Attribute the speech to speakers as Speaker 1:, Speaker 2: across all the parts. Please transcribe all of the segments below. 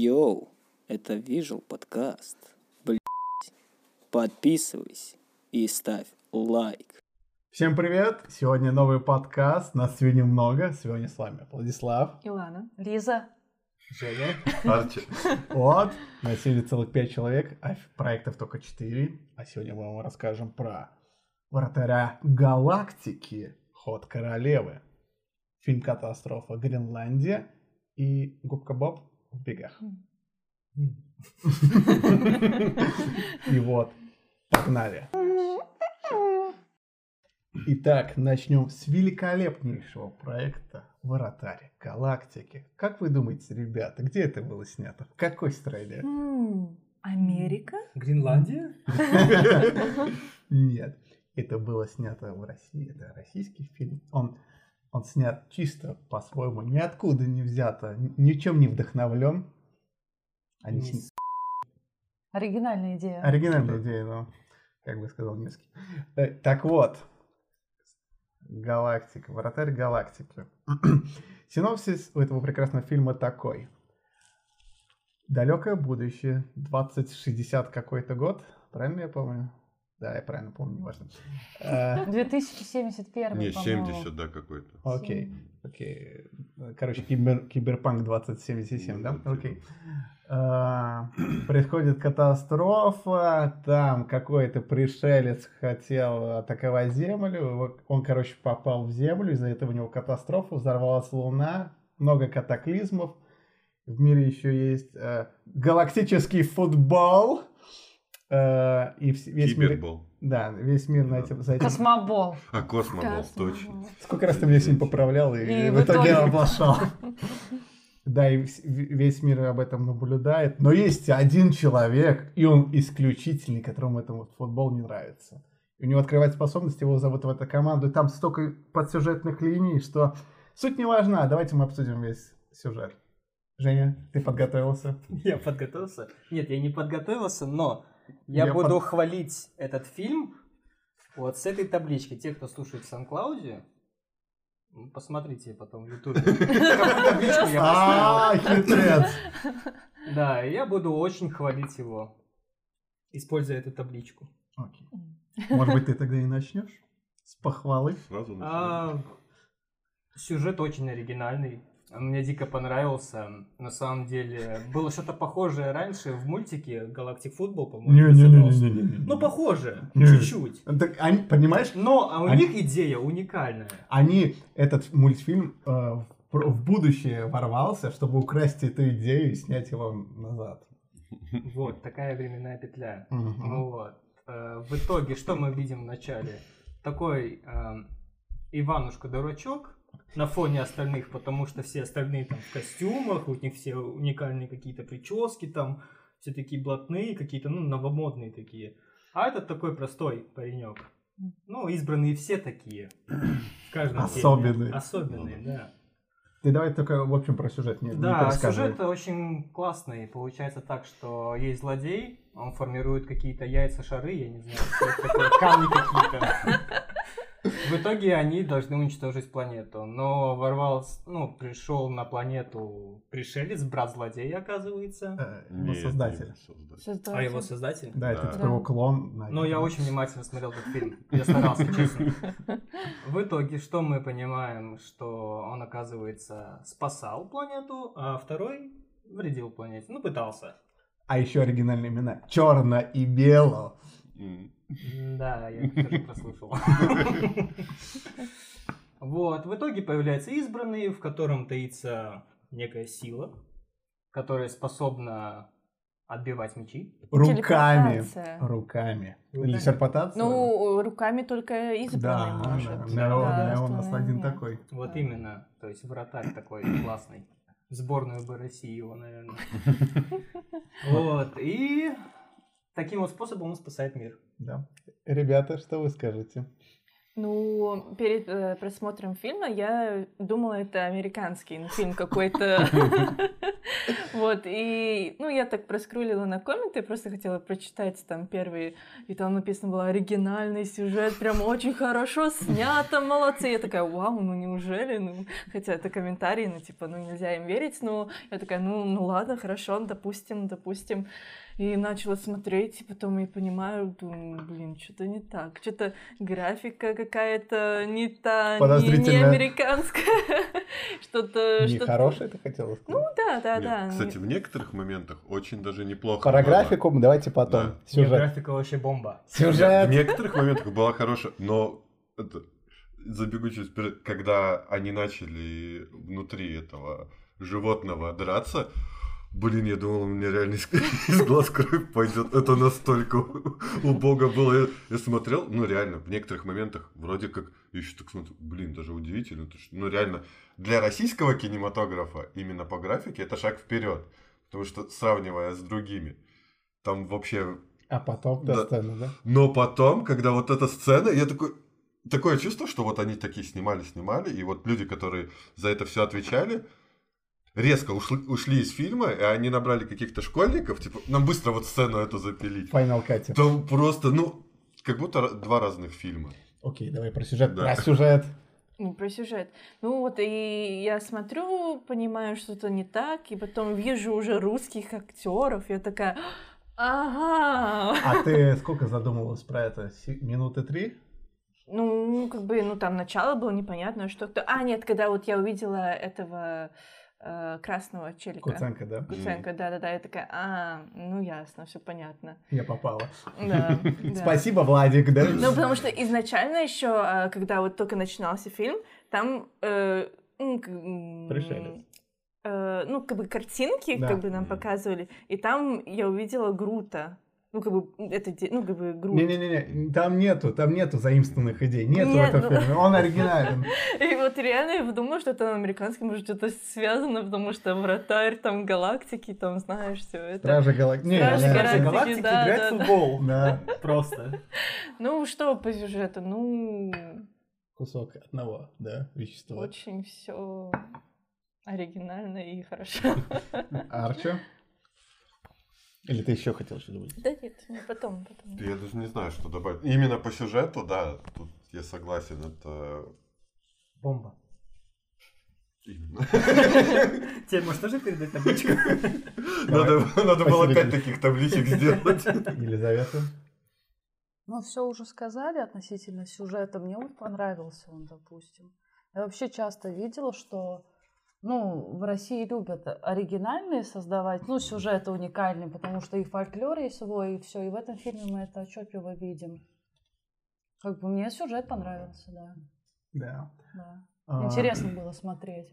Speaker 1: Йоу, это Visual подкаст. Блять. Подписывайся и ставь лайк.
Speaker 2: Всем привет! Сегодня новый подкаст. Нас сегодня много. Сегодня с вами Владислав,
Speaker 3: Илана. Лиза.
Speaker 2: Женя.
Speaker 4: Арчи.
Speaker 2: Вот. На сегодня целых пять человек, а ф- проектов только четыре. А сегодня мы вам расскажем про вратаря галактики, ход королевы, фильм «Катастрофа. Гренландия» и «Губка Боб в бегах». И вот, погнали. Итак, начнем с великолепнейшего проекта «Вратарь галактики». Как вы думаете, ребята, где это было снято? В какой стране?
Speaker 3: Америка?
Speaker 5: Гренландия?
Speaker 2: Нет, это было снято в России, это российский фильм. Он, он снят чисто по-своему, ниоткуда не взято, ни- ничем не вдохновлен. Они сня-
Speaker 3: Оригинальная идея.
Speaker 2: Оригинальная идея, но, как бы сказал Невский. Э, Так вот, Галактика, Вратарь Галактики. Синопсис у этого прекрасного фильма такой. Далекое будущее, 2060 какой-то год, правильно я помню? Да, я правильно помню, неважно. Э,
Speaker 3: 2071,
Speaker 4: Не,
Speaker 3: по-моему.
Speaker 4: 70, да, какой-то.
Speaker 2: Окей, окей. Короче, кибер- Киберпанк 2077, да?
Speaker 4: Ну, да,
Speaker 2: Окей. А, Происходит катастрофа, там какой-то пришелец хотел атаковать Землю, его- он, короче, попал в Землю, из-за этого у него катастрофа, взорвалась Луна, много катаклизмов, в мире еще есть э, галактический футбол, Э, и вс- весь мир,
Speaker 4: Кибербол.
Speaker 2: да, весь мир на этим, за этим
Speaker 3: Космобол.
Speaker 4: А космобол,
Speaker 3: Космобол.
Speaker 4: точно.
Speaker 2: Сколько раз ты меня сегодня поправлял, и,
Speaker 3: И
Speaker 2: в
Speaker 3: в
Speaker 2: итоге
Speaker 3: итоге-
Speaker 2: оглашал. Да, и вс- в- весь мир об этом наблюдает. Но есть один человек, и он исключительный, которому этому футбол не нравится. И у него открывает способность, его зовут в эту команду. И там столько подсюжетных линий, что суть не важна. Давайте мы обсудим весь сюжет. Женя, ты подготовился?
Speaker 5: Я подготовился? Нет, я не подготовился, но я,
Speaker 2: Я
Speaker 5: буду
Speaker 2: под-
Speaker 5: хвалить этот фильм вот с этой таблички. Те, кто слушает в Сан-Клауде, ну, посмотрите потом в Ютубе. Табличку я поставил.
Speaker 2: А, хитрец!
Speaker 5: Да, и я буду очень хвалить его, используя эту табличку.
Speaker 2: Окей. Может быть, ты тогда и начнешь? С похвалы.
Speaker 4: Сразу начинаем.
Speaker 5: А, Сюжет очень оригинальный. Он Мне дико понравился. На самом деле, было что-то похожее раньше в мультике Галактик Футбол, по-моему. назывался.
Speaker 2: Не-не-не-не-не.
Speaker 5: Ну, похоже,
Speaker 2: Не.
Speaker 5: чуть-чуть.
Speaker 2: Так, они- понимаешь,
Speaker 5: Но а у
Speaker 2: Они-
Speaker 5: них идея уникальная.
Speaker 2: они этот мультфильм э, в, пр- в будущее ворвался, чтобы украсть эту идею и снять его назад.
Speaker 5: Вот, такая временная петля.
Speaker 2: Мгм.
Speaker 5: Ну Вот. Э, В итоге, что мы видим в начале? Такой эм, Иванушка-дурачок на фоне остальных, потому что все остальные там в костюмах, у них все уникальные какие-то прически там, все такие блатные какие-то, ну, новомодные такие. А этот такой простой паренек. Ну, избранные все такие. В каждом фильме.
Speaker 2: Особенные.
Speaker 5: Особенные, да.
Speaker 2: Ты давай только, в общем, про сюжет не, не
Speaker 5: Да,
Speaker 2: пересказывай.
Speaker 5: сюжет э, очень классный. Получается так, что есть злодей, он формирует какие-то яйца, шары, я не знаю, что это такое, камни какие-то. В итоге они должны уничтожить планету. Но ворвался, ну, пришел на планету пришелец, брат злодея, оказывается.
Speaker 2: Э, его
Speaker 4: Нет, не
Speaker 2: создатель.
Speaker 4: создатель.
Speaker 3: Создатель.
Speaker 5: А его создатель?
Speaker 2: Да, это
Speaker 4: Да.
Speaker 2: типа его клон.
Speaker 5: Но Ну, я очень внимательно смотрел этот фильм. Я старался, честно. В итоге, что мы понимаем, что он, оказывается, спасал планету, а второй вредил планете. Ну, пытался.
Speaker 2: А еще оригинальные имена. Черно и бело.
Speaker 4: М.
Speaker 5: Да, я это тоже прослушал. Вот, в итоге появляется избранный, в котором таится некая сила, которая способна отбивать мечи.
Speaker 2: Руками.
Speaker 3: Телепортация.
Speaker 2: Руками.
Speaker 5: Руками.
Speaker 2: Или серпотация?
Speaker 3: Ну, руками только избранный
Speaker 2: да,
Speaker 3: может.
Speaker 2: да, да,
Speaker 5: Да,
Speaker 2: да,
Speaker 3: да,
Speaker 2: у нас
Speaker 3: остальные
Speaker 2: один
Speaker 3: нет.
Speaker 2: такой.
Speaker 5: Вот
Speaker 3: Да.
Speaker 5: именно. То есть вратарь такой классный. В Сборную бы России его, наверное. Вот. И таким вот способом он спасает мир.
Speaker 2: Да. Ребята, что вы скажете?
Speaker 3: Ну, перед э, просмотром фильма я думала, это американский ну, фильм какой-то. Вот, и, ну, я так проскрулила на комменты, просто хотела прочитать там первые, и там написано было оригинальный сюжет, прям очень хорошо снято, молодцы. Я такая, вау, ну неужели? Ну, хотя это комментарии, ну, типа, ну, нельзя им верить, но я такая, ну, ну, ладно, хорошо, допустим, допустим. И начала смотреть, и потом я понимаю, думаю, «Ну, блин, что-то не так. Что-то графика какая-то не та, не, не
Speaker 2: Подозрительная.
Speaker 3: американская.
Speaker 5: Э,
Speaker 3: Что-то... что-то-
Speaker 2: Нехороший, ты хотела
Speaker 3: Ну,
Speaker 2: сказать?
Speaker 3: да, да,
Speaker 4: Нет,
Speaker 3: да. ну
Speaker 4: Кстати, в некоторых моментах очень даже неплохо.
Speaker 2: Про
Speaker 4: было.
Speaker 2: графику давайте потом.
Speaker 4: Да.
Speaker 2: Сюжет.
Speaker 5: Графика вообще бомба.
Speaker 4: Нет, В
Speaker 2: Сюжет.
Speaker 4: некоторых моментах была хорошая, но это, забегу чуть вперед, когда они начали внутри этого животного драться, блин, я думал, у меня реально из, из глаз кровь пойдет. Это настолько убого было. Я, я смотрел, ну реально, в некоторых моментах вроде как, я еще так смотрю, блин, даже удивительно. то что, ну реально, для российского кинематографа именно по графике это шаг вперед. Потому что сравнивая с другими, там вообще
Speaker 2: А потом
Speaker 4: Да.
Speaker 2: достойно, да?
Speaker 4: но потом, когда вот эта сцена, я такой... Такое чувство, что вот они такие снимали, снимали, и вот люди, которые за это все отвечали, резко ушли, ушли из фильма, и они набрали каких-то школьников, типа, нам быстро вот сцену эту запилить.
Speaker 2: Final Cut.
Speaker 4: Там просто, ну, как будто ра- два разных фильма.
Speaker 2: Окей, давай про сюжет.
Speaker 4: Да.
Speaker 2: Про сюжет.
Speaker 3: Ну, про сюжет. Ну вот, и я смотрю, понимаю, что-то не так, и потом вижу уже русских актеров, я такая, ага.
Speaker 2: А ты сколько задумывалась про это? Си- Минуты три?
Speaker 3: Ну, как бы, ну там начало было непонятно, что кто... А, нет, когда вот я увидела этого э, красного челика.
Speaker 2: Куценко, да?
Speaker 3: Куценко, да-да-да, я такая, а, ну ясно, все понятно.
Speaker 2: Я попала.
Speaker 3: Да, да.
Speaker 2: Спасибо, Владик, да?
Speaker 3: Ну, потому что изначально еще, когда вот только начинался фильм, там... э, м, к- м,
Speaker 2: Пришелец.
Speaker 3: э, ну, как бы картинки,
Speaker 2: Да.
Speaker 3: как бы нам
Speaker 4: Мгм.
Speaker 3: показывали, и там я увидела Грута. Ну, как бы, это, де- ну, как бы, Грут.
Speaker 2: Не-не-не, там нету, там нету заимствованных идей. Нету в
Speaker 3: Нет,
Speaker 2: этом
Speaker 3: ну.
Speaker 2: фильме. Он оригинален.
Speaker 3: И вот реально я подумала, что это американский, может, что-то связано, потому что вратарь, там, галактики, там, знаешь, все это.
Speaker 2: Стражи Галактики. Не,
Speaker 3: Стражи
Speaker 2: не,
Speaker 5: Стражи
Speaker 3: Галактики,
Speaker 2: не.
Speaker 5: Галактики
Speaker 3: да,
Speaker 5: играют
Speaker 3: да,
Speaker 5: в
Speaker 3: да.
Speaker 5: футбол.
Speaker 2: Да,
Speaker 5: Просто.
Speaker 3: Ну, что по сюжету? Ну,
Speaker 2: кусок одного, да, вещества.
Speaker 3: очень все оригинально и хорошо.
Speaker 2: Арчо? Или ты еще хотел что-то добавить?
Speaker 3: Да нет, ну, потом, потом.
Speaker 4: Я даже не знаю, что добавить. Именно по сюжету, да, тут я согласен, это...
Speaker 5: Бомба.
Speaker 4: именно.
Speaker 5: Тебе можешь тоже передать табличку?
Speaker 4: Надо, надо было
Speaker 2: Спасибо,
Speaker 4: пять
Speaker 2: Денис.
Speaker 4: таких табличек сделать.
Speaker 2: Елизавета?
Speaker 6: Ну, все уже сказали относительно сюжета. Мне вот понравился он, допустим. Я вообще часто видела, что ну, в России любят оригинальные создавать, ну, сюжеты уникальные, потому что и фольклор есть свой, и все. И в этом фильме мы это отчетливо видим. Как бы мне сюжет понравился, да.
Speaker 2: Да.
Speaker 6: да.
Speaker 2: А,
Speaker 6: Интересно было смотреть.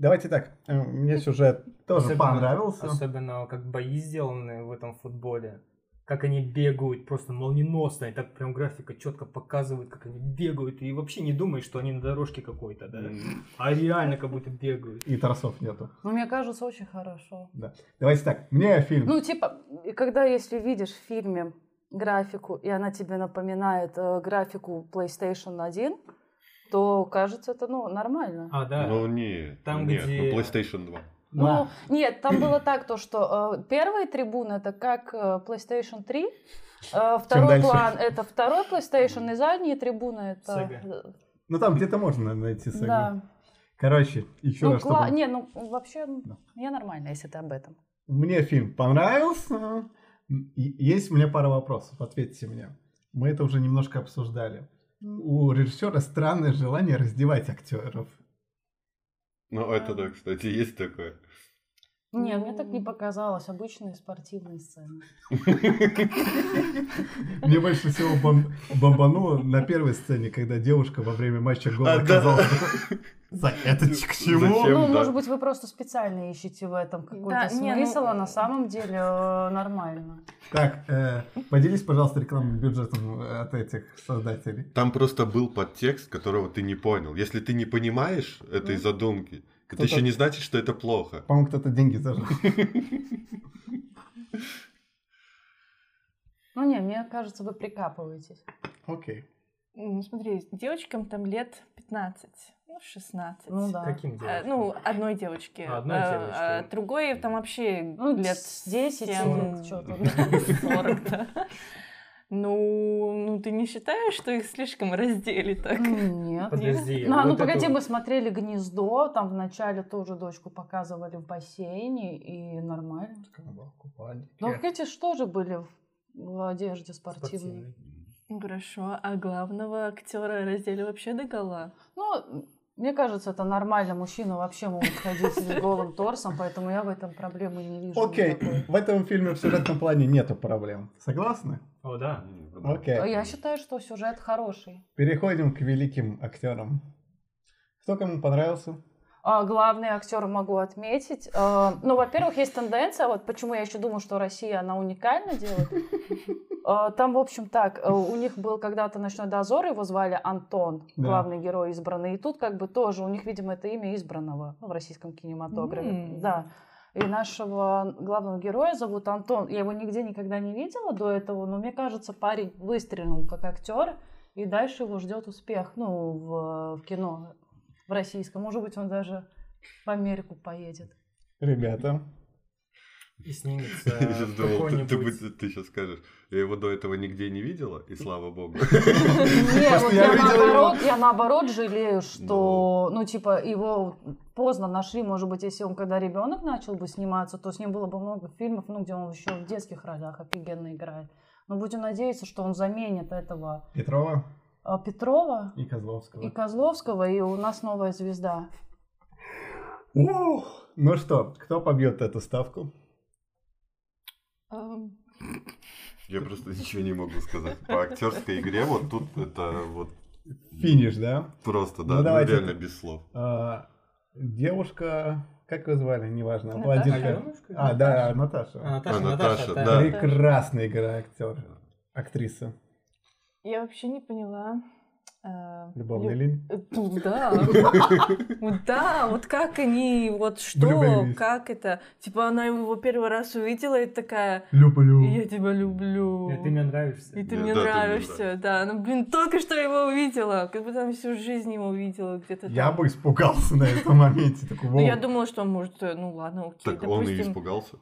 Speaker 2: Давайте так, э, мне сюжет тоже
Speaker 5: Особенно-
Speaker 2: понравился.
Speaker 5: Особенно как бои сделаны в этом футболе. Как они бегают, просто молниеносно. И так прям графика четко показывает, как они бегают. И вообще не думаешь, что они на дорожке какой-то, да? А реально как будто бегают.
Speaker 2: И торсов нету.
Speaker 6: Но мне кажется, очень хорошо.
Speaker 2: Давайте так, мне фильм.
Speaker 6: Ну, типа, и когда если видишь в фильме графику, и она тебе напоминает э, графику PlayStation 1, то кажется это, ну, нормально.
Speaker 5: А, да.
Speaker 4: Ну, не,
Speaker 5: Там,
Speaker 4: нет,
Speaker 5: где-
Speaker 4: ну, PlayStation 2.
Speaker 6: Ну,
Speaker 2: Ма,
Speaker 6: нет, там было так, то, что э, первые трибуны это как э, PlayStation 3, э, второй
Speaker 2: дальше?
Speaker 6: план это второй PlayStation, и задние трибуны это...
Speaker 5: Sega.
Speaker 6: э,
Speaker 2: Ну там где-то можно найти сагу.
Speaker 6: Да.
Speaker 2: Короче, еще
Speaker 6: Ну,
Speaker 2: раз,
Speaker 6: кла-
Speaker 2: чтобы-
Speaker 6: Не, ну, вообще, ну,
Speaker 2: Да.
Speaker 6: мне нормально, если ты об этом.
Speaker 2: Мне фильм понравился. И Есть у меня пара вопросов, ответьте мне. Мы это уже немножко обсуждали. У режиссера странное желание раздевать актеров.
Speaker 4: Ну, это да, кстати, есть такое.
Speaker 6: Не,
Speaker 3: Ну.
Speaker 6: мне так не показалось. Обычные спортивные сцены.
Speaker 2: Мне больше всего бом- бомбануло на первой сцене, когда девушка во время матча гола
Speaker 4: А, да.
Speaker 2: оказалась. За это ч- к чему?
Speaker 4: Зачем?
Speaker 6: Ну,
Speaker 4: да.
Speaker 6: может быть, вы просто специально ищете в этом какой-то
Speaker 3: Да, не, ну-
Speaker 6: смысл, а на самом деле э, нормально.
Speaker 2: Так, э, поделись, пожалуйста, рекламным бюджетом э, от этих создателей.
Speaker 4: Там просто был подтекст, которого ты не понял. Если ты не понимаешь этой
Speaker 2: Ну.
Speaker 4: задумки, это
Speaker 2: Кто-то-
Speaker 4: еще не значит, что это плохо.
Speaker 2: По-моему, кто-то деньги зажил.
Speaker 6: Ну, не, мне кажется, вы прикапываетесь.
Speaker 2: Окей.
Speaker 3: Ну, смотри, девочкам там лет 15, ну, 16.
Speaker 6: Ну да.
Speaker 5: Каким
Speaker 3: Э,
Speaker 5: девочкам?
Speaker 3: Ну, одной девочке.
Speaker 5: А, одной
Speaker 3: Э,
Speaker 5: девочке.
Speaker 3: а другой там вообще
Speaker 6: Ну,
Speaker 3: лет
Speaker 6: с 10
Speaker 3: семь,
Speaker 6: лет, чё-то,
Speaker 3: 40, да. Ну, ну, ты не считаешь, что их слишком раздели так?
Speaker 6: М, Нет.
Speaker 5: Подожди.
Speaker 6: Ну, а ну
Speaker 5: вот
Speaker 6: погоди,
Speaker 5: эту-
Speaker 6: мы смотрели гнездо, там вначале тоже дочку показывали в бассейне, и нормально. Ну, эти же тоже были в, в одежде спортивной.
Speaker 5: Спортивный.
Speaker 3: Ну, Хорошо, а главного актера раздели вообще до гола.
Speaker 6: Ну, мне кажется, это нормально. Мужчины вообще могут ходить с голым торсом, поэтому я в этом проблемы не вижу.
Speaker 2: Окей,
Speaker 6: никакой.
Speaker 2: в этом фильме в сюжетном плане нету проблем. Согласны?
Speaker 5: О, да.
Speaker 2: Окей.
Speaker 6: Я считаю, что сюжет хороший.
Speaker 2: Переходим к великим актерам. Кто кому понравился?
Speaker 6: А, главный актер могу отметить. А, ну, во-первых, есть тенденция, вот почему я еще думаю, что Россия, она уникально делает. А, Там, в общем, так, э, у них был когда-то «Ночной дозор», его звали Антон,
Speaker 2: Да.
Speaker 6: главный герой избранный. И тут как бы тоже, у них, видимо, это имя избранного ну, в российском кинематографе.
Speaker 3: М.
Speaker 6: Да. И нашего главного героя зовут Антон. Я его нигде никогда не видела до этого, но мне кажется, парень выстрелил как актер, и дальше его ждет успех, ну, в, в кино, в российском. Может быть, он даже в Америку поедет.
Speaker 2: Ребята.
Speaker 5: И снимется
Speaker 4: Я сейчас думал, ты,
Speaker 5: какой-нибудь...
Speaker 4: сейчас скажешь, я его до этого нигде не видела, и слава богу.
Speaker 6: Нет,
Speaker 2: Просто я
Speaker 6: я,
Speaker 2: видел его-
Speaker 6: наоборот, я наоборот жалею, что, ну, типа, его поздно нашли, может быть, если он когда ребенок начал бы сниматься, то с ним было бы много фильмов, ну, где он еще в детских ролях офигенно играет. Но будем надеяться, что он заменит этого
Speaker 2: Петрова
Speaker 6: а, Петрова
Speaker 2: и Козловского.
Speaker 6: и Козловского, и у нас новая звезда.
Speaker 2: Ух! Ну что, кто побьет эту ставку?
Speaker 3: Эм,
Speaker 4: Я просто ничего не могу сказать. По актерской игре вот тут это вот
Speaker 2: Финиш, да?
Speaker 4: просто,
Speaker 2: Ну,
Speaker 4: да, ну,
Speaker 2: давайте.
Speaker 4: реально без слов.
Speaker 2: А, девушка, как ее звали, неважно,
Speaker 3: Наташа.
Speaker 2: блондинка. А, да, Наташа.
Speaker 5: А, Наташа,
Speaker 4: А,
Speaker 5: Наташа,
Speaker 4: Наташа,
Speaker 5: да.
Speaker 4: да.
Speaker 2: Прекрасная игра актер, актриса.
Speaker 3: Я вообще не поняла. э,
Speaker 2: Любовная
Speaker 3: Лю-
Speaker 2: линия.
Speaker 3: Э, ну Да. Вот Да, вот как они, вот что,
Speaker 2: Влюбились.
Speaker 3: как это. Типа она его первый раз увидела и такая,
Speaker 2: Люблю.
Speaker 3: я тебя люблю.
Speaker 5: Э, Ты мне нравишься.
Speaker 3: И ты
Speaker 4: Да,
Speaker 3: мне
Speaker 4: да, ты мне
Speaker 3: нравишься, да. Ну, блин, только что его увидела. Как бы там всю жизнь его увидела где-то
Speaker 2: Я
Speaker 3: там.
Speaker 2: бы испугался на этом моменте. Такой,
Speaker 3: Ну, я
Speaker 2: «Воу».
Speaker 3: думала, что, может, э, ну ладно, окей,
Speaker 4: Так он и
Speaker 3: допустим,
Speaker 4: испугался.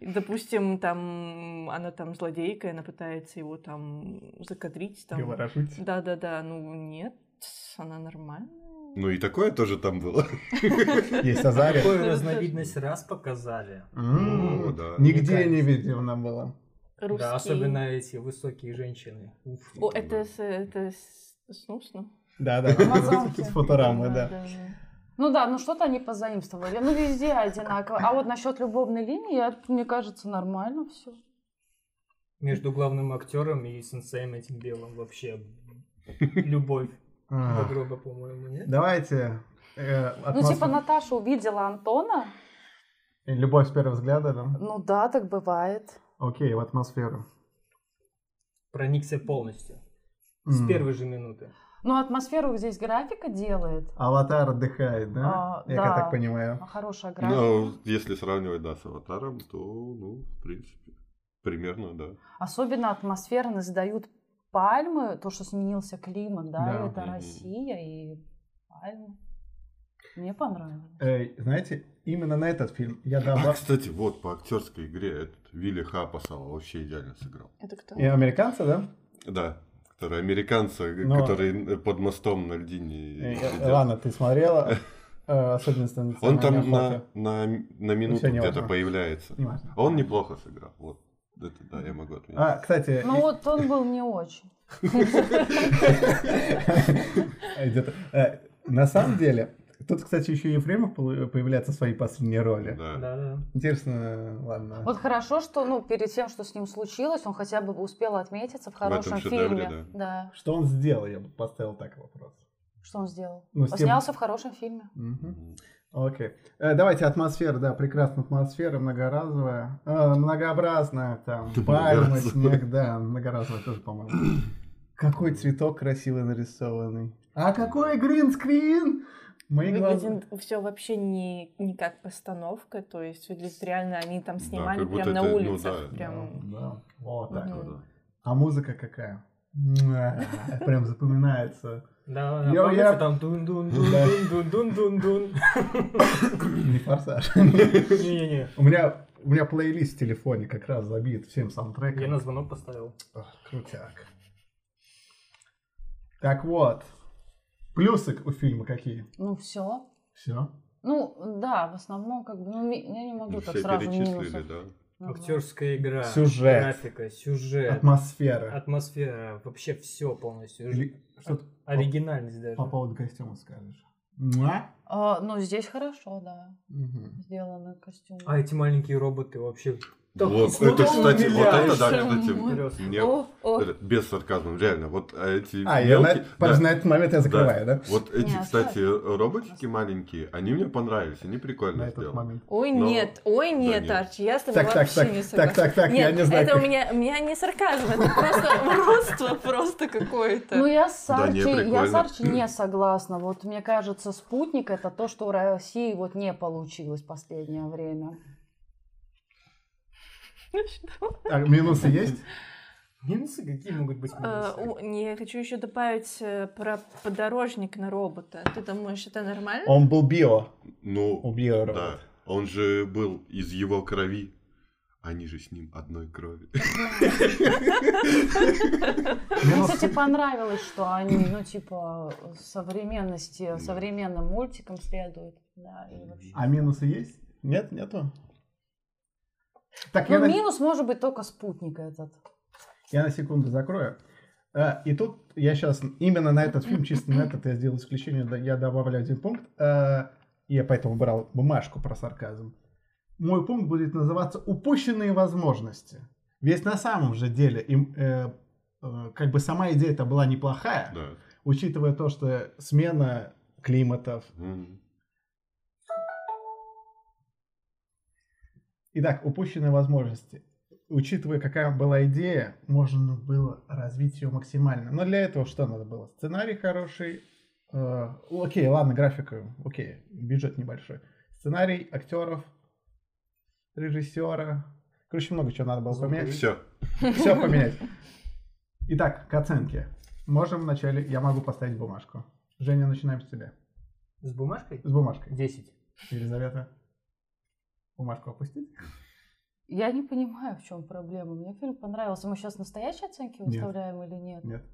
Speaker 3: допустим, там, она там злодейка, и она пытается его там закадрить, там,
Speaker 2: Приворожить.
Speaker 3: да-да-да, ну нет, она нормальная.
Speaker 4: Ну и такое тоже там было.
Speaker 2: Есть Азария.
Speaker 5: Какую разновидность раз показали.
Speaker 2: М,
Speaker 4: О, да.
Speaker 2: Нигде не
Speaker 5: Уникальность.
Speaker 2: видно было.
Speaker 3: Русский.
Speaker 5: Да, особенно эти высокие женщины. Уф.
Speaker 3: О, это, с- это с- с Нусно?
Speaker 2: Да, да.
Speaker 6: Амазонки.
Speaker 2: С фоторамы, да.
Speaker 6: Ну да, ну что-то они позаимствовали. Ну везде одинаково. А вот насчет любовной линии, я- мне кажется, нормально все.
Speaker 5: Между главным актером и сенсеем этим белым вообще любовь.
Speaker 2: А,
Speaker 5: Это грубо, по-моему, нет?
Speaker 2: Давайте. э,
Speaker 6: Ну типа
Speaker 2: атмосфер-
Speaker 6: Наташа увидела Антона.
Speaker 2: Любовь с первого взгляда, да?
Speaker 6: Ну да, так бывает.
Speaker 2: Окей, в атмосферу.
Speaker 5: Проникся полностью.
Speaker 2: М.
Speaker 5: С первой же минуты.
Speaker 6: Но Ну, атмосферу здесь графика делает.
Speaker 2: Аватар отдыхает, да?
Speaker 6: А,
Speaker 2: Я
Speaker 6: да.
Speaker 2: так понимаю.
Speaker 6: Хорошая графика.
Speaker 4: Ну, если сравнивать, да, с аватаром, то, ну, в принципе, примерно, да.
Speaker 6: Особенно атмосферно сдают пальмы, то, что сменился климат, да,
Speaker 2: Да.
Speaker 6: и это
Speaker 4: Мгм.
Speaker 6: Россия и пальмы. Мне понравилось.
Speaker 2: Э, знаете, именно на этот фильм я
Speaker 4: А,
Speaker 2: добавил...
Speaker 4: кстати, вот по актерской игре этот Вилли Хапасала вообще идеально сыграл.
Speaker 3: Это кто?
Speaker 2: И американцы, да?
Speaker 4: Да, которые американцы,
Speaker 2: Но-
Speaker 4: которые под мостом на льдине
Speaker 2: Ну, Э,
Speaker 4: сидят.
Speaker 2: э, Ладно, ты смотрела э, особенности
Speaker 4: Он
Speaker 2: национальной
Speaker 4: там на,
Speaker 2: охоты?
Speaker 4: на, на минуту
Speaker 2: всё, не
Speaker 4: где-то
Speaker 2: важно.
Speaker 4: появляется.
Speaker 2: Неважно.
Speaker 4: А Он неплохо сыграл. Вот. Это да, я могу отметить.
Speaker 2: А, кстати,
Speaker 6: Ну вот он был не очень.
Speaker 2: идет, э, на самом деле, тут, кстати, еще и Ефремов пол- э, появляется в своей последней роли.
Speaker 4: Да.
Speaker 5: Да-да.
Speaker 2: Интересно, ладно.
Speaker 6: Вот хорошо, что ну перед тем, что с ним случилось, он хотя бы успел отметиться в хорошем
Speaker 4: шедевре,
Speaker 6: фильме. да.
Speaker 2: Что он сделал? Я бы поставил так вопрос.
Speaker 6: Что он сделал?
Speaker 2: Ну, с
Speaker 6: он
Speaker 2: тем-
Speaker 6: снялся в хорошем фильме.
Speaker 2: Мгм.
Speaker 4: Мгм.
Speaker 2: Окей. Э, Давайте атмосфера, да, прекрасная атмосфера, многоразовая, э, многообразная, там,
Speaker 4: Ты
Speaker 2: пальмы,
Speaker 4: многоразовая.
Speaker 2: снег, да, многоразовая тоже, по-моему. Какой цветок красивый нарисованный. А какой гринскрин! Мои глаза...
Speaker 3: Выглядит все вообще не, не как постановка, то есть выглядит реально, они там
Speaker 4: Да,
Speaker 3: снимали
Speaker 4: как будто
Speaker 3: прям на
Speaker 4: это, ну
Speaker 3: улицах.
Speaker 4: да,
Speaker 3: прям.
Speaker 2: Да, да, вот так.
Speaker 3: Мгм.
Speaker 4: Да, да.
Speaker 2: А музыка какая? Муа, Прям запоминается.
Speaker 5: Да, а
Speaker 2: Я-
Speaker 5: помните,
Speaker 2: я-
Speaker 5: там дун дун
Speaker 2: Да.
Speaker 5: дун дун дун дун дун
Speaker 2: Не форсаж.
Speaker 5: Не-не-не.
Speaker 2: У меня у меня плейлист в телефоне как раз забит всем саундтреком.
Speaker 5: Я на звонок поставил.
Speaker 2: Ох, Крутяк. Так вот. Плюсы у фильма какие?
Speaker 6: Ну, все.
Speaker 2: Все.
Speaker 6: Ну, да, в основном, как бы, ну, ми- я не могу
Speaker 4: Ну,
Speaker 6: так
Speaker 4: все
Speaker 6: сразу
Speaker 4: перечислили,
Speaker 6: минусов.
Speaker 4: да.
Speaker 6: назвать.
Speaker 5: Актерская игра,
Speaker 2: Сюжет.
Speaker 5: графика, сюжет,
Speaker 2: Атмосфера.
Speaker 5: атмосфера, вообще все полностью.
Speaker 2: Или Что ты
Speaker 5: Оригинальность даже.
Speaker 2: по поводу костюма скажешь? Муа.
Speaker 6: А, ну, здесь хорошо, да,
Speaker 2: Мгм.
Speaker 6: сделаны костюмы.
Speaker 5: А эти маленькие роботы вообще... Так,
Speaker 4: Вот,
Speaker 5: ну,
Speaker 4: это,
Speaker 5: ну,
Speaker 4: кстати, вот это, да,
Speaker 3: умиляешь.
Speaker 4: кстати,
Speaker 5: Мгм.
Speaker 4: мне
Speaker 3: О, о,
Speaker 4: это, без сарказма, реально, вот эти
Speaker 2: А, я на
Speaker 4: мелкие-
Speaker 2: подожди,
Speaker 4: да,
Speaker 2: на этот момент я закрываю, да?
Speaker 4: Вот эти,
Speaker 6: Не,
Speaker 4: кстати, роботики маленькие, они мне понравились, они прикольно
Speaker 2: На этот
Speaker 4: сделаны.
Speaker 2: момент.
Speaker 3: Ой,
Speaker 4: Но-
Speaker 3: нет, ой, нет,
Speaker 4: нет.
Speaker 3: Арчи, я с тобой
Speaker 2: Так, так,
Speaker 3: вообще
Speaker 2: так,
Speaker 3: не
Speaker 2: так,
Speaker 3: согласна.
Speaker 2: так, так, я
Speaker 3: Нет,
Speaker 2: не знаю.
Speaker 3: это у
Speaker 2: как-
Speaker 3: меня, у меня не сарказм, это просто уродство просто какое-то.
Speaker 6: Ну, я с,
Speaker 4: Да не,
Speaker 6: Арчи, я с
Speaker 4: прикольно.
Speaker 6: Арчи не согласна. Вот мне кажется, спутник это то, что у России вот не получилось в последнее время.
Speaker 3: Что?
Speaker 2: А, Минусы есть?
Speaker 5: Минусы какие могут быть
Speaker 3: Э,
Speaker 5: минусы?
Speaker 3: о, Не, я хочу еще добавить э, про подорожник на робота. Ты думаешь, это нормально?
Speaker 2: Он был био. У
Speaker 4: Ну,
Speaker 2: био
Speaker 4: да, он же был из его крови, они же с ним одной крови.
Speaker 6: Мне, кстати, понравилось, что они, ну, типа, современности, современным мультикам следуют. Да, и вообще.
Speaker 2: А минусы есть? Нет, нету. Так, я
Speaker 6: Ну,
Speaker 2: на,
Speaker 6: минус может быть только спутник этот.
Speaker 2: я на секунду закрою. А, и тут я сейчас именно на этот фильм, чисто на этот я сделал исключение, да, я добавлю один пункт. А, я поэтому брал бумажку про сарказм. Мой пункт будет называться «Упущенные возможности». Ведь на самом же деле им, э, э, как бы сама идея-то была неплохая,
Speaker 4: Да.
Speaker 2: учитывая то, что смена климатов,
Speaker 4: М.
Speaker 2: Итак, упущенные возможности. Учитывая, какая была идея, можно было развить ее максимально. Но для этого что надо было? Сценарий хороший. э, окей, ладно, графика. Окей, бюджет небольшой. Сценарий, актеров, режиссера. Короче, много чего надо было поменять.
Speaker 4: Все.
Speaker 2: Все поменять. Итак, к оценке. Можем вначале... Я могу поставить бумажку. Женя, начинаем с тебя.
Speaker 5: С бумажкой?
Speaker 2: С бумажкой.
Speaker 5: 10.
Speaker 2: Елизавета. Бумажку опустить?
Speaker 6: Я не понимаю, в чем проблема. Мне фильм понравился. Мы сейчас настоящие оценки
Speaker 2: Нет.
Speaker 6: выставляем или нет?
Speaker 2: Нет.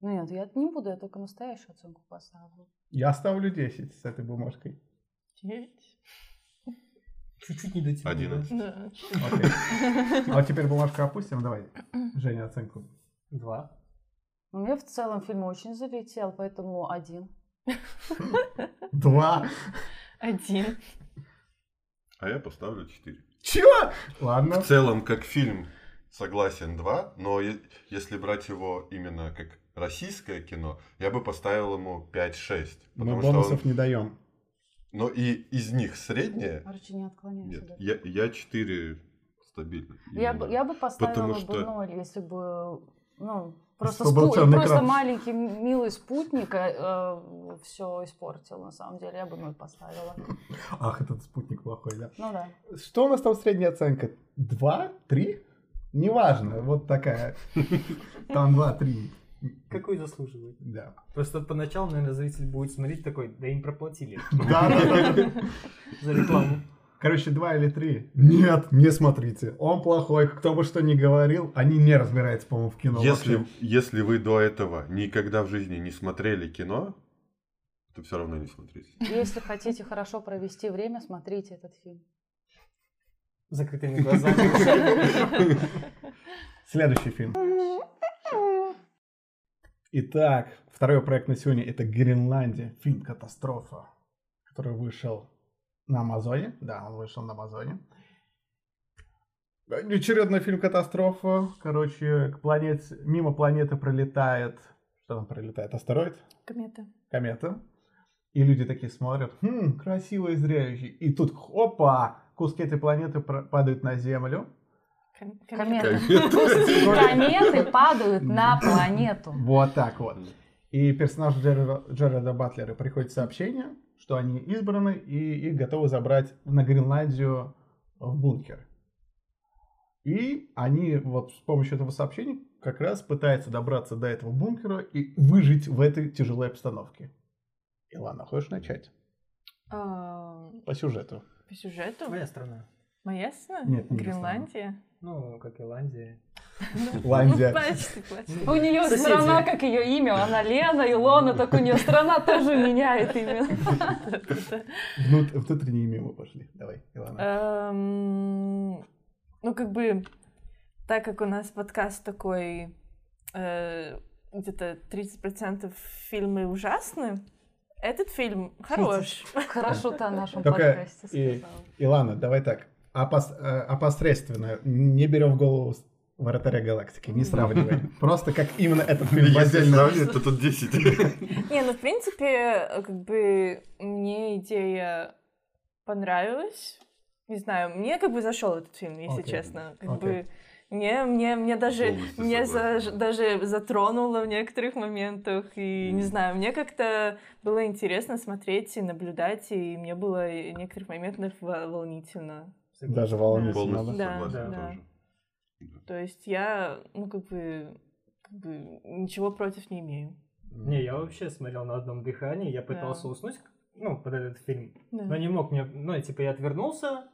Speaker 6: Нет, я не буду, я только настоящую оценку поставлю.
Speaker 2: Я ставлю 10 с этой бумажкой.
Speaker 5: Чуть-чуть не дотянул.
Speaker 4: Одиннадцать.
Speaker 3: Да.
Speaker 2: Окей. А вот теперь бумажку опустим. Давай, Женя, оценку.
Speaker 5: 2.
Speaker 6: Но мне в целом фильм очень залетел, поэтому один.
Speaker 2: Два.
Speaker 3: Один.
Speaker 4: А я поставлю 4.
Speaker 2: Чего? Ладно.
Speaker 4: В целом, как фильм, согласен 2, но е- если брать его именно как российское кино, я бы поставил ему 5-6.
Speaker 2: Мы
Speaker 4: Потому что он...
Speaker 2: бонусов не даем.
Speaker 4: Но и из них среднее...
Speaker 6: Арчи, не отклоняйся.
Speaker 4: Э, Нет,
Speaker 6: да.
Speaker 4: я, я 4 стабильно.
Speaker 6: Я,
Speaker 4: Именно.
Speaker 6: бы, я бы поставила
Speaker 4: Потому
Speaker 6: бы
Speaker 4: что-
Speaker 6: ноль, если бы ну, просто,
Speaker 2: Если бы был
Speaker 6: спу-
Speaker 2: черный
Speaker 6: просто
Speaker 2: экран.
Speaker 6: маленький м- милый спутник все испортил, на самом деле. Я бы ноль поставила.
Speaker 2: Ах, этот спутник плохой, да.
Speaker 6: Ну да.
Speaker 2: Что у нас там средняя оценка? Два? Три? Неважно, вот такая. Там два, три.
Speaker 5: Какой заслуживает?
Speaker 2: Да.
Speaker 5: Просто поначалу, наверное, зритель будет смотреть такой, да им проплатили
Speaker 2: Да, да, да.
Speaker 5: за рекламу.
Speaker 2: Короче, два или три. Нет, не смотрите. Он плохой. Кто бы что ни говорил, они не разбираются, по-моему, в кино.
Speaker 4: Если,
Speaker 2: вообще.
Speaker 4: если вы до этого никогда в жизни не смотрели кино, то все равно не смотрите.
Speaker 6: Если хотите хорошо провести время, смотрите этот фильм.
Speaker 5: С Закрытыми глазами, ушами.
Speaker 2: Следующий фильм. Итак, второй проект на сегодня это Гренландия. Фильм Катастрофа, который вышел на Амазоне. Да, он вышел на Амазоне. Очередной фильм Катастрофа. Короче, к планете, мимо планеты пролетает. Что там пролетает? Астероид?
Speaker 3: Комета.
Speaker 2: комета. И люди такие смотрят, хм, красивое зрелище. И тут, опа, куски этой планеты про- падают на Землю.
Speaker 3: Ком-
Speaker 6: Комета.
Speaker 4: Комета.
Speaker 6: Пустые кометы падают на планету.
Speaker 2: Вот так вот. И персонажу Джерарда, Джерарда Батлера приходит сообщение, что они избраны и их готовы забрать на Гренландию в бункер. И они вот с помощью этого сообщения как раз пытается добраться до этого бункера и выжить в этой тяжелой обстановке. Илана, хочешь начать?
Speaker 3: А,
Speaker 2: По сюжету.
Speaker 3: По сюжету?
Speaker 5: Твоя страна.
Speaker 3: Моя страна?
Speaker 2: Нет, не
Speaker 3: Гренландия?
Speaker 5: Ну, как Ирландия.
Speaker 3: Ну,
Speaker 2: Ландия.
Speaker 3: почти, почти.
Speaker 6: У нее
Speaker 5: Соседи.
Speaker 6: страна, как ее имя, она Лена, Илона, так у нее страна тоже
Speaker 3: Ну,
Speaker 6: меняет имя.
Speaker 3: Да-да-да.
Speaker 2: Внут- Внутренние мимо пошли. Давай, Илана.
Speaker 3: Эм, Ну, как бы, так как у нас подкаст такой, э, где-то 30% фильмы ужасны, этот фильм хорош.
Speaker 6: Хорошо ты о нашем
Speaker 2: Только,
Speaker 6: подкасте
Speaker 2: э,
Speaker 6: сказала.
Speaker 2: Илана, давай так. Опос- э, Опосредственно. Не берем в голову с- Вратаря Галактики, не сравниваем. Просто как именно этот фильм
Speaker 4: Если
Speaker 2: отдельно.
Speaker 4: сравнивать, то тут 10.
Speaker 3: Не, ну, в принципе, э, как бы, мне идея понравилась. Не знаю, мне как бы зашел этот фильм, если
Speaker 2: Окей.
Speaker 3: честно. Как
Speaker 2: Окей.
Speaker 3: бы, мне, мне, мне даже,
Speaker 4: Полностью
Speaker 3: мне
Speaker 4: согласен.
Speaker 3: заж- даже затронуло в некоторых моментах. И не
Speaker 4: Мгм.
Speaker 3: знаю, мне как-то было интересно смотреть и наблюдать, и мне было в некоторых моментах во- волнительно.
Speaker 2: Даже
Speaker 4: Полностью
Speaker 2: волнительно. да?
Speaker 3: Да,
Speaker 4: согласен
Speaker 3: да.
Speaker 4: тоже.
Speaker 3: То есть я, ну, как бы, как бы ничего против не имею.
Speaker 5: Не, я вообще смотрел на одном дыхании, я пытался
Speaker 3: Да.
Speaker 5: уснуть, ну, под этот фильм.
Speaker 3: Да.
Speaker 5: Но не мог мне, ну, и, типа, я отвернулся,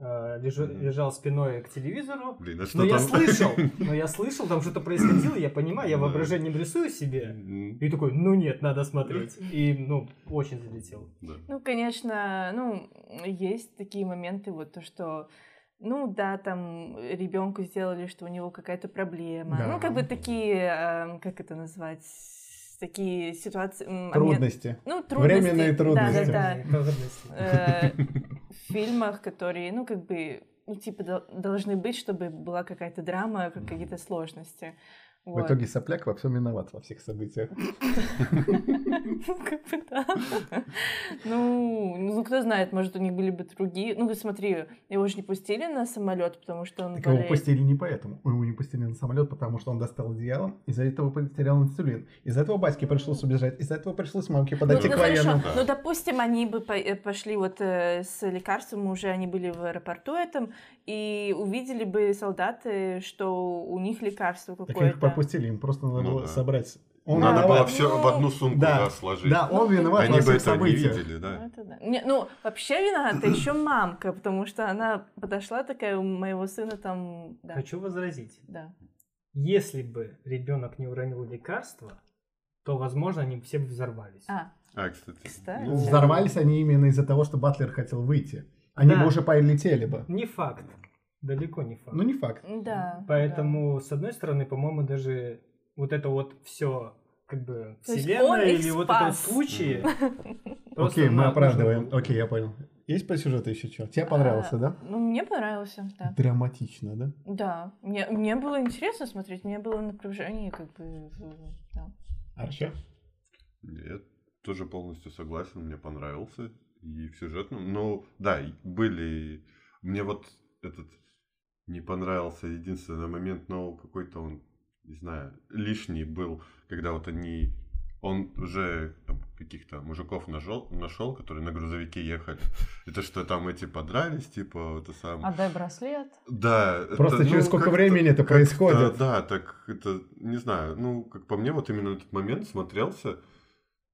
Speaker 5: э, лежу-
Speaker 4: Мгм.
Speaker 5: лежал спиной к телевизору,
Speaker 4: Блин, а что
Speaker 5: но Ну, я
Speaker 4: там?
Speaker 5: слышал, но я слышал, там что-то происходило, я понимаю, я
Speaker 4: Да.
Speaker 5: воображением рисую себе.
Speaker 4: Мгм.
Speaker 5: И такой, ну нет, надо смотреть. И, ну, очень залетел.
Speaker 4: Да.
Speaker 3: Ну, конечно, ну, есть такие моменты, вот то, что, ну, да, там ребенку сделали, что у него какая-то проблема.
Speaker 2: Да.
Speaker 3: Ну, как бы такие, эм, как это назвать, такие ситуации... м, момент-
Speaker 2: Трудности.
Speaker 3: Ну, трудности.
Speaker 2: Временные трудности.
Speaker 3: Да, да, да.
Speaker 5: Трудности.
Speaker 3: Э, В фильмах, которые, ну, как бы, ну, типа, дол- должны быть, чтобы была какая-то драма, как- какие-то сложности.
Speaker 2: В
Speaker 3: Вот.
Speaker 2: итоге сопляк во всем виноват во всех событиях.
Speaker 3: Ну, как бы да. Ну, ну, кто знает, может, у них были бы другие. Ну, смотри, его же не пустили на самолет, потому что он
Speaker 2: Так его
Speaker 3: Ну, болеет.
Speaker 2: пустили не поэтому. Его не пустили на самолет, потому что он достал одеялом. Из-за этого потерял инсулин. Из-за этого батьке пришлось убежать. Из-за этого пришлось мамке
Speaker 3: Ну,
Speaker 2: подойти
Speaker 3: ну,
Speaker 2: к
Speaker 3: хорошо,
Speaker 2: военным.
Speaker 4: Да.
Speaker 3: ну, допустим, они бы по- э, пошли вот э, с лекарством, уже они были в аэропорту этом, и увидели бы солдаты, что у них лекарство
Speaker 2: Так их
Speaker 3: какое-то.
Speaker 2: пропустили, им просто надо
Speaker 4: Ну
Speaker 2: было
Speaker 4: да.
Speaker 2: собрать. Он
Speaker 4: Надо
Speaker 2: виноват.
Speaker 4: было все в одну сумку
Speaker 2: Ну, Да.
Speaker 4: да, сложить.
Speaker 2: Да, он
Speaker 3: Ну,
Speaker 2: виноват
Speaker 4: Они
Speaker 2: во
Speaker 4: бы
Speaker 2: всех
Speaker 4: этого не
Speaker 2: событиях.
Speaker 4: видели,
Speaker 3: Ну,
Speaker 4: да.
Speaker 3: это да. Не, ну, вообще виновата еще мамка, потому что она подошла такая у моего сына там, да,
Speaker 5: Хочу возразить.
Speaker 3: да.
Speaker 5: Если бы ребенок не уронил лекарство, то, возможно, они все бы взорвались.
Speaker 3: А,
Speaker 4: А, кстати.
Speaker 3: Кстати.
Speaker 4: ну,
Speaker 2: Взорвались они именно из-за того, что Батлер хотел выйти. Они
Speaker 5: Да.
Speaker 2: бы уже полетели бы.
Speaker 5: Не факт. Далеко не факт.
Speaker 2: Ну, не факт.
Speaker 3: да. да.
Speaker 5: Поэтому, с одной стороны, по-моему, даже вот это вот все как бы
Speaker 3: То есть он
Speaker 5: вселенная
Speaker 3: их
Speaker 5: или вот это вот
Speaker 3: спас.
Speaker 5: случаи. Ну, просто
Speaker 2: Окей, мы
Speaker 5: нам
Speaker 2: оправдываем.
Speaker 5: нужно было.
Speaker 2: Окей, я понял. Есть по сюжету еще что? Тебе понравился,
Speaker 3: А,
Speaker 2: да?
Speaker 3: Ну, мне понравился, да.
Speaker 2: Драматично, да?
Speaker 3: Да, мне, мне было интересно смотреть, мне было напряжение, как бы, в- да.
Speaker 2: Арча?
Speaker 4: Я тоже полностью согласен, мне понравился. И в сюжетном. Ну, да, и были. Мне вот этот не понравился единственный момент, но какой-то он, не знаю, лишний был, когда вот они. Он уже там каких-то мужиков нашел, нашел, которые на грузовике ехали. Это что там эти подрались, типа, это самое.
Speaker 6: Отдай браслет.
Speaker 4: Да.
Speaker 2: А
Speaker 4: ну,
Speaker 2: Просто через сколько
Speaker 4: как-то-
Speaker 2: времени это
Speaker 4: как-то,
Speaker 2: происходит?
Speaker 4: Да, так это, не знаю, ну, как по мне, вот именно этот момент смотрелся,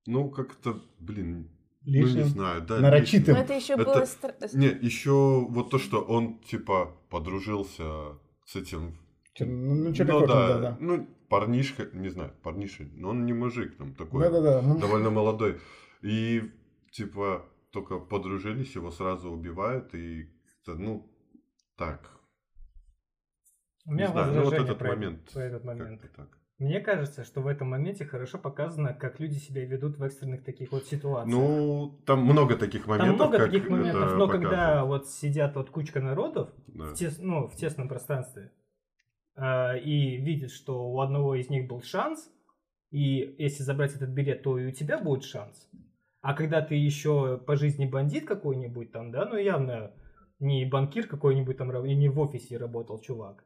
Speaker 4: ну, как-то, блин, ну,
Speaker 2: Лишним.
Speaker 4: не знаю, да.
Speaker 2: нарочитым.
Speaker 3: Но
Speaker 4: лишним.
Speaker 3: это еще
Speaker 4: Это-
Speaker 3: было... э, ну, стра-
Speaker 4: Не, еще вот то, что он, типа, подружился с этим...
Speaker 2: Чер- Ну, ну,
Speaker 4: Ну
Speaker 2: чернокожим, да, да.
Speaker 4: Ну, парнишка, не знаю, парниша, но он не мужик там такой.
Speaker 2: Да-да-да. ну,
Speaker 4: Довольно молодой. И, типа, только подружились, его сразу убивают, и, как-то, ну, так,
Speaker 5: У меня
Speaker 4: не знаю, ну вот
Speaker 5: возражение
Speaker 4: этот
Speaker 5: про,
Speaker 4: момент.
Speaker 5: про этот момент.
Speaker 4: Как-то так.
Speaker 5: Мне кажется, что в этом моменте хорошо показано, как люди себя ведут в экстренных таких вот ситуациях.
Speaker 4: Ну, там много таких
Speaker 5: Там
Speaker 4: моментов.
Speaker 5: много
Speaker 4: как
Speaker 5: таких
Speaker 4: это
Speaker 5: моментов, но когда
Speaker 4: показано.
Speaker 5: вот сидят вот кучка народов,
Speaker 4: Да.
Speaker 5: в, тес- ну, в тесном пространстве а, и видит, что у одного из них был шанс, и если забрать этот билет, то и у тебя будет шанс. А когда ты еще по жизни бандит какой-нибудь там, да, ну явно не банкир какой-нибудь там, раб- и не в офисе работал чувак,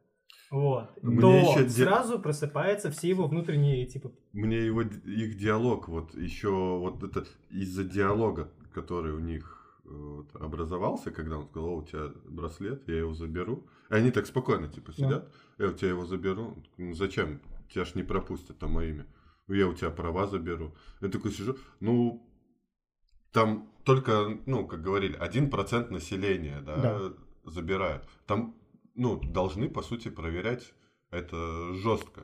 Speaker 5: вот,
Speaker 4: А Мне
Speaker 5: то
Speaker 4: ещё де-
Speaker 5: сразу просыпаются все его внутренние, типа,
Speaker 4: Мне его, д- их диалог, вот еще вот это из-за диалога, который у них э, вот, образовался, когда он сказал, «О, у тебя браслет, я его заберу. И они так спокойно, типа, сидят, я у тебя его заберу. Он такой, «Ну, зачем? Тебя ж не пропустят там мое имя. «Ну, Я у тебя права заберу. Я такой сижу, ну, там только, ну, как говорили, 1% населения, да,
Speaker 2: Да.
Speaker 4: забирают. Там, ну, должны, по сути, проверять это жестко.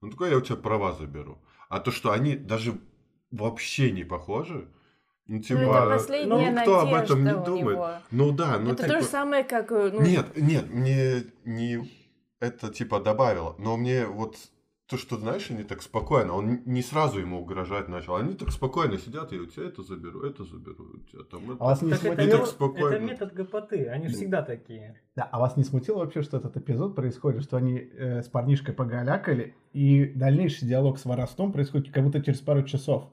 Speaker 4: Он такой, «А я у тебя права заберу. А то, что они даже вообще не похожи, ну, типа,
Speaker 3: это последняя
Speaker 4: ну, кто об этом не
Speaker 3: надежда у
Speaker 4: думает?
Speaker 3: него.
Speaker 4: Ну да, ну
Speaker 3: это
Speaker 4: типа-
Speaker 3: то же самое, как... э, Ну,
Speaker 4: Нет, нет, мне не это типа добавило, но мне вот то, что знаешь, они так спокойно, он не сразу ему угрожать начал, они так спокойно сидят, и у тебя это заберу, это заберу, у тебя там это.
Speaker 2: А вас не
Speaker 5: Так это,
Speaker 4: И так
Speaker 2: смутило?
Speaker 5: мет-
Speaker 4: спокойно.
Speaker 5: это метод гопоты, они же всегда такие.
Speaker 2: Да, а вас не смутило вообще, что этот эпизод происходит, что они э, с парнишкой погалякали, и дальнейший диалог с воровством происходит как будто через пару часов.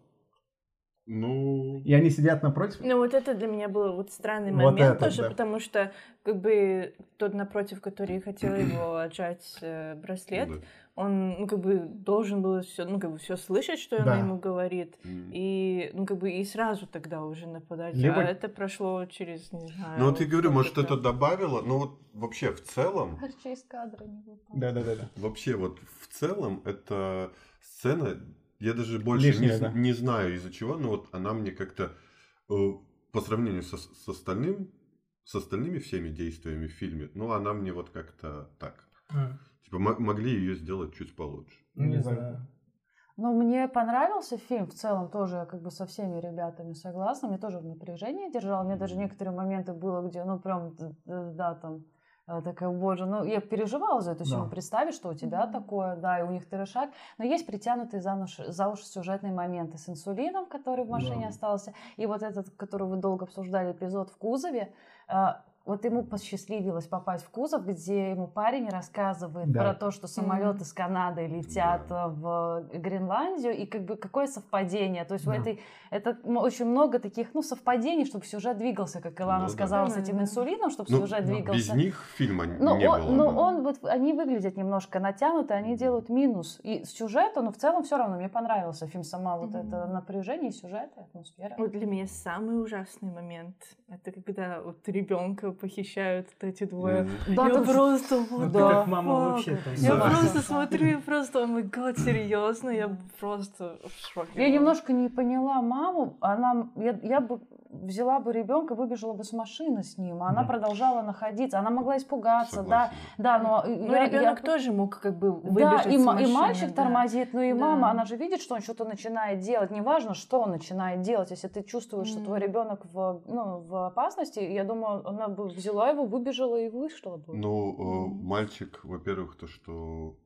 Speaker 4: Ну,
Speaker 2: И они сидят напротив.
Speaker 3: Ну вот это для меня был вот странный
Speaker 2: Вот
Speaker 3: момент
Speaker 2: это
Speaker 3: тоже,
Speaker 2: да.
Speaker 3: потому что как бы тот напротив, который хотел его отжать э, браслет,
Speaker 4: да.
Speaker 3: он ну, как бы должен был все, ну как бы все слышать, что
Speaker 2: Да.
Speaker 3: она ему говорит,
Speaker 4: М.
Speaker 3: и ну как бы и сразу тогда уже нападать.
Speaker 2: Либо-
Speaker 3: А это прошло через не знаю.
Speaker 4: Ну вот я говорю, может
Speaker 3: сколько-то.
Speaker 4: это добавило, но вот вообще в целом,
Speaker 6: Вообще из кадра не выпал.
Speaker 2: Да-да-да.
Speaker 4: вообще вот в целом эта сцена, я даже больше
Speaker 2: Лишняя,
Speaker 4: не, з-
Speaker 2: да.
Speaker 4: не знаю из-за чего, но вот она мне как-то э, по сравнению со, с остальным, с остальными всеми действиями в фильме, ну она мне вот как-то так. Типа мо- могли ее сделать чуть получше.
Speaker 5: Не знаю.
Speaker 6: Ну, мне понравился фильм в целом тоже, я как бы со всеми ребятами согласна. Мне тоже в напряжении держал. Мне даже некоторые моменты было, где, ну, прям, д- д- да, там, э, такая, боже, ну, я переживала за это все.
Speaker 2: Да.
Speaker 6: Представить, что у тебя
Speaker 3: Мгм.
Speaker 6: такое, да, и у них трешак. Но есть притянутые за, нож- за уши сюжетные моменты с инсулином, который в машине
Speaker 2: Да.
Speaker 6: остался, и вот этот, который вы долго обсуждали, эпизод в кузове. а, вот ему посчастливилось попасть в кузов, где ему парень рассказывает
Speaker 2: Да.
Speaker 6: про то, что самолет
Speaker 3: Мгм.
Speaker 6: из Канады летят
Speaker 4: Да.
Speaker 6: э, в Гренландию, и как бы какое совпадение. То есть у
Speaker 2: Да.
Speaker 6: этой, это м- очень много таких, ну, совпадений, чтобы сюжет двигался, как Илана
Speaker 4: Ну да.
Speaker 6: сказала, с
Speaker 3: Нормально,
Speaker 6: этим
Speaker 3: да.
Speaker 6: инсулином, чтобы
Speaker 4: Ну,
Speaker 6: сюжет
Speaker 2: ну,
Speaker 6: двигался.
Speaker 4: Без них фильма н-
Speaker 6: Но,
Speaker 4: не
Speaker 6: он,
Speaker 4: было.
Speaker 6: но
Speaker 4: бы.
Speaker 6: он вот, они выглядят немножко натянуты, они
Speaker 4: Мгм.
Speaker 6: делают минус и сюжету, но в целом все равно мне понравился фильм сама вот это
Speaker 3: Мгм.
Speaker 6: напряжение, сюжет и атмосфера.
Speaker 3: Вот для меня самый ужасный момент это когда вот ребенка похищают вот эти двое.
Speaker 4: Мгм.
Speaker 6: Да,
Speaker 3: я
Speaker 6: там же-
Speaker 3: просто
Speaker 5: Ну,
Speaker 3: вот
Speaker 5: ты как
Speaker 3: так,
Speaker 5: мама
Speaker 3: вау.
Speaker 5: вообще там.
Speaker 3: Я
Speaker 4: Да.
Speaker 3: просто смотрю и просто, о мой гад, серьезно, я
Speaker 6: Да.
Speaker 3: просто в шоке.
Speaker 6: Я
Speaker 3: была.
Speaker 6: немножко не поняла маму. Она, я, я бы взяла бы ребенка, выбежала бы с машины с ним, а она
Speaker 2: Да.
Speaker 6: продолжала находиться. Она могла испугаться,
Speaker 4: Согласен.
Speaker 6: да, да, но
Speaker 3: Ну,
Speaker 6: я-
Speaker 3: ребенок
Speaker 6: я-
Speaker 3: тоже мог как бы
Speaker 6: Да,
Speaker 3: выбежать
Speaker 6: и,
Speaker 3: с
Speaker 6: ма- и
Speaker 3: машины,
Speaker 6: мальчик
Speaker 3: да.
Speaker 6: тормозит, ну и
Speaker 3: Да.
Speaker 6: мама, она же видит, что он что-то начинает делать. Неважно, что он начинает делать, если ты чувствуешь, что твой
Speaker 3: Мгм.
Speaker 6: ребенок в, ну, в опасности, я думаю, она бы взяла его, выбежала и вышла бы.
Speaker 4: Ну,
Speaker 6: Мгм.
Speaker 4: э, мальчик, во-первых, то, что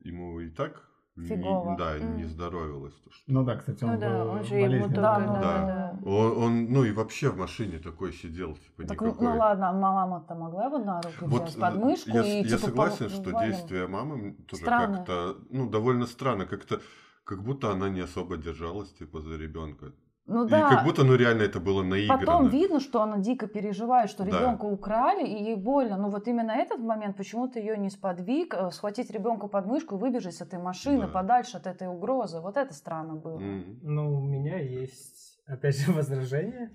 Speaker 4: ему и так не-
Speaker 6: Фигово.
Speaker 4: да,
Speaker 3: Мгм.
Speaker 4: не здоровилось. То, что...
Speaker 2: Ну да, кстати, он,
Speaker 3: Ну да,
Speaker 2: был
Speaker 3: он же ему
Speaker 2: болезненный.
Speaker 3: только...
Speaker 6: Да,
Speaker 3: Да,
Speaker 6: ну
Speaker 4: да.
Speaker 3: да.
Speaker 4: Он, он, ну и вообще в машине такой сидел, типа
Speaker 6: так, ну,
Speaker 4: никакой.
Speaker 6: ну ладно, а мама-то могла его на руки взять,
Speaker 4: э,
Speaker 6: под мышку
Speaker 4: я,
Speaker 6: и
Speaker 4: с- я
Speaker 6: типа,
Speaker 4: согласен,
Speaker 6: пом-
Speaker 4: что
Speaker 6: валим.
Speaker 4: действия мамы м, тоже
Speaker 6: Странно.
Speaker 4: как-то, ну, довольно странно, как-то, как будто она не особо держалась, типа, за ребенка.
Speaker 6: Ну
Speaker 4: и
Speaker 6: да. а
Speaker 4: как будто, ну, реально это было наиграно.
Speaker 6: Потом видно, что она дико переживает, что
Speaker 4: Да.
Speaker 6: ребенка украли, и ей больно. Но вот именно этот момент почему-то ее не сподвиг э, схватить ребенка под мышку и выбежать с этой машины
Speaker 4: Да.
Speaker 6: подальше от этой угрозы. Вот это странно было.
Speaker 4: Мгм.
Speaker 5: Ну, у меня есть, опять же, возражение.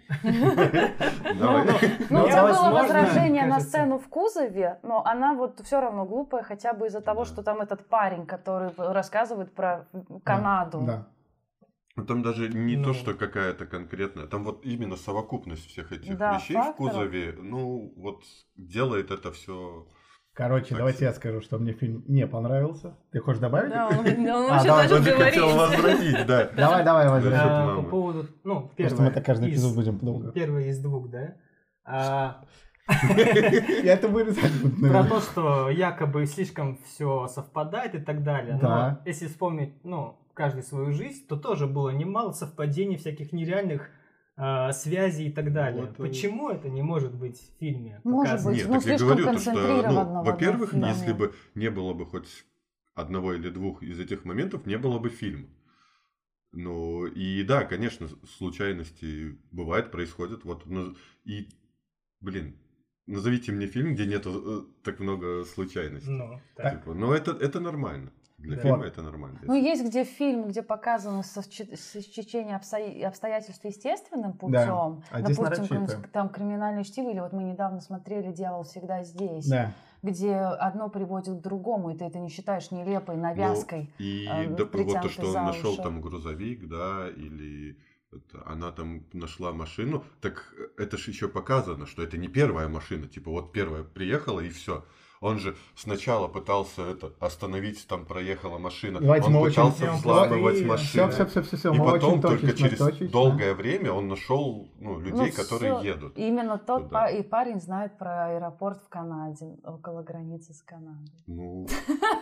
Speaker 4: Давай.
Speaker 6: Ну,
Speaker 5: Ну,
Speaker 6: у тебя
Speaker 5: возможно,
Speaker 6: было возражение на
Speaker 5: кажется.
Speaker 6: сцену в кузове, но она вот все равно глупая, хотя бы из-за того,
Speaker 4: Да.
Speaker 6: что там этот парень, который рассказывает про Канаду.
Speaker 2: Да.
Speaker 4: Ну, Там даже не то,
Speaker 5: Ну.
Speaker 4: что какая-то конкретная, там вот именно совокупность всех этих
Speaker 6: Да,
Speaker 4: вещей в
Speaker 6: факторов.
Speaker 4: кузове, ну, вот делает это все.
Speaker 2: Короче,
Speaker 4: Так
Speaker 2: давайте
Speaker 4: себе.
Speaker 2: я скажу, что мне фильм не понравился. Ты хочешь добавить?
Speaker 3: Да, он, он
Speaker 2: А,
Speaker 3: уже
Speaker 2: давай,
Speaker 3: начал говорить.
Speaker 4: хотел возразить, да.
Speaker 2: Давай, давай,
Speaker 4: Да.
Speaker 2: возвращай.
Speaker 5: А,
Speaker 4: мамы.
Speaker 5: По поводу, ну,
Speaker 2: Просто мы
Speaker 5: первое
Speaker 2: так каждый
Speaker 5: из-
Speaker 2: эпизод будем долго.
Speaker 5: Первый из двух, да? А,
Speaker 2: Я это вырезать буду,
Speaker 5: про
Speaker 2: наверное.
Speaker 5: то, что якобы слишком все совпадает и так далее. Но
Speaker 2: Да.
Speaker 5: вот если вспомнить, ну, каждый свою жизнь, то тоже было немало совпадений всяких нереальных а, связей и так далее.
Speaker 4: Вот, э,
Speaker 5: Почему это не может быть в фильме?
Speaker 6: Может
Speaker 5: показано?
Speaker 6: быть.
Speaker 4: Нет,
Speaker 6: ну,
Speaker 4: так я
Speaker 6: слишком
Speaker 4: говорю, то, что, ну,
Speaker 6: концентрированного, да,
Speaker 4: во-первых,
Speaker 6: да.
Speaker 4: если бы не было бы хоть одного или двух из этих моментов, не было бы фильма. Ну, и да, конечно, с- случайности бывает, происходят. Вот, ну, и, блин, назовите мне фильм, где нету э, так много случайностей.
Speaker 5: Ну, так.
Speaker 4: Типа, ну, это, это нормально. Для
Speaker 5: Да.
Speaker 4: фильма это нормально.
Speaker 6: Ну, есть где фильм, где показано совче- сочетение обсто- обстоятельств естественным путем.
Speaker 2: А здесь
Speaker 6: Допустим,
Speaker 2: нарочито.
Speaker 6: кон- там криминальное чтиво, или вот мы недавно смотрели «Дьявол всегда здесь»,
Speaker 2: Да.
Speaker 6: где одно приводит к другому, и ты это не считаешь нелепой навязкой.
Speaker 4: И
Speaker 6: а, ну,
Speaker 4: да, вот то,
Speaker 6: притянуты
Speaker 4: что он
Speaker 6: за
Speaker 4: нашел
Speaker 6: уши.
Speaker 4: там грузовик, да, или это, она там нашла машину, так э, это же еще показано, что это не первая машина, типа вот первая приехала и все. Он же сначала пытался это остановить, там проехала машина,
Speaker 2: Давайте
Speaker 4: он
Speaker 2: мы очень...
Speaker 4: пытался взламывать машину.
Speaker 2: Все, все, все, все,
Speaker 4: И
Speaker 2: мы
Speaker 4: потом
Speaker 2: очень
Speaker 4: только
Speaker 2: точечно,
Speaker 4: через
Speaker 2: точечно.
Speaker 4: долгое время он нашел ну, людей,
Speaker 6: Ну,
Speaker 4: которые
Speaker 6: всё.
Speaker 4: едут.
Speaker 6: И Именно тот
Speaker 4: Туда.
Speaker 6: па- и парень знает про аэропорт в Канаде, около границы с Канадой.
Speaker 4: Ну,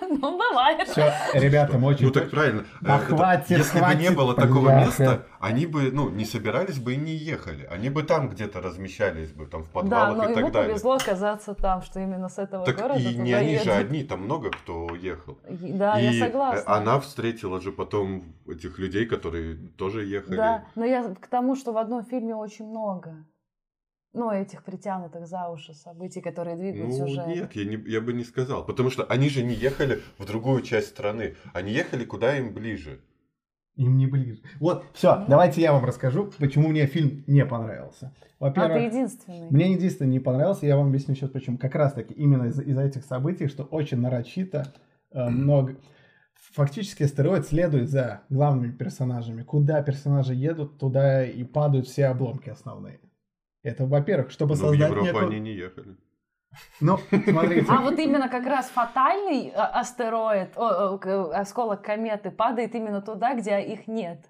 Speaker 6: Ну, бывает.
Speaker 2: Все, ребята, мы очень
Speaker 4: ну так
Speaker 2: точно.
Speaker 4: правильно.
Speaker 2: Да
Speaker 4: Э, это-
Speaker 2: хватит,
Speaker 4: Если бы не
Speaker 2: хватит,
Speaker 4: было такого
Speaker 2: бляха.
Speaker 4: места, они бы ну, не собирались бы и не ехали. Они бы там где-то размещались бы, там в
Speaker 6: Да,
Speaker 4: подвалах
Speaker 6: но
Speaker 4: и
Speaker 6: ему
Speaker 4: так далее.
Speaker 6: повезло оказаться там, что именно с этого
Speaker 4: Так
Speaker 6: города
Speaker 4: и не
Speaker 6: туда
Speaker 4: они же
Speaker 6: едут.
Speaker 4: одни, там много кто ехал.
Speaker 6: И- Да,
Speaker 4: и
Speaker 6: я
Speaker 4: э,
Speaker 6: согласна.
Speaker 4: она встретила же потом этих людей, которые тоже ехали.
Speaker 6: Да, но я к тому, что в одном фильме очень много, ну, этих притянутых за уши событий, которые двигают
Speaker 4: Ну
Speaker 6: сюжет.
Speaker 4: нет, я, не- я бы не сказал. Потому что они же не ехали в другую часть страны. Они ехали куда им ближе.
Speaker 2: Им не ближе. Вот, все, давайте я вам расскажу, почему мне фильм не понравился.
Speaker 6: а ты
Speaker 2: Во-первых,
Speaker 6: единственный.
Speaker 2: Мне единственное не понравился, я вам объясню сейчас почему. Как раз таки именно из- из-за этих событий, что очень нарочито э, много... Фактически астероид следует за главными персонажами. Куда персонажи едут, туда и падают все обломки основные. Это, во-первых, чтобы
Speaker 4: Но Ну, в
Speaker 2: создать
Speaker 4: Европу
Speaker 2: некую-
Speaker 4: они не ехали.
Speaker 2: Ну, смотрите.
Speaker 6: А вот именно как раз фатальный э, астероид, о, о, к- осколок кометы падает именно туда, где их нет.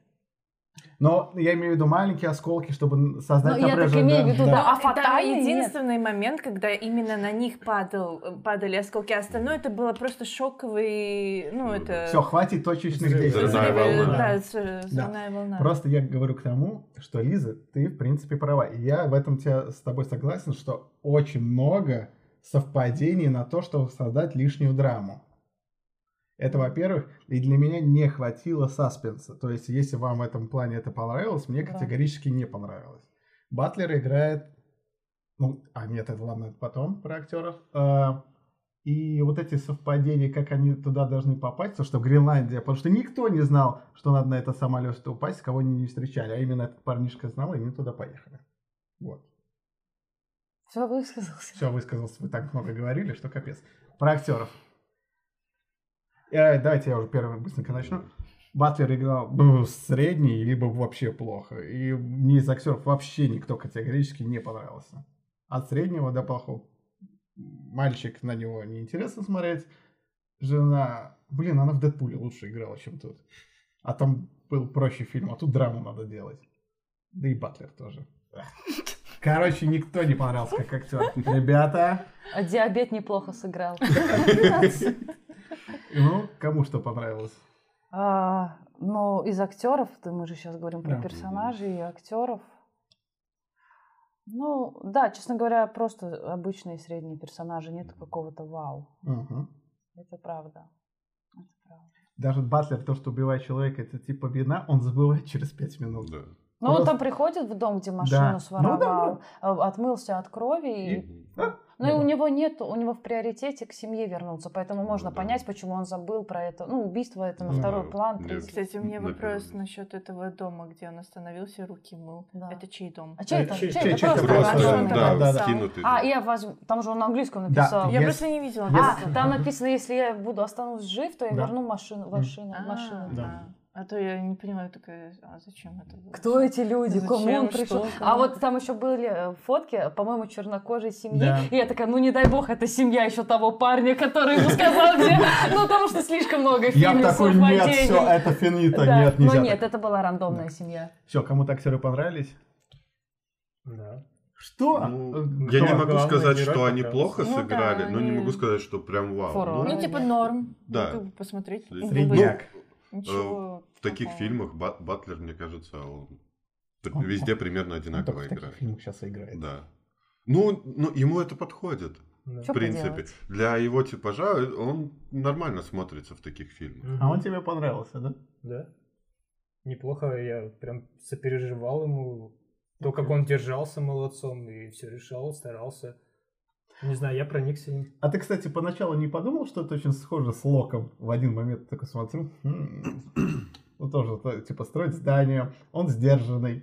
Speaker 2: Но я имею в виду маленькие осколки, чтобы создать...
Speaker 6: Ну, я так
Speaker 2: напряжение.
Speaker 6: имею в виду, да. А
Speaker 3: Это
Speaker 6: фатальный
Speaker 3: единственный момент, когда именно на них падал, падали осколки, а остальное это было просто шоковый, ну
Speaker 4: Ну
Speaker 3: это...
Speaker 2: Все, хватит точечных
Speaker 5: Взрыв.
Speaker 2: действий.
Speaker 3: взрыв,
Speaker 4: Взрывная
Speaker 3: э,
Speaker 4: волна.
Speaker 3: Да, с- взрывная волна.
Speaker 2: Просто я говорю к тому, что, Лиза, ты, в принципе, права. И я в этом тебя, с тобой согласен, что очень много совпадений на то, чтобы создать лишнюю драму. Это, во-первых, и для меня не хватило саспенса. То есть, если вам в этом плане это понравилось, мне
Speaker 6: Да.
Speaker 2: категорически не понравилось. Батлер играет... Ну, а нет, это ладно, это потом про актеров. А, И вот эти совпадения, как они туда должны попасть, то, что Гренландия, потому что никто не знал, что надо на этот самолет упасть, кого они не встречали, а именно этот парнишка знал, и они туда поехали. Вот.
Speaker 6: Все высказался.
Speaker 2: Все, высказался, вы так много говорили, что капец. Про актеров. Э, давайте я уже первый быстренько начну. Батлер играл ну, средний, либо вообще плохо. И мне из актеров вообще никто категорически не понравился. От среднего до плохого. Мальчик на него неинтересно смотреть. Жена... Блин, она в Дэдпуле лучше играла, чем тут. А там был проще фильм, а тут драму надо делать. Да и Батлер тоже. Короче, никто не понравился как актер. Ребята,
Speaker 6: А диабет неплохо сыграл.
Speaker 2: ну, кому что понравилось?
Speaker 6: А, но из актеров, то мы же сейчас говорим про
Speaker 2: Да.
Speaker 6: персонажей и актеров. Ну, да, честно говоря, просто обычные средние персонажи, нет какого-то вау.
Speaker 2: Мгм.
Speaker 6: Это правда. Это правда.
Speaker 2: Даже Батлер, то, что убивает человека, это типа вина, он забывает через пять минут.
Speaker 4: Да.
Speaker 6: Ну, он
Speaker 2: Просто-
Speaker 6: там приходит в дом, где машину
Speaker 2: Да.
Speaker 6: своровал,
Speaker 2: Ну да,
Speaker 6: а, отмылся от крови. И...
Speaker 4: Мгм.
Speaker 6: Ну, и
Speaker 2: да.
Speaker 6: у него нет, у него в приоритете к семье вернуться, поэтому
Speaker 4: Ну
Speaker 6: можно
Speaker 4: да.
Speaker 6: понять, почему он забыл про это. Ну, убийство это на
Speaker 2: Ну
Speaker 6: второй
Speaker 4: да.
Speaker 6: план.
Speaker 4: Для-
Speaker 6: третий.
Speaker 3: Кстати, у меня
Speaker 4: На
Speaker 3: вопрос
Speaker 4: первом.
Speaker 3: насчет этого дома, где он остановился, руки мыл.
Speaker 6: Да.
Speaker 3: Это чей дом?
Speaker 6: А
Speaker 2: Э,
Speaker 6: чей это? Чей
Speaker 5: Чей-
Speaker 2: чей-
Speaker 6: это?
Speaker 2: чей это?
Speaker 6: Просто
Speaker 2: Просто,
Speaker 6: ваш, он
Speaker 4: Просто,
Speaker 2: он
Speaker 6: такой
Speaker 4: да,
Speaker 2: там
Speaker 6: написал.
Speaker 4: скинутый.
Speaker 6: А, я возьму. Там же он на английском
Speaker 2: Да,
Speaker 6: написал.
Speaker 3: Я
Speaker 2: Yes.
Speaker 3: просто не видела.
Speaker 2: Yes.
Speaker 6: А,
Speaker 3: как это.
Speaker 6: там написано, если я буду останусь жив, то я
Speaker 2: Да.
Speaker 6: верну машину, машину,
Speaker 3: А,
Speaker 6: машину.
Speaker 2: Да.
Speaker 3: А то я не понимаю, такая, а зачем это было?
Speaker 6: Кто эти люди?
Speaker 3: Зачем?
Speaker 6: Кому он
Speaker 3: Что?
Speaker 6: пришел?
Speaker 3: Кому?
Speaker 6: А вот там еще были э, фотки, по-моему, чернокожей семьи.
Speaker 2: Да.
Speaker 6: И я такая, ну не дай бог, это семья еще того парня, который ему сказал, где. Ну, потому что слишком много в
Speaker 2: Я
Speaker 6: фильме
Speaker 2: такой, нет,
Speaker 6: совпадений».
Speaker 2: все, это финита,
Speaker 6: Да,
Speaker 2: нет,
Speaker 6: Но
Speaker 2: нельзя.
Speaker 6: нет, это была рандомная семья.
Speaker 2: Все, кому-то актеры понравились?
Speaker 5: Да.
Speaker 2: Что?
Speaker 4: Ну,
Speaker 2: Э,
Speaker 4: я
Speaker 2: кто?
Speaker 4: не могу
Speaker 5: главный
Speaker 4: сказать,
Speaker 5: герой
Speaker 4: что они
Speaker 5: понравился.
Speaker 4: плохо
Speaker 3: Ну да,
Speaker 4: сыграли, но не
Speaker 3: они-
Speaker 4: могу сказать, что прям вау.
Speaker 6: Фурор.
Speaker 4: Ну,
Speaker 3: Ну,
Speaker 6: Ну,
Speaker 3: типа
Speaker 6: нет.
Speaker 3: норм.
Speaker 4: Да.
Speaker 3: Ну, как бы посмотреть.
Speaker 4: Средняк.
Speaker 3: как бы
Speaker 2: Средняк.
Speaker 3: Ничего.
Speaker 4: в таких
Speaker 3: такого.
Speaker 4: фильмах Бат- Батлер, мне кажется, он т-
Speaker 2: Он-
Speaker 4: везде примерно
Speaker 2: А Он только
Speaker 4: одинаково
Speaker 2: в таких
Speaker 4: играет.
Speaker 2: фильмах сейчас и играет.
Speaker 4: Да. Ну, ну, ему это подходит,
Speaker 5: Да.
Speaker 6: Чё
Speaker 4: в принципе.
Speaker 6: поделать?
Speaker 4: Для его типажа он нормально смотрится в таких фильмах.
Speaker 5: Мгм.
Speaker 2: А он тебе понравился, да?
Speaker 5: Да. Неплохо, я прям сопереживал ему. То, как он держался молодцом и все решал, старался. Не знаю, я проникся им.
Speaker 2: А ты, кстати, поначалу не подумал, что это очень схоже с Локом? В один момент такой смотрю, «М, ну тоже, то- типа, строит здание, он сдержанный.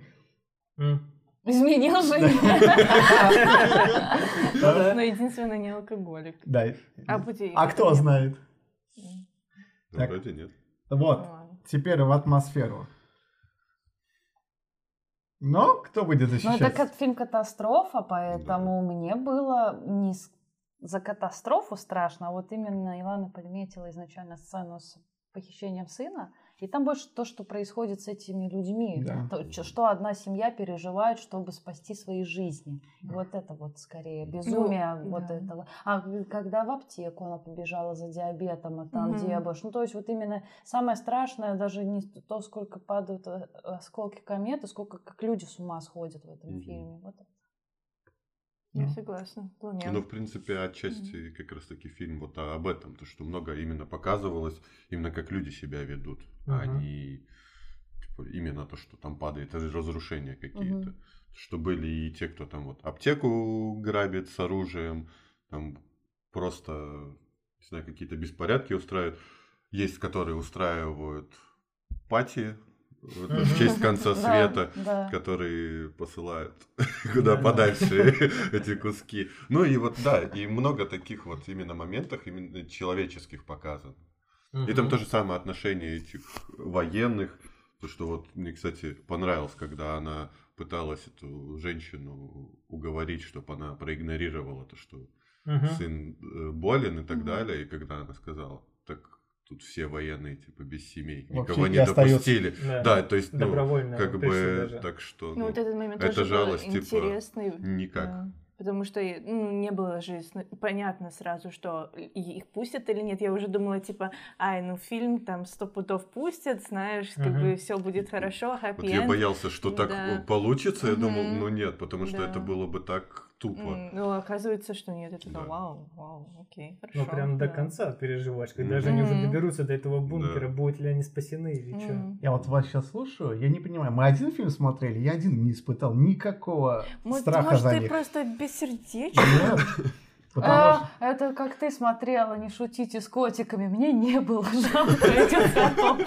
Speaker 5: М.
Speaker 6: Изменил жизнь.
Speaker 3: Но единственное, не алкоголик.
Speaker 2: Да.
Speaker 3: А, пути-
Speaker 2: А кто знает?
Speaker 3: М,
Speaker 4: Ну,
Speaker 2: Так.
Speaker 4: Вроде нет.
Speaker 2: Вот,
Speaker 3: ладно.
Speaker 2: теперь в атмосферу. Но кто будет
Speaker 6: Ну, это
Speaker 2: защищать?
Speaker 6: кат- фильм «Катастрофа», поэтому мне было не с- за катастрофу страшно, а вот именно Илана подметила изначально сцену с похищением сына, и там больше то, что происходит с этими людьми,
Speaker 2: Да.
Speaker 6: то, чё- что одна семья переживает, чтобы спасти свои жизни. И вот это вот скорее безумие
Speaker 3: Ну,
Speaker 6: вот
Speaker 3: да.
Speaker 6: этого. А когда в аптеку она побежала за диабетом, а там
Speaker 3: Мгм.
Speaker 6: диабет, ну то есть вот именно Самое страшное даже не то, сколько падают э, осколки кометы, сколько как люди с ума сходят в этом
Speaker 4: Мгм.
Speaker 6: фильме. Вот.
Speaker 3: Я согласна. Вполне.
Speaker 4: Ну, в принципе, отчасти как раз-таки фильм вот о- об этом, то, что много именно показывалось, именно как люди себя ведут, а
Speaker 5: Мгм.
Speaker 4: не типа, именно то, что там падает, раз- разрушения какие-то.
Speaker 6: Мгм.
Speaker 4: Что были и те, кто там вот аптеку грабит с оружием, там просто, не знаю, какие-то беспорядки устраивают. Есть, которые устраивают пати вот, в честь конца
Speaker 6: Да,
Speaker 4: света
Speaker 6: Да.
Speaker 4: которые посылают куда
Speaker 5: Да, да.
Speaker 4: подальше эти куски. Ну и вот да, и много таких вот именно моментов, именно человеческих показано. И там
Speaker 5: Мгм.
Speaker 4: то же самое отношение этих военных, то что вот мне, кстати, понравилось, когда она пыталась эту женщину уговорить, чтобы она проигнорировала то, что
Speaker 5: Мгм.
Speaker 4: сын э, болен и так
Speaker 6: Мгм.
Speaker 4: далее, и когда она сказала, так тут все военные типа без семей,
Speaker 2: Вообще
Speaker 4: никого
Speaker 2: не
Speaker 4: не
Speaker 2: остается.
Speaker 4: допустили.
Speaker 5: Да.
Speaker 4: Да, то есть, ну,
Speaker 5: Добровольно.
Speaker 4: как
Speaker 5: то есть
Speaker 4: бы
Speaker 5: даже-
Speaker 4: так что
Speaker 3: Ну,
Speaker 4: ну,
Speaker 3: вот этот момент
Speaker 4: это
Speaker 3: тоже был
Speaker 4: жалость, типа,
Speaker 3: интересный.
Speaker 4: никак.
Speaker 3: да. Потому что ну, не было же сна- понятно сразу, что и- их пустят или нет. Я уже думала, типа, ай, ну фильм там сто пудов пустят, знаешь, как
Speaker 5: Мгм.
Speaker 3: бы все будет хорошо,
Speaker 4: Вот
Speaker 3: хэппи
Speaker 4: я боялся, что
Speaker 6: Ну
Speaker 4: так
Speaker 3: Да.
Speaker 4: получится, я думал,
Speaker 3: Мгм.
Speaker 4: ну нет, потому что
Speaker 3: Да.
Speaker 4: это было бы так тупо.
Speaker 3: Ну, оказывается, что нет. Это
Speaker 4: Да.
Speaker 3: вау, вау, окей, хорошо.
Speaker 5: Ну, прям до
Speaker 3: да.
Speaker 5: конца переживаешь,
Speaker 4: Мгм.
Speaker 5: когда же они уже
Speaker 3: Мгм.
Speaker 5: доберутся до этого бункера,
Speaker 4: Да.
Speaker 5: будут ли они спасены или что.
Speaker 3: М.
Speaker 2: Я вот вас сейчас слушаю, я не понимаю, мы один фильм смотрели, я один не испытал никакого
Speaker 3: Может,
Speaker 2: страха
Speaker 3: может,
Speaker 2: за
Speaker 3: ты
Speaker 2: них.
Speaker 3: просто бессердечный?
Speaker 2: Нет,
Speaker 6: А,
Speaker 2: потому что...
Speaker 6: Это как ты смотрела, не шутите с котиками. Мне не было жалко этих котов.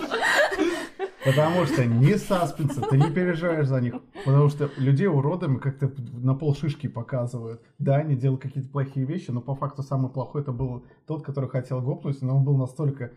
Speaker 2: Потому что не саспенса, ты не переживаешь за них. Потому что людей уродами как-то на пол шишки показывают. Да, они делают какие-то плохие вещи, но по факту самый плохой это был тот, который хотел гопнуть, но он был настолько...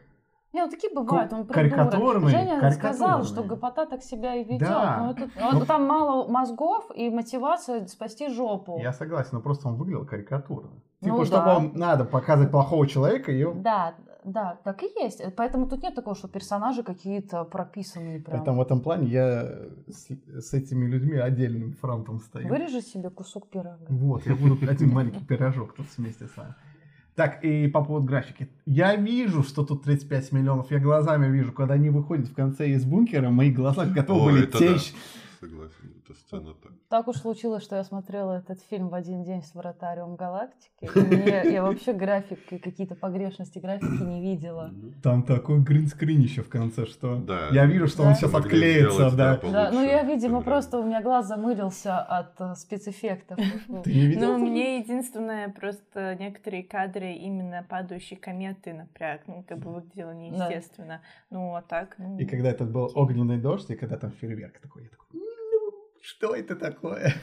Speaker 6: Не, ну такие бывают, он придурок.
Speaker 2: карикатурный,
Speaker 6: Женя сказал,
Speaker 2: карикатурный.
Speaker 6: что гопота так себя и ведет.
Speaker 2: Да.
Speaker 6: Но это- он-
Speaker 2: Ну-
Speaker 6: там мало мозгов и мотивация спасти жопу.
Speaker 2: Я согласен, но просто он выглядел карикатурно. Типа,
Speaker 6: Ну
Speaker 2: чтобы
Speaker 6: да.
Speaker 2: он... Надо показывать плохого человека, и он-
Speaker 6: Да, да, так и есть. Э, Поэтому тут нет такого, что персонажи какие-то прописанные прям.
Speaker 2: Поэтому в этом плане я с, с этими людьми отдельным фронтом стою.
Speaker 6: Вырежи себе кусок пирога.
Speaker 2: Вот, я буду один маленький пирожок тут вместе с вами. Так, и по поводу графики. Я вижу, что тут 35 миллионов. Я глазами вижу, когда они выходят в конце из бункера, мои глаза готовы
Speaker 4: О,
Speaker 2: были
Speaker 4: это
Speaker 2: течь.
Speaker 4: Согласен, эта сцена так.
Speaker 6: Так уж случилось, что я смотрела этот фильм в один день с Вратариум Галактики. и мне- я вообще график, и какие-то погрешности графики не видела.
Speaker 2: Там такой гринскрин еще в конце, что...
Speaker 4: Да.
Speaker 2: Я вижу, что он
Speaker 6: Да.
Speaker 2: сейчас
Speaker 4: Могли
Speaker 2: отклеится,
Speaker 4: сделать, да,
Speaker 2: да.
Speaker 4: получше.
Speaker 6: Да, ну я, видимо,
Speaker 4: Да.
Speaker 6: просто у меня глаз замылился от э, спецэффектов.
Speaker 2: Ты не видел?
Speaker 3: Ну, мне единственное, просто некоторые кадры именно падающей кометы напряг. Ну, как бы выглядело неестественно. Ну, а так, ну...
Speaker 2: И когда этот был огненный дождь, и когда там фейерверк такой, я такой, ну, что это такое?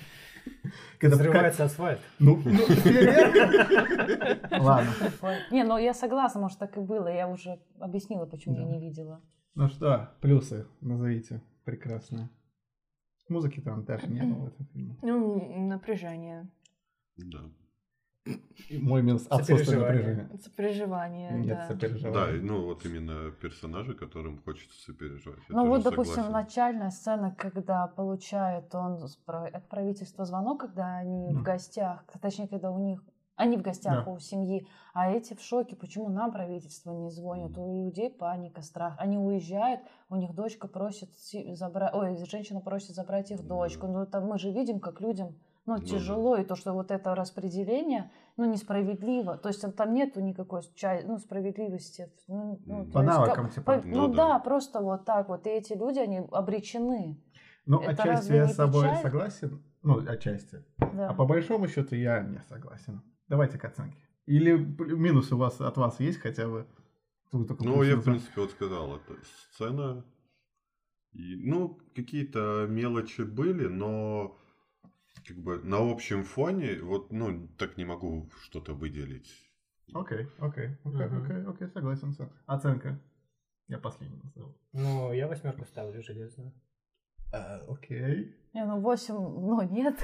Speaker 2: Когда
Speaker 5: Взрывается асфальт.
Speaker 2: Ну, ну, фейерверк. Ладно.
Speaker 6: Не, ну я согласна, может, так и было. Я уже объяснила, почему я
Speaker 2: Да.
Speaker 6: не видела.
Speaker 2: Ну что, плюсы назовите. Прекрасно. Музыки там даже не было в этом фильме.
Speaker 3: Ну, м, напряжение,
Speaker 4: Да.
Speaker 2: И мой минус отсутствие
Speaker 5: Сопереживание.
Speaker 2: напряжения.
Speaker 3: сопереживание,
Speaker 2: Нет
Speaker 3: да.
Speaker 4: Да, и,
Speaker 2: сопереживания.
Speaker 4: ну вот именно персонажи, которым хочется сопереживать. я
Speaker 6: Ну
Speaker 4: тоже
Speaker 6: вот, допустим,
Speaker 4: согласен.
Speaker 6: начальная сцена, когда получает он с про- от правительства звонок, когда они
Speaker 2: Да.
Speaker 6: в гостях, точнее, когда у них они в гостях
Speaker 2: Да.
Speaker 6: у семьи, а эти в шоке, почему нам правительство не звонит, у людей паника, страх, они уезжают, у них дочка просит забрать, ой, женщина просит забрать их
Speaker 4: Да.
Speaker 6: дочку, ну там мы же видим, как людям, ну,
Speaker 4: Ну да.
Speaker 6: тяжело, и то, что вот это распределение, ну, несправедливо, то есть там- там нету никакой ча- ну, справедливости, ну, ну,
Speaker 4: Мгм.
Speaker 6: то
Speaker 2: По
Speaker 6: есть, как-
Speaker 2: навыкам,
Speaker 6: по-
Speaker 2: типа.
Speaker 4: Ну
Speaker 6: ну
Speaker 4: да.
Speaker 6: да. просто вот так вот. И эти люди, они обречены.
Speaker 2: Ну,
Speaker 6: это
Speaker 2: отчасти
Speaker 6: разве
Speaker 2: я
Speaker 6: не
Speaker 2: с собой
Speaker 6: печаль?
Speaker 2: согласен. Ну, отчасти.
Speaker 6: Да.
Speaker 2: А по большому счету я не согласен. Давайте к оценке. Или пл- минус у вас от вас есть хотя бы? Вы только
Speaker 4: Ну,
Speaker 2: плюсы
Speaker 4: я, в
Speaker 2: назвали.
Speaker 4: принципе, вот сказал, это сцена. И, ну, какие-то мелочи были, но как бы на общем фоне, вот, ну, так не могу что-то выделить.
Speaker 2: Окей, окей, окей,
Speaker 5: Мгм.
Speaker 2: окей, окей, согласен. Сэн. Оценка. Я последний назову.
Speaker 5: Ну, я восьмерку ставлю железно.
Speaker 2: А, Окей.
Speaker 6: Не, ну 8, ну нет.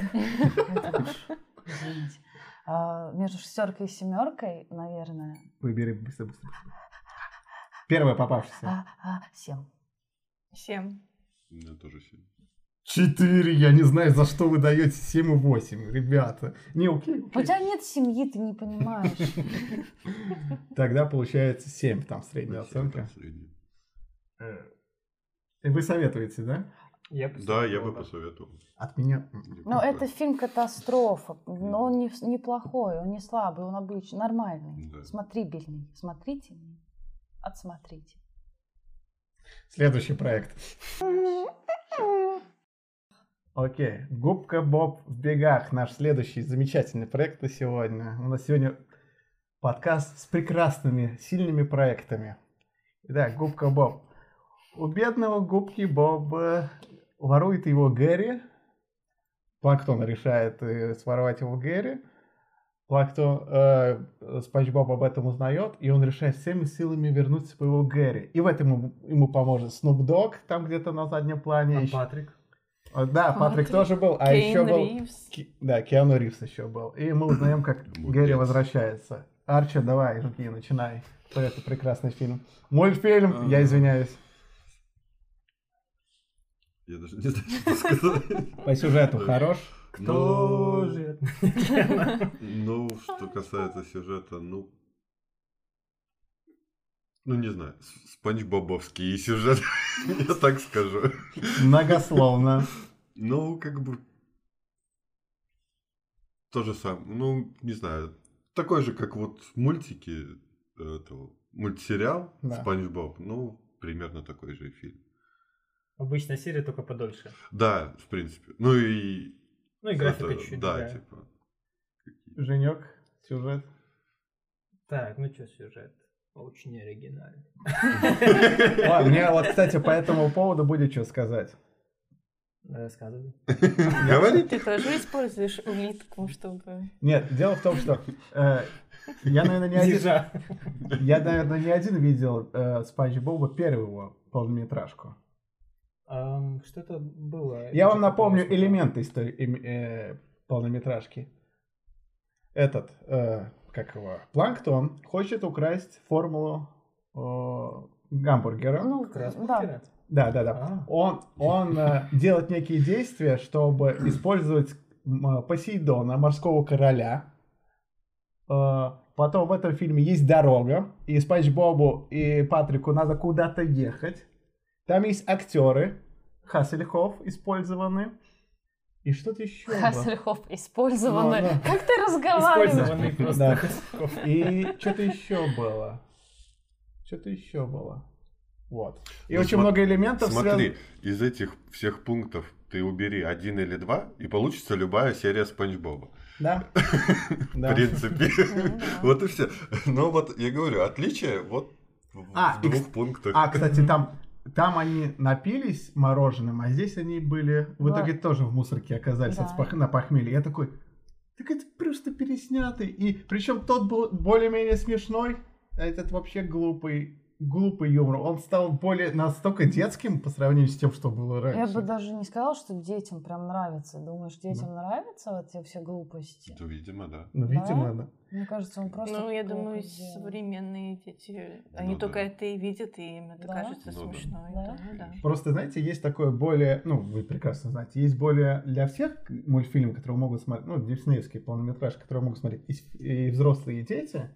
Speaker 6: Это уж, извините. А, Между шестеркой и семеркой, наверное.
Speaker 2: Выбери быстро, быстро. быстро. Первая попавшаяся.
Speaker 6: А, а, 7.
Speaker 3: Семь.
Speaker 4: У меня тоже семь.
Speaker 2: Четыре. Я не знаю, за что вы даете 7 и 8, ребята. Не, окей,
Speaker 6: У
Speaker 2: окей.
Speaker 6: тебя нет семьи, ты не понимаешь.
Speaker 2: Тогда получается 7 там средняя
Speaker 4: Семь, там,
Speaker 2: оценка.
Speaker 4: средняя.
Speaker 2: Э, И вы советуете, да?
Speaker 5: Я
Speaker 4: Да, я
Speaker 5: посмотрел
Speaker 4: бы посоветовал.
Speaker 2: От меня.
Speaker 6: Но Ну, это фильм катастрофа, но он не, неплохой, он не слабый, он обычный, нормальный,
Speaker 4: Да.
Speaker 6: смотрибельный. Смотрите, отсмотрите.
Speaker 2: Следующий проект. Окей. Губка Боб в бегах. Наш следующий замечательный проект на сегодня. У нас сегодня подкаст с прекрасными, сильными проектами. Да, Губка Боб. У бедного Губки Боба ворует его Гэри. Плактон решает э, своровать его Гэри. Плактон, э, Спанч Боб об этом узнает, и он решает всеми силами вернуть своего Гэри. И в этом ему, ему поможет Снуп Дог, там где-то на заднем плане.
Speaker 5: А
Speaker 2: ещё-
Speaker 5: Патрик?
Speaker 2: Э, Да, Патрик
Speaker 3: Патрик
Speaker 2: тоже был, а
Speaker 3: Кейн
Speaker 2: еще был...
Speaker 3: Ривз.
Speaker 2: Ки- Да, Киану Ривз еще был. И мы узнаем, как
Speaker 4: Молодец.
Speaker 2: Гэри возвращается. Арчи, давай, жги, начинай. Про Это прекрасный фильм. Мультфильм, я
Speaker 4: Ага.
Speaker 2: извиняюсь.
Speaker 4: Я даже не знаю, что сказать.
Speaker 2: По сюжету хорош.
Speaker 5: Кто
Speaker 4: Ну,
Speaker 5: же это?
Speaker 4: Ну, что касается сюжета, ну... Ну, не знаю, с- Спанч Бобовский сюжет, я так скажу.
Speaker 2: Многословно.
Speaker 4: Ну, как бы... То же самое. Ну, не знаю. Такой же, как вот мультики, э, этого, мультсериал
Speaker 2: Да.
Speaker 4: Спанч Боб. Ну, примерно такой же и фильм.
Speaker 5: Обычная серия, только подольше.
Speaker 4: Да, в принципе. Ну и...
Speaker 5: Ну и графика
Speaker 4: это,
Speaker 5: чуть-чуть
Speaker 4: Да,
Speaker 5: другая.
Speaker 4: типа.
Speaker 2: Женек, сюжет.
Speaker 5: Так, ну что сюжет? Очень оригинальный.
Speaker 2: Ладно, мне вот, кстати, по этому поводу будет что сказать.
Speaker 5: Рассказывай.
Speaker 4: Говори.
Speaker 3: Ты тоже используешь улитку, чтобы...
Speaker 2: Нет, дело в том, что э, я, наверное, не один...
Speaker 5: Дежа.
Speaker 2: Я, наверное, не один видел э, Спанч Боба первую полнометражку.
Speaker 5: Ам, Что-то было.
Speaker 2: Я вам
Speaker 5: что-то
Speaker 2: напомню
Speaker 5: смотрел.
Speaker 2: элементы из той эм, э, полнометражки. Этот, э, как его, Планктон хочет украсть формулу э, гамбургера.
Speaker 6: Ну, да.
Speaker 5: Красбургера?
Speaker 2: да, да, да.
Speaker 5: А.
Speaker 2: Он, он э, делает некие действия, чтобы использовать м, э, Посейдона, морского короля. Э, Потом в этом фильме есть дорога, и Спанч Бобу и Патрику надо куда-то ехать. Там есть актеры, Хассельхоф использованы. И что-то еще. было.
Speaker 6: Хассельхоф
Speaker 2: Ну,
Speaker 6: использованы.
Speaker 2: да.
Speaker 6: Как ты разговариваешь?
Speaker 5: Использованный
Speaker 2: Да.
Speaker 5: просто.
Speaker 2: И что-то еще было. Что-то еще было. Вот. И
Speaker 4: Ну,
Speaker 2: очень
Speaker 4: смо-
Speaker 2: много элементов
Speaker 4: Смотри,
Speaker 2: связ-
Speaker 4: из этих всех пунктов ты убери один или два, и получится любая серия Спанч Боба.
Speaker 2: Да. Да.
Speaker 4: В принципе.
Speaker 3: Ну да.
Speaker 4: Вот и все. Но вот я говорю, отличие вот в
Speaker 2: А,
Speaker 4: в
Speaker 2: и,
Speaker 4: двух пунктах.
Speaker 2: А, кстати, там, там они напились мороженым, а здесь они были в
Speaker 6: Да.
Speaker 2: итоге тоже в мусорке оказались от
Speaker 6: Да.
Speaker 2: спах- на похмелье. Я такой, так это просто переснятый. И причем тот был более-менее смешной, а этот вообще глупый, глупый юмор. Он стал более настолько детским по сравнению с тем, что было
Speaker 6: Я
Speaker 2: раньше.
Speaker 6: бы даже не сказала, что детям прям нравится. Думаешь, детям нравятся вот эти все глупости?
Speaker 4: Ну, видимо, да.
Speaker 2: Ну, видимо, да.
Speaker 6: Мне кажется, он просто...
Speaker 3: Ну, я
Speaker 6: плохо
Speaker 3: думаю,
Speaker 6: сделан.
Speaker 3: современные дети, они
Speaker 4: Ну да.
Speaker 3: только это и видят, и им это
Speaker 6: Да?
Speaker 3: кажется
Speaker 4: Ну да.
Speaker 3: смешно.
Speaker 6: Да?
Speaker 3: да.
Speaker 2: Просто, знаете, есть такое более, ну, вы прекрасно знаете, есть более для всех мультфильм, которые могут смотреть, ну, диснеевские полнометражки, которые могут смотреть и, с- и взрослые, и дети.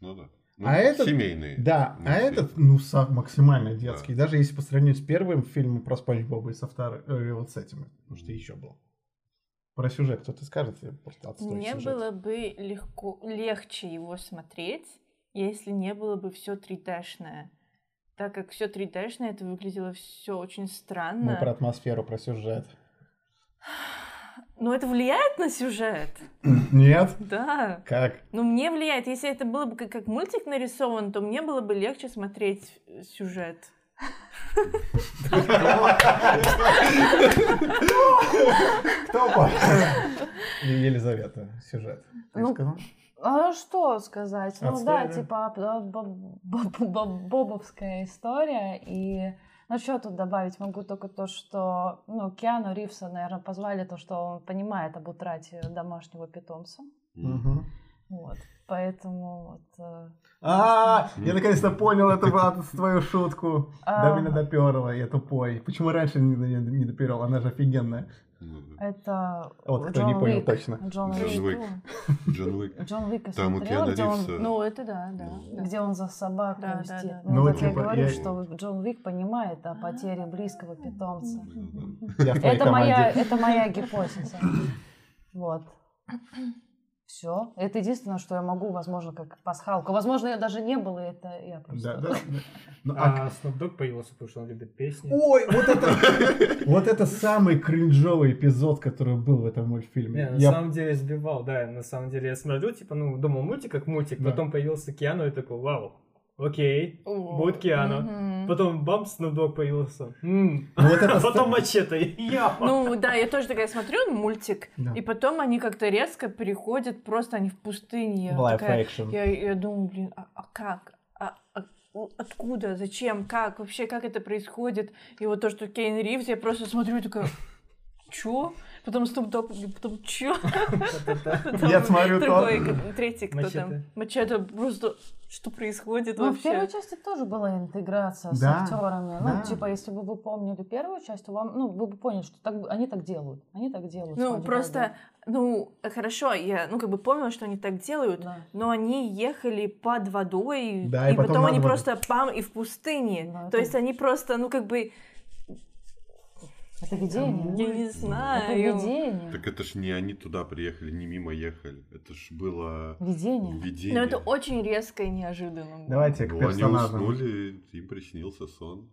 Speaker 4: Ну да.
Speaker 2: А этот-
Speaker 4: Семейный.
Speaker 2: Да, а
Speaker 4: мультфильм.
Speaker 2: этот, ну, са- максимально детский. Даже если по сравнению с первым фильмом про Спанч Боба и со вторым, э, вот с этим, потому что еще был. Про сюжет кто-то скажет, я просто отстой
Speaker 3: Мне
Speaker 2: сюжет.
Speaker 3: было бы легко, легче его смотреть, если не было бы все 3D-шное. Так как все 3D-шное, это выглядело все очень
Speaker 2: Мы
Speaker 3: странно.
Speaker 2: про атмосферу, про сюжет.
Speaker 3: Но это влияет на сюжет.
Speaker 2: Нет?
Speaker 3: Да.
Speaker 2: Как?
Speaker 3: Ну, мне влияет. Если это было бы как, как мультик нарисован, то мне было бы легче смотреть э, сюжет.
Speaker 2: Кто понял? Елизавета, сюжет. Ты
Speaker 6: Ну,
Speaker 2: сказал?
Speaker 6: А что сказать? Ну да,
Speaker 2: Отстойно.
Speaker 6: типа а, боб- боб- боб- бобовская история. И ну что тут добавить? Могу только то, что ну, Киану Ривса, наверное, позвали то, что он понимает об утрате домашнего питомца.
Speaker 2: ну, Мгм.
Speaker 6: Вот. Поэтому вот. э,
Speaker 2: А, я наконец-то понял эту Влад, твою шутку.
Speaker 6: а,
Speaker 2: Да, меня доперла, я тупой. Почему раньше не, не, не доперла? Она же офигенная.
Speaker 4: Ну, да.
Speaker 6: Это
Speaker 2: Вот кто
Speaker 6: Джон
Speaker 2: не понял
Speaker 6: Уик.
Speaker 2: точно.
Speaker 6: Джон
Speaker 4: Джон
Speaker 6: Уик.
Speaker 4: Уик. Джон Уик.
Speaker 6: Джон Уика
Speaker 4: Там у
Speaker 6: смотрела,
Speaker 4: Киану
Speaker 6: где он,
Speaker 4: Ривза.
Speaker 3: Ну, это да, да.
Speaker 4: Ну.
Speaker 3: да.
Speaker 6: где он за собаку
Speaker 3: Да, да,
Speaker 6: мстит.
Speaker 3: да.
Speaker 6: Ну,
Speaker 2: Ну,
Speaker 6: вот я
Speaker 2: типа,
Speaker 6: говорю,
Speaker 2: я-
Speaker 6: что Джон Уик понимает о потере близкого питомца.
Speaker 2: Я в твоей
Speaker 6: Это моя,
Speaker 2: команде.
Speaker 6: это моя гипотеза. Вот. Все. Это единственное, что я могу, возможно, как пасхалку. Возможно, ее даже не было, и это я
Speaker 2: Да,
Speaker 6: просто...
Speaker 2: да. Ну, а
Speaker 5: А Snoop Dogg появился, потому что он любит песни.
Speaker 2: Ой, вот это, вот это самый кринжовый эпизод, который был в этом
Speaker 5: Не,
Speaker 2: мультфильме.
Speaker 5: на
Speaker 2: Я-
Speaker 5: самом деле сбивал, да, на самом деле я смотрю, типа, ну, думал, мультик как мультик,
Speaker 2: Да.
Speaker 5: потом появился Киану и такой, вау, окей,
Speaker 3: О,
Speaker 5: будет Киану.
Speaker 3: мгм.
Speaker 5: Потом бам, Snoop Dogg появился, М.
Speaker 2: Вот это
Speaker 5: а потом
Speaker 2: ста-
Speaker 5: мачете, я.
Speaker 3: Ну да, я тоже такая смотрю мультик,
Speaker 2: Да.
Speaker 3: и потом они как-то резко переходят, просто они в пустыне. Я
Speaker 2: в live
Speaker 3: такая-
Speaker 2: action.
Speaker 3: я, я думаю, блин, а, а как? А- а у- откуда? Зачем? Как? Вообще, как это происходит? И вот то, что Кейн Ривз, я просто смотрю и такая, чё? Потом Snoop Dogg, потом чё? Потом
Speaker 2: Я смотрю то.
Speaker 3: другой, как- третий кто там.
Speaker 5: Мачете.
Speaker 3: Мачете просто, что происходит
Speaker 6: Ну, в
Speaker 3: вообще?
Speaker 6: первой части тоже была интеграция
Speaker 2: Да,
Speaker 6: с актерами. Ну,
Speaker 2: да.
Speaker 6: типа, если бы вы помнили первую часть, то вам, ну, вы бы поняли, что так, они так делают. Они так делают. с
Speaker 3: Ну,
Speaker 6: Леди
Speaker 3: просто, ну, хорошо, я, ну, как бы помнила, что они так делают,
Speaker 6: Гагой. Да.
Speaker 3: но они ехали под водой,
Speaker 2: Да,
Speaker 3: и,
Speaker 2: и потом
Speaker 3: потом,
Speaker 2: над
Speaker 3: они
Speaker 2: водой.
Speaker 3: просто пам и в пустыне.
Speaker 6: Да,
Speaker 3: То
Speaker 6: это-
Speaker 3: есть они просто, ну как бы,
Speaker 6: Это видение.
Speaker 3: я не
Speaker 6: ну, Это
Speaker 3: знаю.
Speaker 6: видение.
Speaker 4: Так это ж не они туда приехали, не мимо ехали. Это ж было
Speaker 6: Видение.
Speaker 4: видение.
Speaker 3: Но Ну, это очень резко и неожиданно. было.
Speaker 2: Давайте к
Speaker 4: Ну, они
Speaker 2: персонажам.
Speaker 4: уснули, им приснился сон.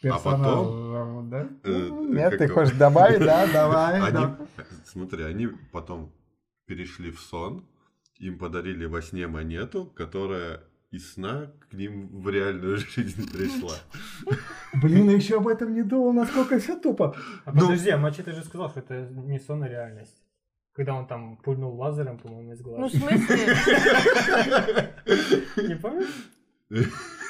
Speaker 2: Персонажам, да?
Speaker 4: А Э,
Speaker 2: Ну, Нет,
Speaker 4: как
Speaker 2: ты
Speaker 4: его?
Speaker 2: хочешь добавить, да? Давай,
Speaker 4: Они,
Speaker 2: да.
Speaker 4: смотри, они потом перешли в сон, им подарили во сне монету, которая из сна к ним в реальную жизнь пришла.
Speaker 2: Блин, я еще об этом не думал, насколько все тупо.
Speaker 5: А
Speaker 4: Ну.
Speaker 5: подожди, а Мачете же сказал, что это не сон, а реальность. Когда он там пульнул лазером, по-моему, из
Speaker 3: Ну, в
Speaker 5: глаз.
Speaker 3: смысле,
Speaker 5: Не помнишь?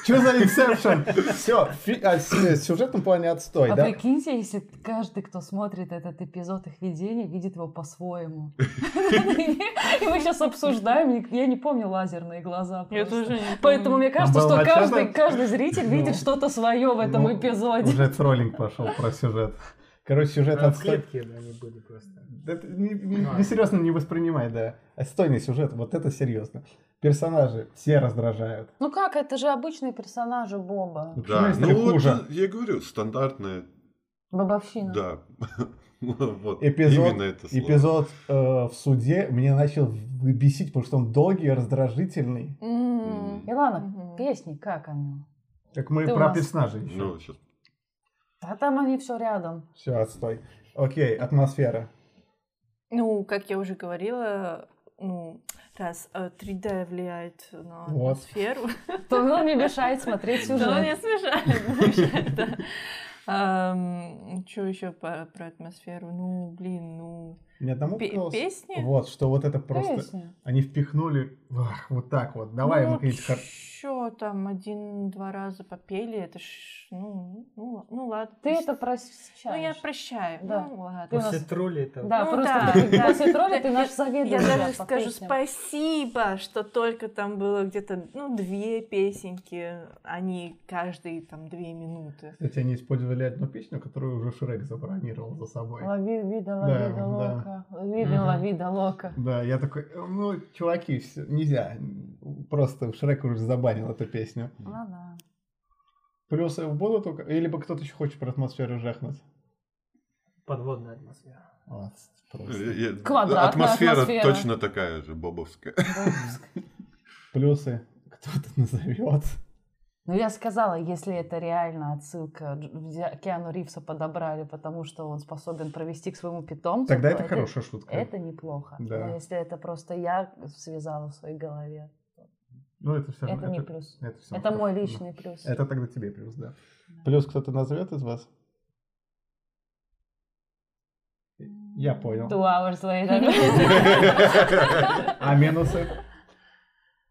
Speaker 2: Че за инсепшн? Все, э, в сюжетном плане отстой,
Speaker 6: А
Speaker 2: да?
Speaker 6: прикиньте, если каждый, кто смотрит этот эпизод их видения, видит его по-своему. И мы сейчас обсуждаем, и я не помню лазерные глаза.
Speaker 3: я
Speaker 6: просто.
Speaker 3: тоже не
Speaker 6: Поэтому
Speaker 3: помню.
Speaker 6: мне кажется,
Speaker 2: был
Speaker 6: что
Speaker 2: начало.
Speaker 6: каждый, каждый зритель
Speaker 2: Ну,
Speaker 6: видит что-то свое в этом
Speaker 2: ну,
Speaker 6: эпизоде.
Speaker 2: Уже троллинг пошел про сюжет. Короче, сюжет
Speaker 5: А, В
Speaker 2: отстой.
Speaker 5: клетке да, они были просто.
Speaker 2: Это не- не-
Speaker 5: Ладно.
Speaker 2: Несерьезно не воспринимай, да. Отстойный сюжет, вот это серьезно. Персонажи все раздражают.
Speaker 6: Ну как, это же обычные персонажи Боба.
Speaker 2: Почему
Speaker 4: Да,
Speaker 2: есть
Speaker 4: ну вот
Speaker 2: хуже?
Speaker 4: я и говорю, стандартная,
Speaker 6: Бобовщина.
Speaker 4: да. Вот,
Speaker 2: Эпизод,
Speaker 4: именно это слово.
Speaker 2: эпизод э, в суде меня начал бесить, потому что он долгий и раздражительный.
Speaker 3: М.
Speaker 6: Илана,
Speaker 3: М-м. Мгм.
Speaker 6: песни, как они?
Speaker 2: Так мы
Speaker 6: Ты у
Speaker 2: про
Speaker 6: нас.
Speaker 2: персонажей еще.
Speaker 4: Ну, сейчас.
Speaker 6: А там они все рядом.
Speaker 2: Все, отстой. Окей, атмосфера.
Speaker 3: Ну, как я уже говорила, ну, раз э, 3D влияет на
Speaker 2: Вот.
Speaker 3: атмосферу,
Speaker 6: То оно не мешает смотреть
Speaker 3: Да, он не
Speaker 6: сюжет.
Speaker 3: освежает, да. Что еще про про атмосферу? Ну, блин, ну...
Speaker 2: Ни одному
Speaker 3: пе-
Speaker 2: вкус?
Speaker 3: Песни?
Speaker 2: Вот, что вот это просто...
Speaker 6: Песни. Ну
Speaker 2: Они впихнули ах, вот так вот. Давай мы какие-то... хор-
Speaker 3: Еще Ну, там один-два раза попели, это ж, ну, ну, л- ну ладно.
Speaker 6: Ты
Speaker 3: пусть-
Speaker 6: это прощаешь.
Speaker 3: Ну, я прощаю,
Speaker 6: Да.
Speaker 3: ну ладно.
Speaker 6: Ты нас-
Speaker 5: После тролли это.
Speaker 6: Да,
Speaker 3: Ну
Speaker 6: просто
Speaker 3: да.
Speaker 6: ты после тролля ты наш
Speaker 3: Я
Speaker 6: заведующий.
Speaker 3: даже
Speaker 6: по
Speaker 3: скажу
Speaker 6: песням.
Speaker 3: спасибо, что только там было где-то, ну, две песенки, а не каждые там две минуты.
Speaker 2: Кстати, они использовали одну песню, которую уже Шрек забронировал за собой.
Speaker 6: Лови, вида,
Speaker 2: Да,
Speaker 6: лови, да,
Speaker 2: да.
Speaker 6: лока. Вида,
Speaker 5: Мгм.
Speaker 6: лови, да, лока.
Speaker 2: Да, я такой, «Э, ну, чуваки, всё, нельзя. Просто Шрек уже забанил эту песню.
Speaker 6: Ну да.
Speaker 2: Плюсы будут, у ко- или бы кто-то еще хочет про атмосферу жахнуть?
Speaker 5: Подводная атмосфера.
Speaker 2: Вот,
Speaker 4: Я-
Speaker 2: просто.
Speaker 4: Э, я-
Speaker 6: Квадратная атмосфера.
Speaker 4: точно такая же, бобовская.
Speaker 2: Плюсы кто-то назовет.
Speaker 6: Ну, я сказала, если это реально отсылка, Дж- взя- Киану Ривза подобрали, потому что он способен провести к своему питомцу.
Speaker 2: Тогда
Speaker 6: то
Speaker 2: это хорошая шутка.
Speaker 6: Ну, Это неплохо.
Speaker 2: Да.
Speaker 6: Но если это просто я связала в своей голове,
Speaker 2: Ну, это все
Speaker 6: это, не плюс.
Speaker 2: Это, всё
Speaker 6: Это мой
Speaker 2: хорошо.
Speaker 6: личный плюс.
Speaker 2: Да. Это тогда тебе плюс, да.
Speaker 6: Да.
Speaker 2: Плюс кто-то назовет из вас? Э, Я понял.
Speaker 6: Two hours later.
Speaker 2: А минусы?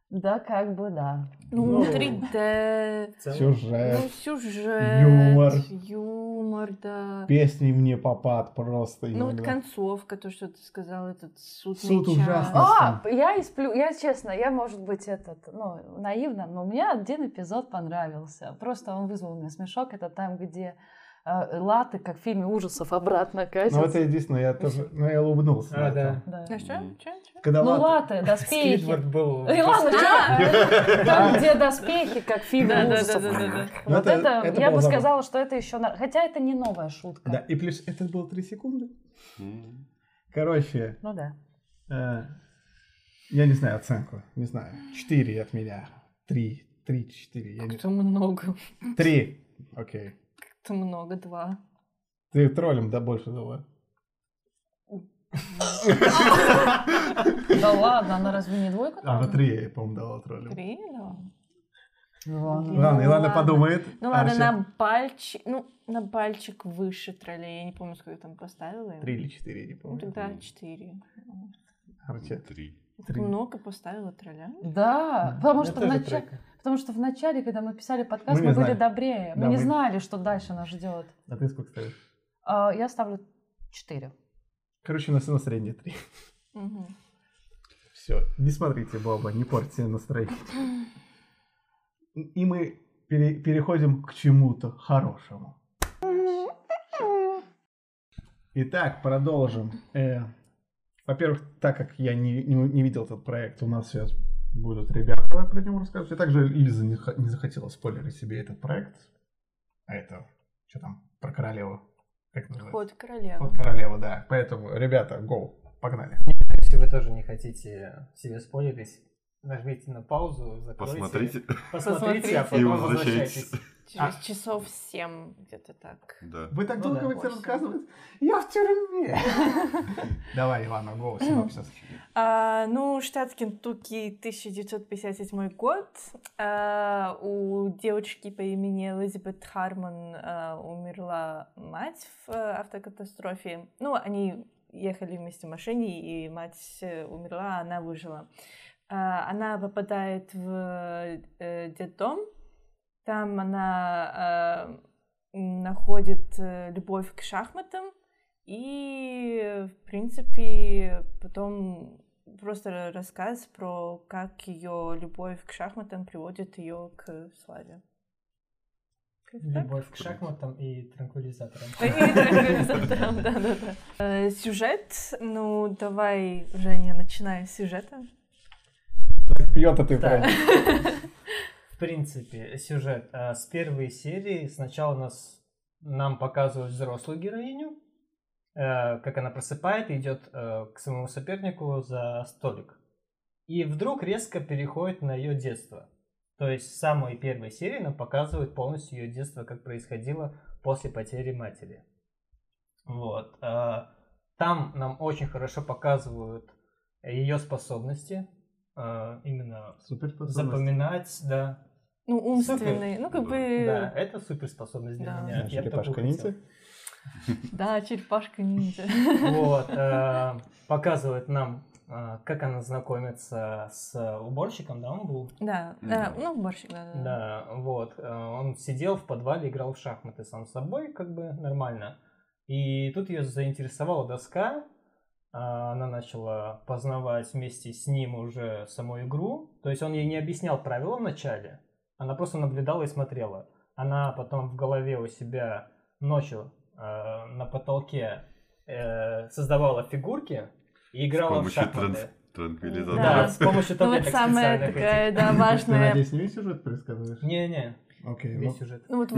Speaker 6: Да, как бы да.
Speaker 3: Ну,
Speaker 2: Ну.
Speaker 3: 3D,
Speaker 5: В целом,
Speaker 3: ну,
Speaker 2: Сюжет.
Speaker 3: сюжет,
Speaker 2: Э, Юмор.
Speaker 3: юмор, да.
Speaker 2: Песни мне попад просто.
Speaker 3: Ну, вот
Speaker 2: иногда.
Speaker 3: концовка, то, что ты сказал, этот суд
Speaker 2: Суд
Speaker 3: час.
Speaker 2: ужасный.
Speaker 6: А, я из плю- я честно, я, может быть, этот, ну, наивно, но мне один эпизод понравился. Просто он вызвал у меня смешок. Это там, где э, латы, как в фильме ужасов, обратно катятся.
Speaker 2: Ну, это единственное, я тоже... Ну, я улыбнулся.
Speaker 5: А,
Speaker 2: на
Speaker 5: да.
Speaker 2: этом.
Speaker 6: Да.
Speaker 3: А что?
Speaker 1: Мгм.
Speaker 3: Чё? Чё?
Speaker 2: Когда
Speaker 6: Ну,
Speaker 2: лад-
Speaker 6: латы, доспехи.
Speaker 5: Сквидвард был.
Speaker 6: Эй, Ну ладно, чё? Там, где доспехи, как в фильме
Speaker 3: Да, да, да,
Speaker 6: ужасов.
Speaker 3: да, да, да.
Speaker 2: Ну,
Speaker 6: Вот
Speaker 2: это-
Speaker 6: это,
Speaker 2: это
Speaker 6: я
Speaker 2: было
Speaker 6: бы
Speaker 2: забавно.
Speaker 6: сказала, что это еще... на- Хотя это не новая шутка.
Speaker 2: Да, и плюс это было 3 секунды.
Speaker 4: М.
Speaker 2: Короче,
Speaker 6: Ну да.
Speaker 2: э, я не знаю оценку, не знаю. 4 от меня. 3, 3, 4. Я не...
Speaker 3: А Кто много,
Speaker 2: 3. Окей.
Speaker 3: кто много, два.
Speaker 2: Ты троллем, да, больше дала.
Speaker 6: Да ладно, она разве не двойка?
Speaker 2: А,
Speaker 6: там?
Speaker 2: на 3 я, по-моему, дала троллем.
Speaker 3: Три или два?
Speaker 6: Ладно.
Speaker 3: Ну,
Speaker 2: Ладно, и ладно,
Speaker 3: ладно.
Speaker 2: подумает.
Speaker 3: Ну ладно,
Speaker 2: Арчи.
Speaker 3: на пальчик, ну, на пальчик выше троллей, я не помню, сколько я там поставила. им.
Speaker 2: Три или четыре, не
Speaker 3: Ну,
Speaker 2: помню.
Speaker 3: тогда четыре.
Speaker 2: Арчи.
Speaker 4: Три.
Speaker 3: Я Так
Speaker 2: Три.
Speaker 3: много поставила тролля.
Speaker 6: Да, потому что, в
Speaker 5: тоже
Speaker 6: начале,
Speaker 5: тройка.
Speaker 6: потому что в начале, когда мы писали подкаст,
Speaker 2: Мы
Speaker 6: мы,
Speaker 2: не
Speaker 6: были
Speaker 2: знали.
Speaker 6: добрее.
Speaker 2: Да,
Speaker 6: мы не
Speaker 2: мы-
Speaker 6: знали, что дальше нас ждет.
Speaker 2: А ты сколько ставишь?
Speaker 6: А, я ставлю 4.
Speaker 2: Короче, у нас и на среднее три.
Speaker 3: Мгм.
Speaker 2: Все, не смотрите Боба, не портите себе настроение. И мы пере- переходим к чему-то хорошему. Итак, продолжим. Э, во-первых, так как я не, не- не видел этот проект, у нас сейчас будут ребята про него рассказывать. И также Лиза не, ха- не захотела спойлерить себе этот проект. А это, что там, про королеву? Как называется?
Speaker 3: Ход королевы.
Speaker 2: Ход королевы, да. Поэтому, ребята, гоу, погнали.
Speaker 5: Если вы тоже не хотите себе спойлерить, нажмите на паузу, закройте.
Speaker 4: Посмотрите.
Speaker 5: Посмотрите, а
Speaker 4: И
Speaker 5: потом
Speaker 4: возвращайтесь.
Speaker 5: возвращайтесь.
Speaker 3: Через
Speaker 2: А.
Speaker 3: часов семь где-то так.
Speaker 4: Да.
Speaker 2: Вы так
Speaker 5: Ну
Speaker 2: долго
Speaker 5: да.
Speaker 2: будете рассказывать? Я в тюрьме. Давай, Ивана, голос синопсис.
Speaker 3: А, ну, штат Кентукки, 1957 год. А, у девочки по имени Элизабет Хармон а, умерла мать в э, автокатастрофе. Ну, они ехали вместе в машине, и мать э, умерла, а она выжила. А, она попадает в э, детдом. Там она э, м, находит э, любовь к шахматам. И, э, в принципе, потом просто рассказ про как ее любовь к шахматам приводит ее к славе. Как-то так.
Speaker 5: Любовь к шахматам и транквилизаторам.
Speaker 3: И транквилизаторам, да-да-да. Э, Сюжет, ну давай, Женя, начинаем с сюжета.
Speaker 2: Пьет а ты
Speaker 5: Да.
Speaker 2: правильно.
Speaker 5: В принципе, сюжет. А, С первой серии сначала нас, нам показывают взрослую героиню, э, как она просыпает и идет э, к своему сопернику за столик. И вдруг резко переходит на ее детство. То есть в самой первой серии нам показывают полностью ее детство, как происходило после потери матери. Вот. А, Там нам очень хорошо показывают ее способности, э, именно
Speaker 2: Супер способность.
Speaker 5: запоминать, да.
Speaker 3: Ну, умственный, ну как
Speaker 4: Да.
Speaker 5: Да,
Speaker 3: бы...
Speaker 5: это суперспособность для
Speaker 3: Да.
Speaker 5: меня.
Speaker 2: Знаешь,
Speaker 5: Я бы
Speaker 2: черепашка
Speaker 5: такую хотел.
Speaker 2: ниндзя.
Speaker 3: Да, черепашка-ниндзя.
Speaker 5: Вот, э, показывает нам, э, как она знакомится с а, уборщиком, да, он был.
Speaker 3: Да,
Speaker 4: Ну,
Speaker 3: да,
Speaker 4: да.
Speaker 3: ну, уборщик, да-да-да.
Speaker 5: Да, вот. э, Он сидел в подвале, играл в шахматы сам с собой, как бы нормально. И тут ее заинтересовала доска. а, Она начала познавать вместе с ним уже саму игру. То есть он ей не объяснял правила вначале. Она просто наблюдала и смотрела. Она потом в голове у себя ночью э, на потолке э, создавала фигурки и
Speaker 4: С
Speaker 5: играла в
Speaker 4: помощью транс-
Speaker 5: шахматы.
Speaker 4: транквилизатора.
Speaker 5: Да,
Speaker 3: Да.
Speaker 5: с помощью
Speaker 3: Ну вот
Speaker 5: таблеток
Speaker 3: самая
Speaker 5: специальных этих.
Speaker 3: такая, да,
Speaker 2: Ты,
Speaker 3: важная...
Speaker 2: надеюсь, не весь сюжет предсказываешь?
Speaker 5: Не-не,
Speaker 2: Окей, ну.
Speaker 5: весь сюжет.
Speaker 3: Ну вот
Speaker 2: Ну,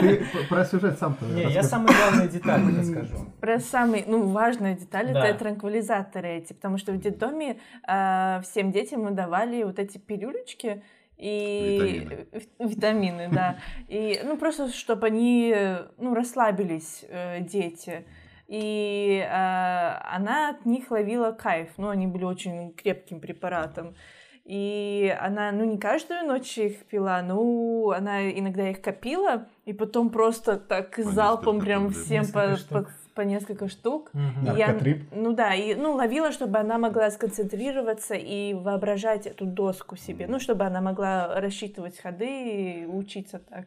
Speaker 2: Ты п- про сюжет сам-то
Speaker 5: Не, я
Speaker 2: расскажи.
Speaker 5: самые главные детали расскажу.
Speaker 3: Про самые, ну, важная деталь
Speaker 5: Да.
Speaker 3: это а, транквилизаторы эти, потому что в детдоме э, всем детям мы давали вот эти пилюлечки, И витамины, витамины да. И, ну, просто, чтобы они, ну, расслабились, э, дети. И э, она от них ловила кайф. Ну, они были очень крепким препаратом. И она, ну, не каждую ночь их пила, ну, она иногда их копила, и потом просто так залпом
Speaker 4: несколько,
Speaker 3: прям
Speaker 4: да,
Speaker 3: всем по,
Speaker 5: несколько
Speaker 3: по-
Speaker 5: штук.
Speaker 3: по несколько штук.
Speaker 5: Мгм.
Speaker 3: И я-
Speaker 2: Наркотрип.
Speaker 3: ну да, и ну ловила, чтобы она могла сконцентрироваться и воображать эту доску себе, ну чтобы она могла рассчитывать ходы и учиться так.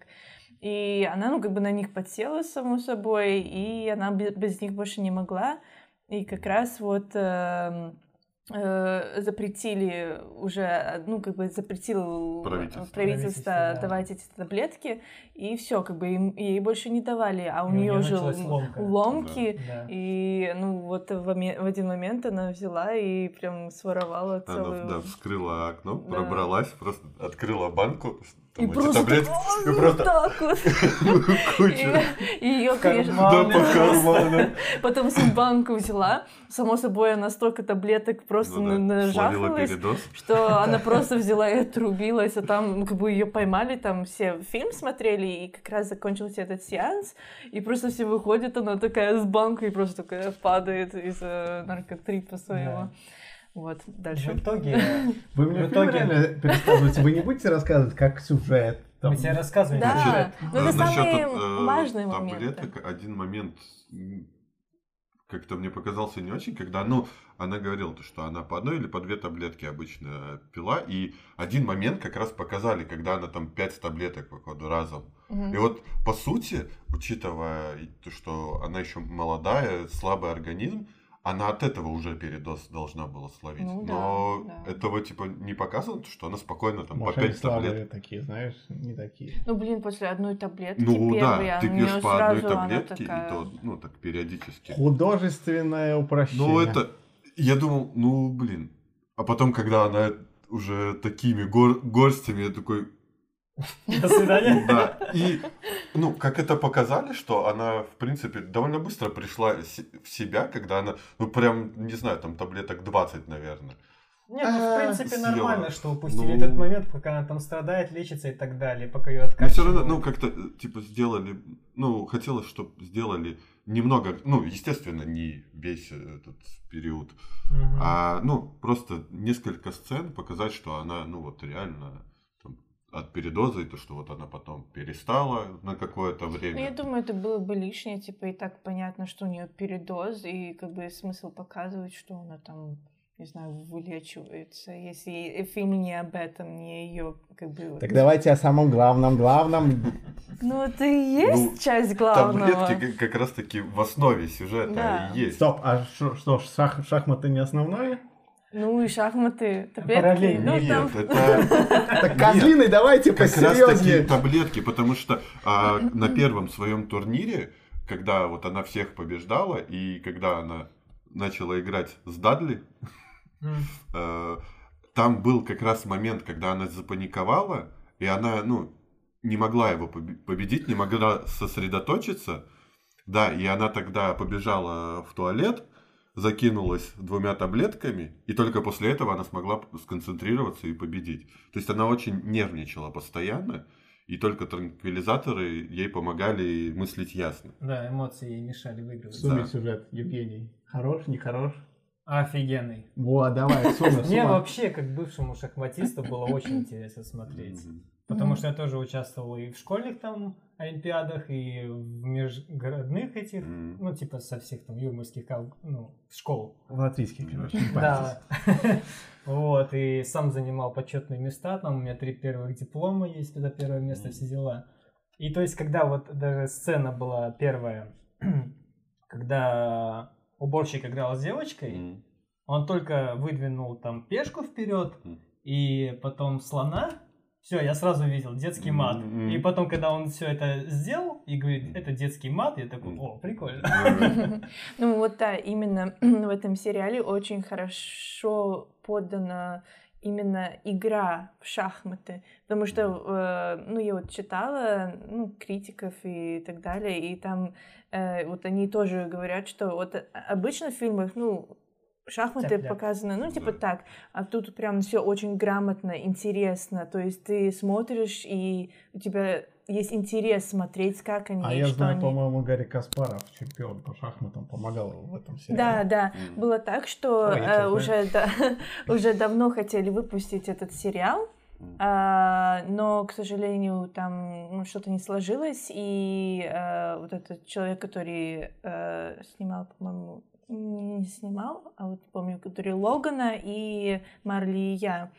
Speaker 3: И она, ну как бы на них подсела само собой, и она бе- без них больше не могла. И как раз вот эм, э, запретили уже, ну как бы запретил
Speaker 4: Правительство.
Speaker 5: Правительство, да.
Speaker 3: давать эти таблетки, и все, как бы им- ей больше не давали, а у
Speaker 5: И у
Speaker 3: нее
Speaker 5: неё
Speaker 3: уже
Speaker 5: началась
Speaker 3: м-
Speaker 5: ломка.
Speaker 3: ломки.
Speaker 5: Да.
Speaker 3: И ну вот в, оме- в один момент она взяла и прям своровала целую.
Speaker 4: Она да, вскрыла окно,
Speaker 3: Да.
Speaker 4: пробралась, просто открыла банку,
Speaker 3: И
Speaker 4: там эти
Speaker 3: просто
Speaker 4: таблетки,
Speaker 3: так,
Speaker 4: и просто
Speaker 3: так вот.
Speaker 4: куча.
Speaker 3: И ее,
Speaker 5: В
Speaker 3: конечно,
Speaker 5: карман.
Speaker 4: Да, по карманам.
Speaker 3: потом всю банку взяла. Само собой, она столько таблеток просто
Speaker 4: Ну да,
Speaker 3: на-
Speaker 4: Словила
Speaker 3: нажахалась,
Speaker 4: передоз.
Speaker 3: что она просто взяла и отрубилась. А там, ну, как бы ее поймали, там все фильм смотрели, и как раз закончился этот сеанс. И просто все выходят, она такая с банкой просто такая падает из э, наркотрипа своего.
Speaker 5: Да.
Speaker 3: Вот,
Speaker 5: И В
Speaker 3: дальше.
Speaker 5: итоге
Speaker 2: Вы мне
Speaker 5: В
Speaker 2: фильм
Speaker 5: итоге-
Speaker 2: реально пересказываете, вы не будете рассказывать, как сюжет? там?
Speaker 5: мы тебе рассказывали.
Speaker 3: Да,
Speaker 5: сюжет.
Speaker 3: но Ну, это
Speaker 4: Насчет,
Speaker 3: самые
Speaker 4: А, э,
Speaker 3: важные моменты.
Speaker 4: Таблеток, один момент м, как-то мне показался не очень, когда, ну, она говорила, то, что она по одной или по две таблетки обычно пила, и один момент как раз показали, когда она там пять таблеток, походу, разом.
Speaker 3: Мгм.
Speaker 4: И вот, по сути, учитывая то, что она еще молодая, слабый организм, она от этого уже передоз должна была словить.
Speaker 3: Ну да,
Speaker 4: Но
Speaker 3: да.
Speaker 4: этого, типа, не показано, то, что она спокойно там
Speaker 2: Может,
Speaker 4: по
Speaker 2: они
Speaker 4: пять таблеток
Speaker 2: слабые такие, знаешь, не такие.
Speaker 3: Ну, блин, после одной таблетки
Speaker 4: Ну
Speaker 3: первой,
Speaker 4: да,
Speaker 3: а
Speaker 4: ты
Speaker 3: у нее
Speaker 4: пьешь по одной
Speaker 3: сразу
Speaker 4: таблетке,
Speaker 3: она такая...
Speaker 4: и то, ну, так периодически.
Speaker 2: Художественное упрощение.
Speaker 4: Ну, это, я думал, ну, блин. А потом, когда она уже такими гор- горстями, я такой,
Speaker 5: До свидания.
Speaker 4: да. И, ну, как это показали, что она, в принципе, довольно быстро пришла се- в себя, когда она, ну, прям, не знаю, там таблеток 20, наверное.
Speaker 5: Нет, ну, в
Speaker 2: А,
Speaker 5: принципе
Speaker 4: съела.
Speaker 5: нормально, что упустили
Speaker 4: Ну.
Speaker 5: этот момент, пока она там страдает, лечится и так далее, пока ее
Speaker 4: Но
Speaker 5: откачивают.
Speaker 4: все равно, ну, как-то, э, типа, сделали, ну, хотелось, чтобы сделали немного, ну, естественно, не весь этот период
Speaker 5: Мгм.
Speaker 4: А, ну, просто несколько сцен показать, что она, ну, вот реально там, от передоза, и то, что вот она потом перестала на какое-то
Speaker 3: Ну, я
Speaker 4: время.
Speaker 3: думаю, это было бы лишнее, типа, и так понятно, что у нее передоз, и как бы смысл показывать, что она там, не знаю, вылечивается, если и фильм не об этом, не ее, как бы... вот-
Speaker 2: Так давайте о самом главном, главном.
Speaker 3: Ну, это и есть
Speaker 4: Ну,
Speaker 3: часть главного.
Speaker 4: Таблетки как- как раз-таки в основе сюжета
Speaker 3: ну, Да.
Speaker 4: и есть.
Speaker 2: Стоп, а шо- что, ж, шах- шахматы не основное?
Speaker 3: Ну, и шахматы, таблетки.
Speaker 5: Параллельно.
Speaker 3: ну,
Speaker 4: Нет,
Speaker 3: там...
Speaker 4: это
Speaker 2: Так козлиной давайте
Speaker 4: как раз таки
Speaker 2: посерьезнее.
Speaker 4: таблетки, потому что а, на первом своем турнире, когда вот она всех побеждала, и когда она начала играть с Дадли,
Speaker 5: М.
Speaker 4: Э, там был как раз момент, когда она запаниковала, и она, ну, не могла его поб- победить, не могла сосредоточиться. Да, и она тогда побежала в туалет, закинулась двумя таблетками, и только после этого она смогла п- сконцентрироваться и победить. То есть она очень нервничала постоянно, и только транквилизаторы ей помогали мыслить ясно.
Speaker 5: Да, эмоции ей мешали выигрывать.
Speaker 2: В сумме
Speaker 4: Да.
Speaker 2: сюжет, Евгений. Хорош, нехорош?
Speaker 5: Офигенный.
Speaker 2: Во, давай, в сумме, в
Speaker 5: Мне
Speaker 2: сумме.
Speaker 5: вообще, как бывшему шахматисту, было очень интересно смотреть.
Speaker 4: Мгм.
Speaker 5: Потому что я тоже участвовал и в школьных там олимпиадах, и в межгородных этих,
Speaker 4: Мгм.
Speaker 5: ну, типа со всех там юрмальских кол- ну, школ.
Speaker 2: В латвийский, короче, не парьтесь.
Speaker 5: Да. Вот, и сам занимал почетные места, там у меня три первых диплома есть, когда первое место, все дела. И то есть, когда вот даже сцена была первая, когда уборщик играл с девочкой,
Speaker 4: Мгм.
Speaker 5: он только выдвинул там пешку вперед
Speaker 4: Мгм.
Speaker 5: и потом слона. Все, я сразу видел детский мат.
Speaker 4: Мгм.
Speaker 5: И потом, когда он все это сделал и говорит,
Speaker 4: Мгм.
Speaker 5: это детский мат, я такой,
Speaker 4: Мгм.
Speaker 5: о, прикольно.
Speaker 4: Э,
Speaker 3: Ну вот да, именно в этом сериале очень хорошо подана именно игра в шахматы, потому что, э, ну я вот читала, ну критиков и так далее, и там э, вот они тоже говорят, что вот обычно в фильмах, ну шахматы
Speaker 5: Тяп-ляп.
Speaker 3: показаны, ну, типа
Speaker 4: Да.
Speaker 3: так. А тут прям все очень грамотно, интересно. То есть ты смотришь, и у тебя есть интерес смотреть, как они,
Speaker 2: А
Speaker 3: и
Speaker 2: я
Speaker 3: что
Speaker 2: знаю,
Speaker 3: они.
Speaker 2: по-моему, Гарри Каспаров, чемпион по шахматам, помогал в этом
Speaker 3: Да,
Speaker 2: сериале.
Speaker 3: да.
Speaker 4: Мгм.
Speaker 3: Было так, что
Speaker 2: Ой, я
Speaker 3: э,
Speaker 2: чё
Speaker 3: уже, да, уже давно хотели выпустить этот сериал,
Speaker 4: Мгм.
Speaker 3: а, но, к сожалению, там ну, что-то не сложилось, и э, вот этот человек, который э, снимал, по-моему, не не снимал, а вот помню, который Логана и Марли и я.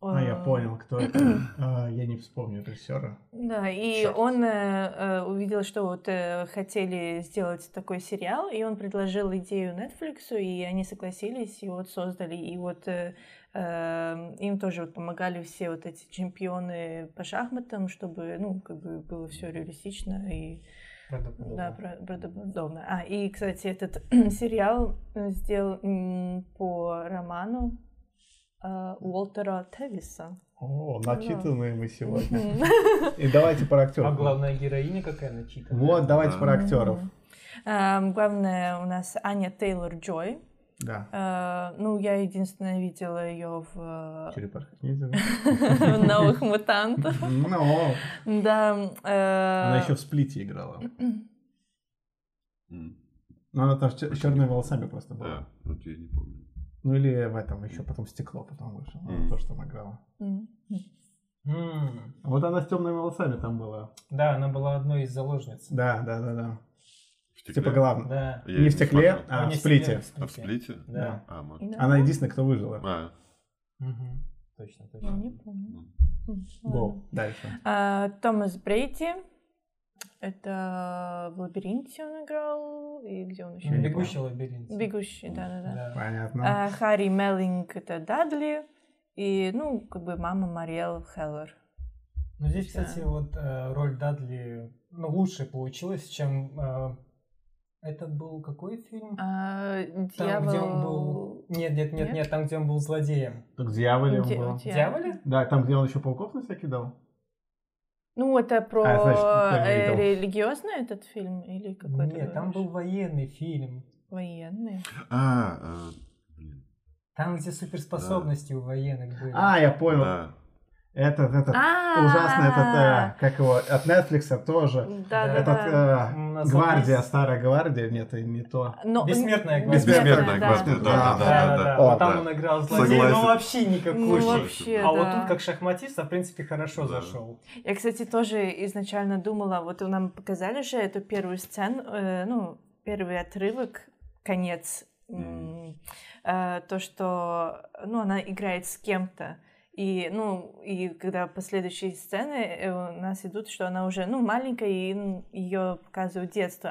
Speaker 2: А я
Speaker 3: Э,
Speaker 2: понял, кто это. А, Я не вспомню режиссера.
Speaker 3: да, и
Speaker 2: Чёрт.
Speaker 3: он э, э, увидел, что вот э, хотели сделать такой сериал, и он предложил идею Netflix, и они согласились, и вот создали, и вот э, э, им тоже вот помогали все вот эти чемпионы по шахматам, чтобы, ну, как бы было все реалистично и
Speaker 5: Правдоподобно.
Speaker 3: да, про- правдоподобно. А, и, кстати, этот сериал э, сделал м, по роману э, Уолтера Тевиса.
Speaker 2: О,
Speaker 3: Да.
Speaker 2: начитанные мы сегодня.
Speaker 3: Мгм.
Speaker 2: И давайте про
Speaker 5: А
Speaker 2: актеров.
Speaker 5: главная героиня какая начитанная.
Speaker 2: Вот, давайте
Speaker 4: Да.
Speaker 2: про актеров.
Speaker 3: Мгм. Эм, Главное у нас Аня Тейлор Джой.
Speaker 2: Да.
Speaker 3: Э, Ну, я единственное видела ее в э,
Speaker 2: Черепашка ниндзя.
Speaker 3: в новых мутантах.
Speaker 2: Ну,
Speaker 3: Да.
Speaker 2: она
Speaker 3: э,
Speaker 2: еще в сплите играла.
Speaker 4: Мгм.
Speaker 2: Ну, она там с черными волосами просто была.
Speaker 4: Да, вот я не помню.
Speaker 2: Ну, или в этом еще потом стекло потом вышло. Она
Speaker 4: Мгм.
Speaker 2: тоже там играла.
Speaker 3: м.
Speaker 5: М,
Speaker 2: А Вот она с темными волосами там была.
Speaker 5: Да, она была одной из заложниц.
Speaker 2: Да, да, да, да.
Speaker 4: В стекле?
Speaker 2: Типа главное.
Speaker 5: Да.
Speaker 4: Я
Speaker 2: не в
Speaker 4: не
Speaker 2: стекле,
Speaker 4: смотрел.
Speaker 2: а в
Speaker 5: Не
Speaker 2: сплите.
Speaker 5: сидела
Speaker 4: А в сплите?
Speaker 5: Да.
Speaker 4: А, может.
Speaker 3: Да.
Speaker 2: Она единственная, кто выжила.
Speaker 4: А,
Speaker 5: Мгм. Точно,
Speaker 3: Я
Speaker 5: точно.
Speaker 3: не помню. М, ладно.
Speaker 2: Гоу. Дальше.
Speaker 3: А, Томас Брейди. Это в лабиринте он играл. И где он еще?
Speaker 2: Не
Speaker 3: играл?
Speaker 5: Бегущий лабиринт.
Speaker 3: Бегущий, да, да, да.
Speaker 5: Да.
Speaker 2: Понятно.
Speaker 3: А, Харри Меллинг это Дадли. И, ну, как бы мама Мариэл Хеллер.
Speaker 5: Ну, здесь,
Speaker 3: Да.
Speaker 5: кстати, вот э, роль Дадли ну, лучше получилась, чем... э, это был какой фильм?
Speaker 3: А,
Speaker 5: Там, где он был...
Speaker 3: дьявол...
Speaker 5: Нет, нет, нет,
Speaker 3: Нет?
Speaker 5: нет, там, где он был злодеем.
Speaker 2: Тут дьяволе он
Speaker 3: Ди-
Speaker 2: был.
Speaker 3: дьявол.
Speaker 5: Дьяволе?
Speaker 2: Да, там, где он еще пауков на себя кидал.
Speaker 3: Ну, это про
Speaker 2: А, значит, ты
Speaker 3: э,
Speaker 2: видел.
Speaker 3: религиозный этот фильм или какой-то?
Speaker 5: Нет, там был
Speaker 3: говоришь?
Speaker 5: военный фильм.
Speaker 3: Военный.
Speaker 4: а, а, блин.
Speaker 5: Там, где суперспособности у военных были.
Speaker 2: А, я понял.
Speaker 4: Да.
Speaker 2: Этот, этот.
Speaker 3: А-а-а!
Speaker 2: Ужасно этот, э, как его, от Netflix тоже.
Speaker 3: А, Да, да,
Speaker 2: Этот,
Speaker 3: да.
Speaker 2: э,
Speaker 5: У нас
Speaker 2: гвардия,
Speaker 5: есть-
Speaker 2: старая гвардия. Нет, и не то.
Speaker 5: э,
Speaker 3: Но-
Speaker 5: Бессмертная гвардия.
Speaker 4: Бессмертная
Speaker 3: да.
Speaker 4: гвардия, да, да, да,
Speaker 5: Да, да,
Speaker 4: да.
Speaker 5: да.
Speaker 2: О,
Speaker 5: Там
Speaker 4: да.
Speaker 5: он играл злодея,
Speaker 4: Согласен.
Speaker 5: ну вообще никакой.
Speaker 3: Ну,
Speaker 4: Куча.
Speaker 3: вообще,
Speaker 5: а вот
Speaker 3: да.
Speaker 5: тут как шахматист, в принципе, хорошо
Speaker 4: Да.
Speaker 5: зашел.
Speaker 3: Я, кстати, тоже изначально думала, вот нам показали же эту первую сцену, э, ну, первый отрывок, конец, м, э, то, что, ну, она играет с кем-то. И, ну, и когда последующие сцены э, у нас идут, что она уже, ну, маленькая, и ее показывают детство.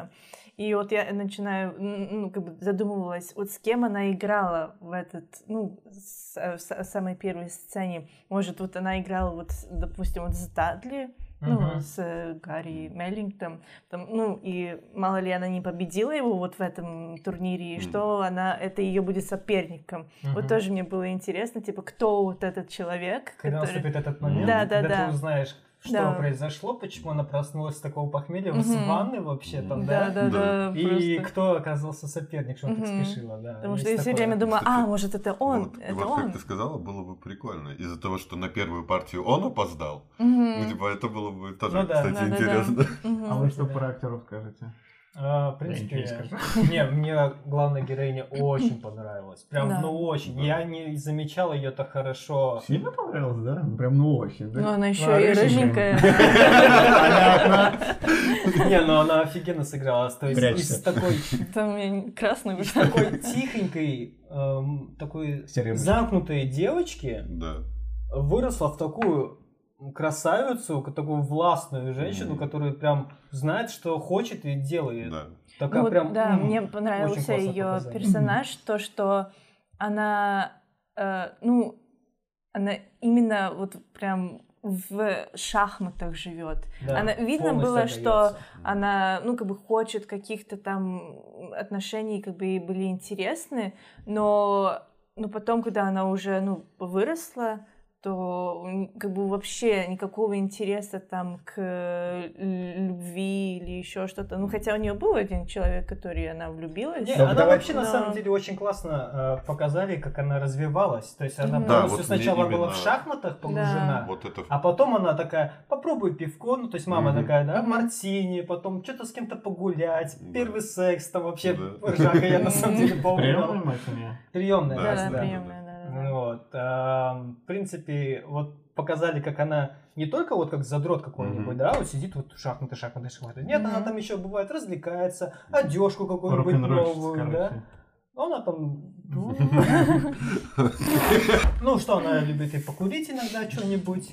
Speaker 3: И вот я начинаю, м, ну, как бы задумывалась, вот с кем она играла в этот, ну, с- э, в са- самой первой сцене. Может, вот она играла вот, с- допустим, вот с Дадли, ну,
Speaker 5: Мгм.
Speaker 3: с э, Гарри Меллингтом, там, ну, и мало ли она не победила его вот в этом турнире, и
Speaker 4: Мгм.
Speaker 3: что она, это ее будет соперником.
Speaker 5: Мгм.
Speaker 3: Вот тоже мне было интересно, типа, кто вот этот человек,
Speaker 5: Когда
Speaker 3: который...
Speaker 5: наступит этот момент,
Speaker 3: Да, да,
Speaker 5: когда
Speaker 3: да.
Speaker 5: ты узнаешь, что
Speaker 3: Да.
Speaker 5: произошло, почему она проснулась с такого похмелья, с
Speaker 3: Мгм.
Speaker 5: ванны вообще там,
Speaker 3: Да,
Speaker 5: да?
Speaker 3: да, да,
Speaker 4: Да.
Speaker 5: И
Speaker 3: просто.
Speaker 5: кто оказался соперник, что она так
Speaker 3: Мгм.
Speaker 5: спешила, да.
Speaker 3: Потому
Speaker 5: есть
Speaker 3: что я все
Speaker 5: такое.
Speaker 3: время думала, а,
Speaker 4: Кстати,
Speaker 3: может, это он,
Speaker 4: вот,
Speaker 3: это
Speaker 4: вот
Speaker 3: он.
Speaker 4: как ты сказала, было бы прикольно. Из-за того, что на первую партию он опоздал,
Speaker 3: Мгм.
Speaker 4: ну, типа, это было бы тоже,
Speaker 5: Ну да.
Speaker 4: кстати,
Speaker 3: Да-да-да.
Speaker 4: интересно.
Speaker 3: Мгм.
Speaker 2: А вы что
Speaker 5: да.
Speaker 2: про актеров скажете?
Speaker 5: А, в
Speaker 2: Я
Speaker 5: принципе,
Speaker 2: ничего не
Speaker 5: не, мне главная героиня очень понравилась. Прям,
Speaker 3: Да.
Speaker 5: ну очень.
Speaker 4: Да.
Speaker 5: Я не замечал ее так хорошо.
Speaker 2: Сильно понравилось, да? Прям ну очень,
Speaker 3: Ну,
Speaker 2: да?
Speaker 3: она еще и
Speaker 2: рыженькая.
Speaker 3: рыженькая.
Speaker 5: Не, ну она офигенно сыграла. То есть
Speaker 2: Прячься.
Speaker 5: из такой,
Speaker 3: Там я красный
Speaker 5: из
Speaker 3: вышел.
Speaker 5: такой тихонькой, эм, такой
Speaker 2: Серебряный.
Speaker 5: замкнутой девочки
Speaker 4: Да.
Speaker 5: выросла в такую красавицу, к- такую властную женщину,
Speaker 4: Мгм.
Speaker 5: которая прям знает, что хочет и делает.
Speaker 4: Да.
Speaker 5: Такая
Speaker 3: Ну вот,
Speaker 5: прям...
Speaker 3: да,
Speaker 5: м,
Speaker 3: мне
Speaker 5: очень
Speaker 3: понравился
Speaker 5: классно
Speaker 3: ее
Speaker 5: показали.
Speaker 3: персонаж, то, что она, э, ну, она именно вот прям в шахматах живет.
Speaker 5: Да,
Speaker 3: она- видно
Speaker 5: полностью
Speaker 3: было, что
Speaker 5: отдаётся.
Speaker 3: Она, ну, как бы хочет каких-то там отношений, как бы ей были интересны, но, но потом, когда она уже, ну, выросла, то м, как бы вообще никакого интереса там к э, любви или еще что-то. Ну, хотя у нее был один человек, который она влюбилась.
Speaker 5: Не,
Speaker 2: Ну,
Speaker 5: она
Speaker 2: давай-
Speaker 5: вообще на
Speaker 3: Да.
Speaker 5: самом деле очень классно э, показали, как она развивалась. То есть она
Speaker 3: Мгм. Да,
Speaker 5: полностью
Speaker 4: вот мне
Speaker 5: сначала была
Speaker 4: именно-
Speaker 5: в шахматах погружена,
Speaker 4: Вот это...
Speaker 5: а потом она такая, попробуй пивко, ну то есть мама
Speaker 4: Мгм.
Speaker 5: такая, да,
Speaker 3: Мгм.
Speaker 5: мартини, потом что-то с кем-то погулять,
Speaker 4: Да.
Speaker 5: первый секс, там вообще
Speaker 4: Да.
Speaker 5: ржака я на самом деле
Speaker 2: Приемная
Speaker 5: поумнела.
Speaker 2: мать
Speaker 5: Приемная,
Speaker 4: Да,
Speaker 3: Да,
Speaker 5: да,
Speaker 3: да,
Speaker 5: да.
Speaker 3: приемная, да, да.
Speaker 5: Вот. ам, В принципе, вот показали, как она не только вот как задрот какой-нибудь,
Speaker 4: Мгм.
Speaker 5: да, вот сидит вот шахматы, шахматы, шахматы. Нет, она
Speaker 3: Мгм.
Speaker 5: там еще бывает развлекается, одежку какую-нибудь
Speaker 2: рок н
Speaker 5: новую, да.
Speaker 2: короче.
Speaker 5: Она там... Ну, что она любит и покурить иногда что-нибудь.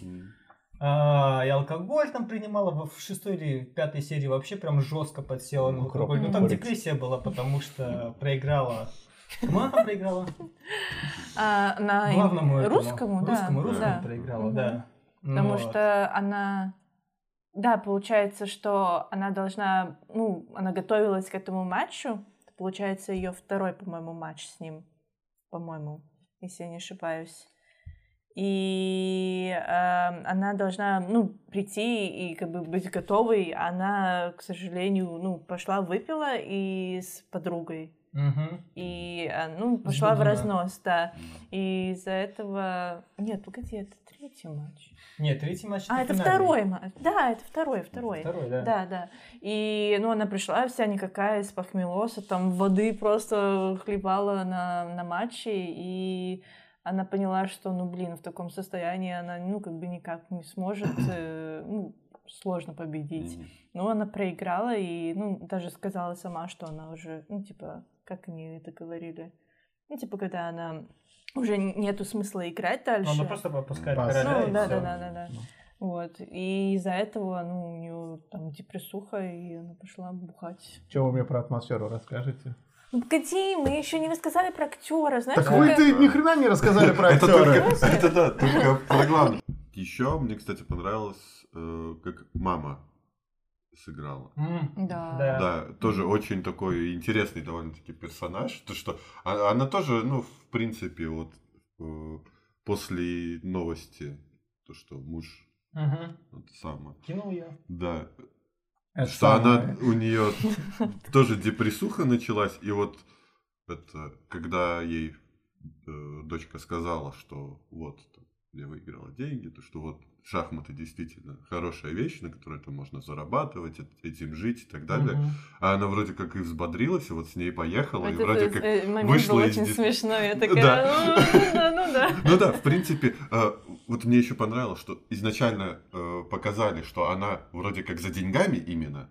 Speaker 5: А, и алкоголь там принимала во- в шестой или пятой серии вообще прям жестко подсела на
Speaker 2: Ну,
Speaker 5: алкоголь.
Speaker 3: крепко
Speaker 5: Ну там
Speaker 2: курить.
Speaker 5: депрессия была, потому что проиграла. Кому она там проиграла?
Speaker 3: А, на
Speaker 5: Главному этому,
Speaker 3: русскому, да.
Speaker 5: Русскому, русскому
Speaker 3: да.
Speaker 5: проиграла,
Speaker 3: Мгм.
Speaker 5: да.
Speaker 3: Потому
Speaker 5: Вот.
Speaker 3: что она, да, получается, что она должна, ну, она готовилась к этому матчу. Это, Получается, ее второй, по-моему, матч с ним, по-моему, если я не ошибаюсь. И э, она должна, ну, прийти и как бы быть готовой. А Она, к сожалению, ну, пошла выпила и с подругой.
Speaker 5: Мгм.
Speaker 3: И, э, ну, пошла в
Speaker 5: Сбудила.
Speaker 3: разнос, да. И из-за этого... Нет, погоди, это третий матч.
Speaker 5: Нет, третий матч.
Speaker 3: А, это
Speaker 5: финальный.
Speaker 3: второй матч. Да, это второй, второй.
Speaker 5: Второй, да.
Speaker 3: Да, да. И, ну, она пришла вся никакая, из похмелоса, там воды просто хлебала на, на матче, и она поняла, что, ну, блин, в таком состоянии она, ну, как бы никак не сможет, э, ну, сложно победить. Но Ну, она проиграла и, ну, даже сказала сама, что она уже, ну, типа, как они это говорили, ну, типа, когда она уже нету смысла играть
Speaker 5: Ну,
Speaker 3: дальше.
Speaker 5: Она просто пропускает
Speaker 2: Бас.
Speaker 5: короля
Speaker 3: Ну,
Speaker 5: и
Speaker 3: да,
Speaker 5: всё.
Speaker 3: да, да, да, да. Вот. И из-за этого, ну, у нее там депрессуха, и она пошла бухать.
Speaker 2: Что вы мне про атмосферу расскажете?
Speaker 3: Ну, погоди, мы еще не рассказали про актера, знаешь,
Speaker 2: Так вы
Speaker 3: сколько-
Speaker 2: ты ни хрена не рассказали про
Speaker 4: Это
Speaker 2: актера.
Speaker 4: только... Это да, только про главное. Еще мне, кстати, понравилось, э, как мама сыграла.
Speaker 5: М.
Speaker 3: Да.
Speaker 5: Да.
Speaker 4: Да, тоже очень такой интересный довольно-таки персонаж. То, что а- она тоже, ну, в принципе, вот э, после новости, то, что муж
Speaker 5: Мгм.
Speaker 4: вот, сама,
Speaker 5: Кинул ее.
Speaker 4: да,
Speaker 5: А
Speaker 2: Это
Speaker 4: что она
Speaker 2: самое.
Speaker 4: у нее тоже депрессуха началась, и вот это, когда ей э, дочка сказала, что вот там, я выиграла деньги, то что вот шахматы действительно хорошая вещь, на которой там можно зарабатывать, эт- этим жить и так далее.
Speaker 5: Мгм.
Speaker 4: А она вроде как и взбодрилась, и вот с ней поехала,
Speaker 3: Вот
Speaker 4: и вроде
Speaker 3: этот,
Speaker 4: как...
Speaker 3: э, момент
Speaker 4: вышла
Speaker 3: был
Speaker 4: из
Speaker 3: очень
Speaker 4: дис-
Speaker 3: смешной. Я
Speaker 4: Да.
Speaker 3: такая, ну да, ну да.
Speaker 4: Ну да, в принципе, э, вот мне еще понравилось, что изначально э, показали, что она вроде как за деньгами именно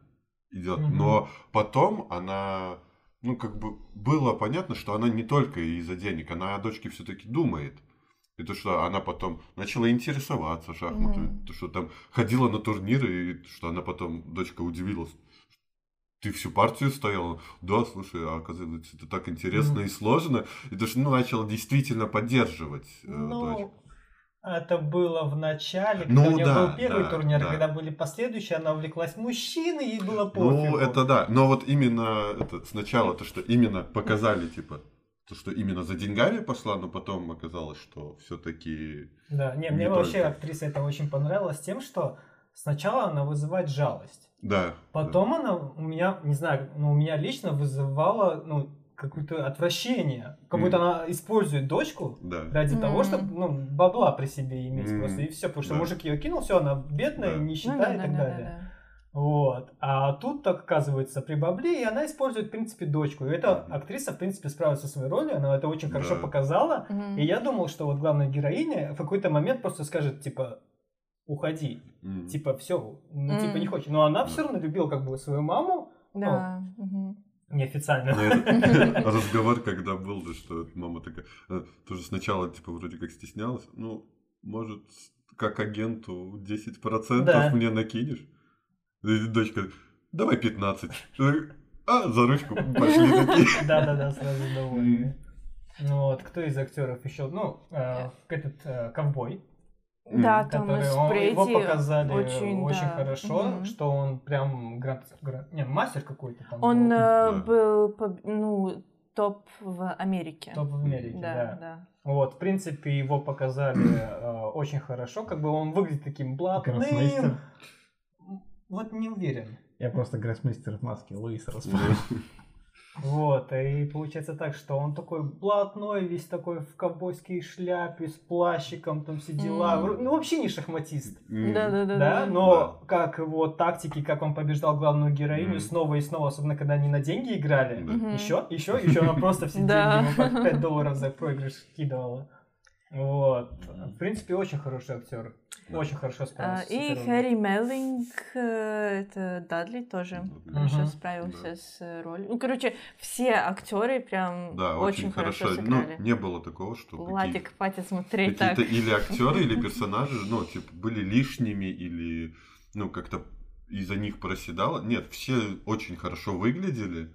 Speaker 4: идет,
Speaker 5: Мгм.
Speaker 4: но потом она, ну как бы было понятно, что она не только из-за денег, она о дочке все-таки думает. И то, что она потом начала интересоваться шахматами,
Speaker 3: Мгм.
Speaker 4: то, что там ходила на турниры, и то, что она потом, дочка удивилась, ты всю партию стояла? Да, слушай, а оказывается, это так интересно и сложно. И то, что ну, начал действительно поддерживать э,
Speaker 5: Ну,
Speaker 4: дочку.
Speaker 5: это было в начале, когда
Speaker 4: Ну,
Speaker 5: у нее
Speaker 4: да,
Speaker 5: был первый
Speaker 4: да,
Speaker 5: турнир,
Speaker 4: да.
Speaker 5: когда были последующие, она увлеклась мужчиной, ей было пофигу.
Speaker 4: Ну, это да. Но вот именно это, сначала то, что именно показали, типа, то, что именно за деньгами пошла, но потом оказалось, что все-таки...
Speaker 5: Да, не,
Speaker 4: Не
Speaker 5: мне вообще
Speaker 4: только.
Speaker 5: актриса это очень понравилась тем, что сначала она вызывает жалость.
Speaker 4: Да.
Speaker 5: Потом она у меня, не знаю, но у меня лично вызывала, ну, какое-то отвращение. Как будто
Speaker 4: Мгм.
Speaker 5: она использует дочку
Speaker 4: Да. да.
Speaker 5: ради того,
Speaker 3: Мгм.
Speaker 5: чтобы, ну, бабла при себе иметь
Speaker 4: Мгм.
Speaker 5: просто, и все. Потому что
Speaker 4: Да.
Speaker 5: мужик ее кинул, все, она бедная,
Speaker 4: Да.
Speaker 5: нищета
Speaker 3: Ну да,
Speaker 5: и
Speaker 3: да,
Speaker 5: так
Speaker 3: да, да,
Speaker 5: далее.
Speaker 3: да.
Speaker 5: Вот. А тут, так оказывается, при бабле, и она использует, в принципе, дочку. И эта
Speaker 4: Мгм.
Speaker 5: актриса, в принципе, справится со своей ролью, она это очень хорошо
Speaker 4: Да.
Speaker 5: показала.
Speaker 3: Мгм.
Speaker 5: И я думал, что вот главная героиня в какой-то момент просто скажет, типа, уходи,
Speaker 4: М.
Speaker 5: типа, все, ну,
Speaker 3: М.
Speaker 5: типа, не хочет. Но она все
Speaker 4: Да.
Speaker 5: равно любила как бы свою маму,
Speaker 3: Да. мгм.
Speaker 5: неофициально.
Speaker 4: Ну, это Разговор, когда был, да, что мама такая, э, тоже сначала, типа, вроде как стеснялась, ну, может, как агенту 10%
Speaker 5: Да.
Speaker 4: мне накинешь? И дочка, давай 15. А, за ручку пошли такие.
Speaker 5: Да-да-да, сразу довольны. Ну вот, кто из актеров еще? Ну, э, этот э, ковбой,
Speaker 3: Да,
Speaker 4: Мгм.
Speaker 3: там
Speaker 5: который он- его показали очень,
Speaker 3: да.
Speaker 5: хорошо,
Speaker 3: Мгм.
Speaker 5: что он прям гранд, гранд- не, мастер какой-то там. был,
Speaker 3: Он
Speaker 4: Да.
Speaker 3: э, был, поб- ну, топ в Америке.
Speaker 5: топ в Америке, э, да.
Speaker 3: Да, да.
Speaker 5: Вот, в принципе, его показали э, очень хорошо, как бы он выглядит таким блатным.
Speaker 2: Гроссмейстер.
Speaker 5: Вот не уверен.
Speaker 2: Я просто гроссмейстер в маске Луиса распал.
Speaker 4: Да.
Speaker 5: Вот, и получается так, что он такой блатной, весь такой в ковбойской шляпе, с плащиком, там все дела.
Speaker 3: М.
Speaker 5: Вро- Ну, вообще не шахматист.
Speaker 4: М,
Speaker 3: Да-да-да.
Speaker 5: Да, но как его тактики, как он побеждал главную героиню
Speaker 4: Мгм.
Speaker 5: снова и снова, особенно когда они на деньги играли.
Speaker 4: Да.
Speaker 3: Мгм.
Speaker 5: Еще, еще, еще она просто все деньги
Speaker 3: Да.
Speaker 5: ему по 5 долларов за проигрыш кидала. Вот. В принципе, очень хороший актер.
Speaker 4: Да.
Speaker 5: Очень хорошо
Speaker 3: А,
Speaker 5: справился. с
Speaker 3: И
Speaker 5: этой ролью.
Speaker 3: Хэри Меллинг, э, это Дадли тоже
Speaker 4: Да.
Speaker 3: хорошо
Speaker 5: Мгм.
Speaker 3: справился
Speaker 4: Да.
Speaker 3: с э, ролью. Ну, короче, все актеры прям
Speaker 4: Да,
Speaker 3: очень хорошо
Speaker 4: Ну,
Speaker 3: сыграли.
Speaker 4: не было такого, что
Speaker 3: Владик, хватит смотреть
Speaker 4: какие-
Speaker 3: так.
Speaker 4: какие-то или актеры, или персонажи, ну, типа, были лишними, или, ну, как-то из-за них проседало. Нет, все очень хорошо выглядели.